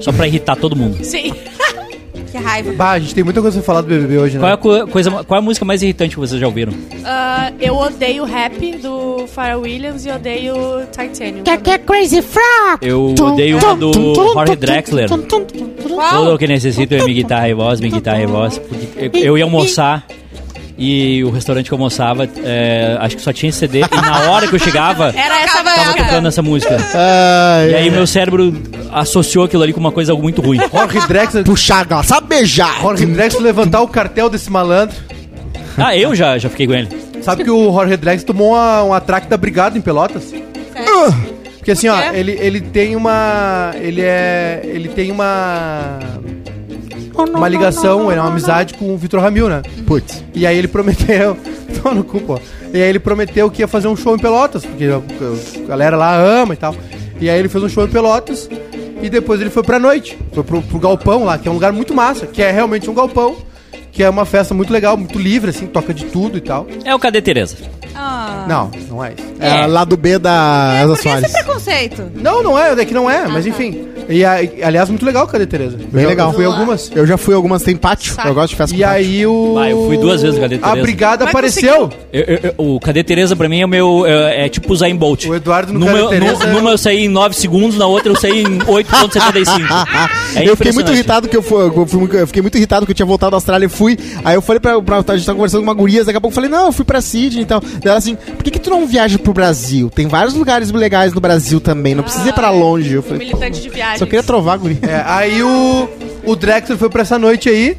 Speaker 2: Só pra irritar todo mundo.
Speaker 5: Sim.
Speaker 4: Que raiva.
Speaker 1: Bah, a gente tem muita coisa pra falar do BBB hoje, né?
Speaker 2: Qual é a, co- coisa, qual é a música mais irritante que vocês já ouviram?
Speaker 5: Ah, eu odeio rap do Pharrell Williams e odeio Titanium.
Speaker 7: Que que é Crazy Frog?
Speaker 2: Eu
Speaker 7: Tum,
Speaker 2: odeio
Speaker 7: tum,
Speaker 2: uma do
Speaker 7: tum, tum,
Speaker 2: Jorge
Speaker 7: tum,
Speaker 2: Drexler.
Speaker 7: tum, tum, tum, tum, tum.
Speaker 4: Qual?
Speaker 2: Tudo que necessito é minha guitarra e voz, minha guitarra e voz. Porque eu- Eu ia almoçar E o restaurante que eu almoçava, é, acho que só tinha esse CD. E na hora que eu
Speaker 5: (laughs)
Speaker 2: chegava,
Speaker 5: Era essa
Speaker 4: Tava
Speaker 2: tava
Speaker 5: baiana.
Speaker 2: tocando essa música.
Speaker 3: Ai,
Speaker 2: E aí meu cérebro associou aquilo ali com uma coisa muito
Speaker 5: (laughs)
Speaker 2: ruim.
Speaker 1: Jorge Drexler,
Speaker 3: (laughs) Puxar, ela sabe beijar.
Speaker 1: Jorge Drexler levantar o cartel desse malandro.
Speaker 2: Ah, eu já, já fiquei com ele.
Speaker 1: Sabe que o Jorge Drexler tomou uma- um atraque da Brigada em Pelotas? Porque assim, ó,
Speaker 4: É. Por quê?
Speaker 1: ele, ele tem uma. Ele é. Ele tem uma. Uma ligação, é uma amizade com o Vitor Ramil, né?
Speaker 3: Putz.
Speaker 1: E aí ele prometeu. (laughs) Toma no cu, pô. E aí ele prometeu que ia fazer um show em Pelotas, porque a a galera lá ama e tal. E aí ele fez um show em Pelotas e depois ele foi pra noite. Foi pro, pro galpão lá, que é um lugar muito massa, que é realmente um galpão, que é uma festa muito legal, muito livre, assim, toca de tudo e tal.
Speaker 2: É o Cadê Tereza?
Speaker 4: Ah.
Speaker 1: Não, não é isso.
Speaker 3: É, lá do B
Speaker 2: É,
Speaker 3: da Elza
Speaker 4: Por que esse é
Speaker 3: Soares.
Speaker 4: preconceito?
Speaker 1: Não, não é, é que não é, mas enfim. E aí, aliás, muito legal, cadê Tereza?
Speaker 3: Bem
Speaker 1: Eu-
Speaker 3: legal.
Speaker 1: Eu fui algumas.
Speaker 3: Eu já fui algumas, tem pátio. Eu gosto de festa
Speaker 1: E aí o.
Speaker 2: Ah, eu fui duas vezes no Cadê
Speaker 1: A
Speaker 2: Tereza.
Speaker 1: brigada
Speaker 5: Mas
Speaker 1: apareceu.
Speaker 2: Eu- eu- eu- o Cadê Tereza pra mim é o meu. É, é tipo o Zayn Bolt.
Speaker 1: O Eduardo no
Speaker 2: numa,
Speaker 1: Cadê Tereza
Speaker 2: nu-
Speaker 1: é-
Speaker 2: numa eu saí em 9 segundos, na outra eu saí em
Speaker 3: (laughs)
Speaker 2: 8,75.
Speaker 3: Ah, eu fiquei muito
Speaker 2: É impressionante.
Speaker 3: irritado que eu fui, eu fui muito- eu fiquei muito irritado que eu tinha voltado da Austrália e fui. Aí eu falei pra, pra- a gente tava conversando com uma guria, daqui a pouco eu falei, não, eu fui pra Sydney e tal. Daí ela assim, por que, que tu não viaja pro Brasil? Tem vários lugares legais no Brasil também, não precisa ir
Speaker 2: Ah,
Speaker 3: pra
Speaker 2: é.
Speaker 3: longe. Eu falei,
Speaker 5: Militante
Speaker 2: assim.
Speaker 5: de viagem.
Speaker 3: só queria trovar, guria.
Speaker 1: É, aí o, o Drexler foi pra essa noite aí.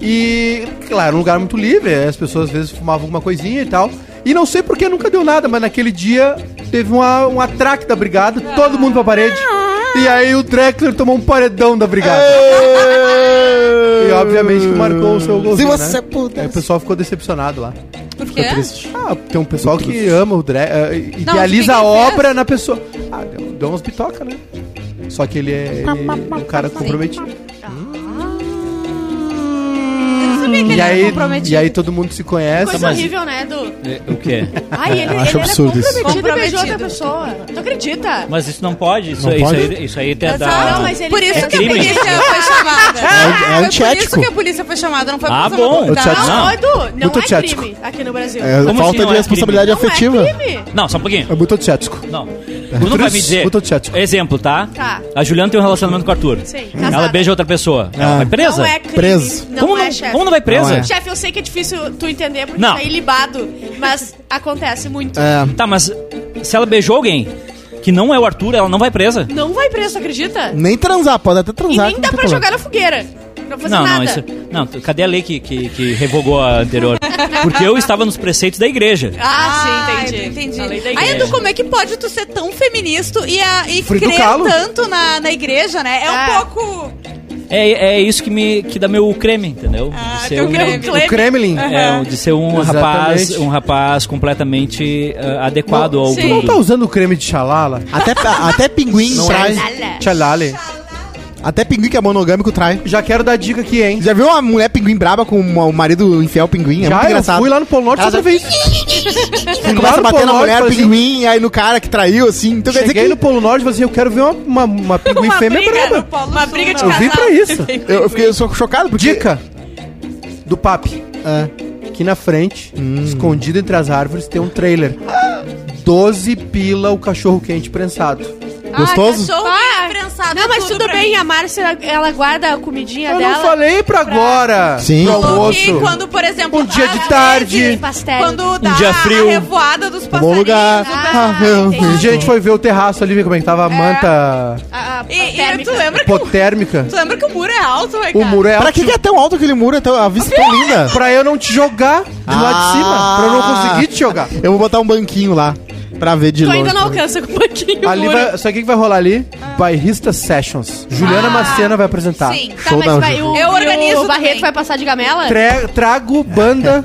Speaker 1: E, claro, um lugar muito livre. As pessoas às vezes fumavam alguma coisinha e tal. E não sei porque nunca deu nada, mas naquele dia teve uma, um atraque da brigada, todo mundo pra parede. E aí o Drexler tomou um paredão da brigada. É. E obviamente que marcou o seu golzinho,
Speaker 3: Se você
Speaker 1: né?
Speaker 3: pudesse.
Speaker 1: Aí o pessoal ficou decepcionado lá.
Speaker 4: Por quê?
Speaker 1: Ah, tem um pessoal que ama o Dre, eh,
Speaker 4: Não,
Speaker 1: idealiza
Speaker 4: mas
Speaker 1: a
Speaker 4: o que que ele
Speaker 1: obra na pessoa. Ah, deu, deu umas bitoca, né? Só que ele é, ele é um cara comprometido.
Speaker 4: Eu não sabia que
Speaker 1: E
Speaker 4: ele
Speaker 1: aí,
Speaker 4: era comprometido.
Speaker 1: e aí todo mundo se conhece.
Speaker 5: Coisa
Speaker 2: mas-
Speaker 5: horrível, né, Edu?
Speaker 2: É, O quê?
Speaker 5: Ai, ele,
Speaker 3: Eu
Speaker 5: ele
Speaker 3: acho
Speaker 5: era
Speaker 3: absurdo isso.
Speaker 5: comprometido, e beijou
Speaker 4: Comprometido.
Speaker 5: outra pessoa. Tu acredita?
Speaker 2: Mas isso não pode. Isso,
Speaker 3: Não
Speaker 2: isso
Speaker 3: pode?
Speaker 2: aí, isso aí até
Speaker 4: Exato.
Speaker 2: dá.
Speaker 5: Não, mas ele-
Speaker 4: Por isso
Speaker 5: é
Speaker 4: que a
Speaker 2: crime.
Speaker 4: polícia foi chamada.
Speaker 3: É- é
Speaker 4: foi por
Speaker 3: antiético.
Speaker 4: isso que a polícia foi chamada, não foi por
Speaker 2: Ah,
Speaker 4: causa
Speaker 2: bom.
Speaker 4: da-
Speaker 1: Eu te
Speaker 4: Não,
Speaker 2: acho-
Speaker 5: Não,
Speaker 2: Não.
Speaker 5: Edu, não
Speaker 1: Muito
Speaker 5: é
Speaker 1: tchético.
Speaker 5: crime aqui no Brasil.
Speaker 3: É,
Speaker 2: Como assim
Speaker 3: falta
Speaker 2: não
Speaker 3: de
Speaker 2: é
Speaker 3: responsabilidade
Speaker 5: não
Speaker 3: afetiva.
Speaker 5: é crime.
Speaker 2: Não, só um pouquinho.
Speaker 1: É muito tchético.
Speaker 2: Não. Tu não vai me dizer.
Speaker 1: é Muito tchético.
Speaker 2: Exemplo, tá?
Speaker 5: Tá.
Speaker 2: A Juliana tem um relacionamento com o Arthur.
Speaker 5: Sim,
Speaker 2: Ela
Speaker 5: casada.
Speaker 2: beija outra pessoa.
Speaker 1: Ah.
Speaker 2: Ela vai presa?
Speaker 5: Não é crime.
Speaker 3: Preso.
Speaker 5: Não
Speaker 2: como,
Speaker 5: é,
Speaker 2: não,
Speaker 5: chefe.
Speaker 2: como não vai presa?
Speaker 3: Não é.
Speaker 5: Chefe, eu sei que é difícil tu entender porque
Speaker 2: Não.
Speaker 5: tá ilibado, mas acontece muito.
Speaker 3: É,
Speaker 2: Tá, mas se ela beijou alguém que não é o Arthur, ela não vai presa.
Speaker 5: Não vai preso, tu acredita?
Speaker 3: nem transar, pode até
Speaker 5: E
Speaker 3: transar.
Speaker 5: nem
Speaker 3: que
Speaker 5: dá
Speaker 3: tem
Speaker 5: pra
Speaker 3: problema.
Speaker 5: jogar na fogueira. Não fazer
Speaker 2: não,
Speaker 5: nada.
Speaker 2: não, isso. é- Não, tu- cadê a lei que, que, que revogou a
Speaker 5: (laughs)
Speaker 2: anterior? Porque eu estava nos preceitos da igreja.
Speaker 5: Ah,
Speaker 4: Ah,
Speaker 5: sim, entendi.
Speaker 4: entendi.
Speaker 5: Falei da
Speaker 4: Aí,
Speaker 5: igreja.
Speaker 4: Edu, como é que pode tu ser tão feminista e, a- e
Speaker 1: Free do
Speaker 4: crer
Speaker 1: calo.
Speaker 4: tanto na, na igreja, né? É,
Speaker 5: Ah.
Speaker 4: um pouco...
Speaker 2: É, é isso que me que dá meu creme, entendeu?
Speaker 4: Ah,
Speaker 2: de ser
Speaker 4: teu
Speaker 2: um,
Speaker 4: creme.
Speaker 1: O Kremlin.
Speaker 2: é, um- de ser um
Speaker 1: Exatamente.
Speaker 2: rapaz, um rapaz completamente ah, adequado ao
Speaker 1: Tu não tá usando o creme de xalala? é?
Speaker 3: Até, até pinguim trai.
Speaker 1: Xalale.
Speaker 3: Até pinguim que é monogâmico trai.
Speaker 1: Já quero dar dica aqui, hein?
Speaker 3: Já viu uma mulher pinguim braba com uma- o marido infiel pinguim?
Speaker 1: Já,
Speaker 3: É muito
Speaker 1: eu
Speaker 3: engraçado.
Speaker 1: fui lá no Polo Norte
Speaker 3: Ela
Speaker 1: outra vez.
Speaker 3: Começa a bater na mulher
Speaker 1: pinguim.
Speaker 3: pinguim, e aí no cara que traiu, assim. Então quer dizer
Speaker 1: assim. Cheguei
Speaker 3: que
Speaker 1: no Polo Norte e falei assim, eu quero ver uma, uma, uma pinguim
Speaker 4: Uma
Speaker 1: fêmea
Speaker 4: briga, no
Speaker 1: braba.
Speaker 4: Polo
Speaker 5: Uma
Speaker 4: Sul,
Speaker 5: briga de
Speaker 4: não.
Speaker 1: Eu vim pra isso.
Speaker 3: Eu, eu fiquei só chocado porque.
Speaker 1: Dica do papi.
Speaker 3: É.
Speaker 1: Aqui na frente,
Speaker 3: Hum.
Speaker 1: escondido entre as árvores, tem um trailer. 12 pila o cachorro quente prensado.
Speaker 3: Gostoso?
Speaker 4: Ah, cachorro
Speaker 5: Ah,
Speaker 4: bem prensado,
Speaker 5: Não, mas tudo,
Speaker 4: pra
Speaker 5: bem,
Speaker 4: mim.
Speaker 5: a Márcia, ela guarda a comidinha
Speaker 1: Eu
Speaker 5: dela.
Speaker 1: não falei pra agora.
Speaker 3: Sim.
Speaker 1: Pro
Speaker 4: Falou
Speaker 1: almoço.
Speaker 4: que quando, por exemplo,
Speaker 1: Um dia
Speaker 4: dá
Speaker 1: de
Speaker 4: a
Speaker 1: tarde.
Speaker 4: rede,
Speaker 5: Um Pastel.
Speaker 4: Quando dá
Speaker 2: dia frio.
Speaker 4: a revoada dos
Speaker 3: Bom
Speaker 4: passarinhos.
Speaker 3: lugar. Ah, eu-
Speaker 1: A gente foi ver o terraço ali, ver como é que tava a manta
Speaker 5: A, a, a
Speaker 4: E, e
Speaker 5: térmica.
Speaker 4: tu lembra que o,
Speaker 1: hipotérmica.
Speaker 4: tu lembra que o muro é alto,
Speaker 1: O
Speaker 4: Ricardo?
Speaker 1: muro é
Speaker 3: Pra
Speaker 1: alto.
Speaker 3: que, que é tão alto aquele muro? É tão- a vista é tão linda.
Speaker 1: Pra eu não te jogar de lá de cima.
Speaker 3: Ah.
Speaker 1: Pra eu não conseguir te jogar.
Speaker 3: Eu vou botar um banquinho lá pra ver de
Speaker 5: Tu
Speaker 3: longe.
Speaker 5: ainda não alcança com um pouquinho
Speaker 1: Ali
Speaker 5: o muro.
Speaker 1: vai, sabe o que que vai rolar ali? Bairrista Sessions. Juliana Macena vai apresentar.
Speaker 4: Sim.
Speaker 3: Show da
Speaker 5: mas vai, o,
Speaker 4: Eu
Speaker 5: e
Speaker 4: organizo
Speaker 5: o Barreto
Speaker 4: também.
Speaker 5: vai passar de gamela?
Speaker 1: Tre- trago banda.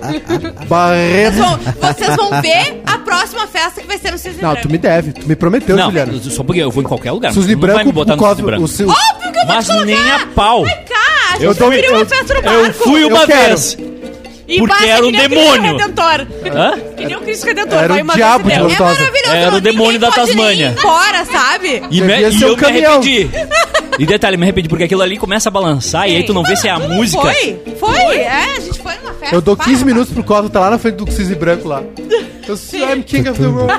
Speaker 4: Vocês
Speaker 1: Barreto.
Speaker 4: vão, vocês vão ver a próxima festa que vai ser no Cisne
Speaker 1: Não, tu
Speaker 4: Branco.
Speaker 1: me deve. Tu me prometeu,
Speaker 2: Não,
Speaker 1: Juliana.
Speaker 2: só porque eu vou em qualquer lugar.
Speaker 1: Suzy
Speaker 2: não vai me
Speaker 1: Branco,
Speaker 2: botar
Speaker 1: o
Speaker 2: no Suzy
Speaker 1: Cosmo.
Speaker 2: Branco.
Speaker 1: O seu...
Speaker 4: Óbvio que eu vou
Speaker 2: Mas
Speaker 4: te colocar.
Speaker 2: nem a pau.
Speaker 4: Vai cá, a gente
Speaker 1: Eu
Speaker 4: eu
Speaker 1: dou-
Speaker 4: queria uma
Speaker 1: eu-
Speaker 4: festa no barco.
Speaker 2: Eu fui uma
Speaker 1: Eu quero.
Speaker 2: vez.
Speaker 5: E
Speaker 2: Porque
Speaker 5: Márcia
Speaker 2: era um
Speaker 5: que nem o
Speaker 2: demônio.
Speaker 5: Cristo Redentor.
Speaker 2: Hã?
Speaker 5: Que nem o Cristo Redentor.
Speaker 1: Era
Speaker 5: vai
Speaker 1: o
Speaker 5: uma
Speaker 1: diabo
Speaker 5: vez e
Speaker 1: de
Speaker 5: deu.
Speaker 1: você.
Speaker 4: É maravilhoso.
Speaker 2: Era o
Speaker 4: não,
Speaker 2: demônio
Speaker 4: ninguém
Speaker 2: da
Speaker 4: pode nem
Speaker 2: Tasmânia.
Speaker 4: ir embora, sabe?
Speaker 2: E, me,
Speaker 1: Devia
Speaker 2: e
Speaker 1: ser
Speaker 2: eu
Speaker 1: um caminhão.
Speaker 2: me arrependi. E detalhe, me arrependi porque aquilo ali começa a balançar e aí tu não vê se é a
Speaker 4: Tu não
Speaker 2: música.
Speaker 4: Foi? Foi? É, a gente foi numa festa.
Speaker 1: Eu dou
Speaker 4: pá,
Speaker 1: 15
Speaker 4: pá.
Speaker 1: minutos pro Cosmo, tá lá na frente do Cisne Branco lá. Eu sou I'm King of the World.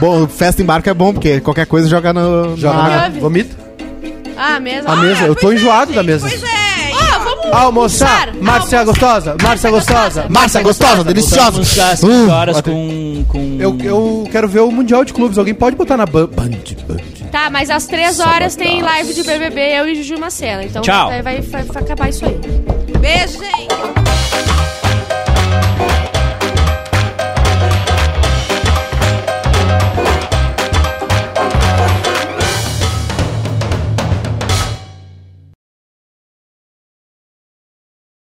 Speaker 3: Bom, festa em barco é bom, porque qualquer coisa joga no.
Speaker 1: Joga
Speaker 3: na
Speaker 1: na
Speaker 3: água.
Speaker 1: água. Vomita.
Speaker 5: Ah, mesmo.
Speaker 1: A
Speaker 5: Ah,
Speaker 1: mesa. Eu tô
Speaker 4: pois é,
Speaker 1: enjoado da
Speaker 4: gente,
Speaker 1: mesa.
Speaker 4: Pois é.
Speaker 5: Ah, vamos
Speaker 1: Almoçar. Márcia Gostosa. Márcia Gostosa.
Speaker 3: Márcia gostosa, deliciosa.
Speaker 2: Buscar
Speaker 3: Uh,
Speaker 2: horas com. com...
Speaker 1: Eu, eu quero ver o Mundial de Clubes. Alguém pode botar na ban- Band. Band.
Speaker 5: Tá, mas às três horas tem live de BBB, eu e Juju Marcela. Então
Speaker 2: Tchau.
Speaker 5: vai, vai- vai acabar isso aí.
Speaker 8: Beijo, gente.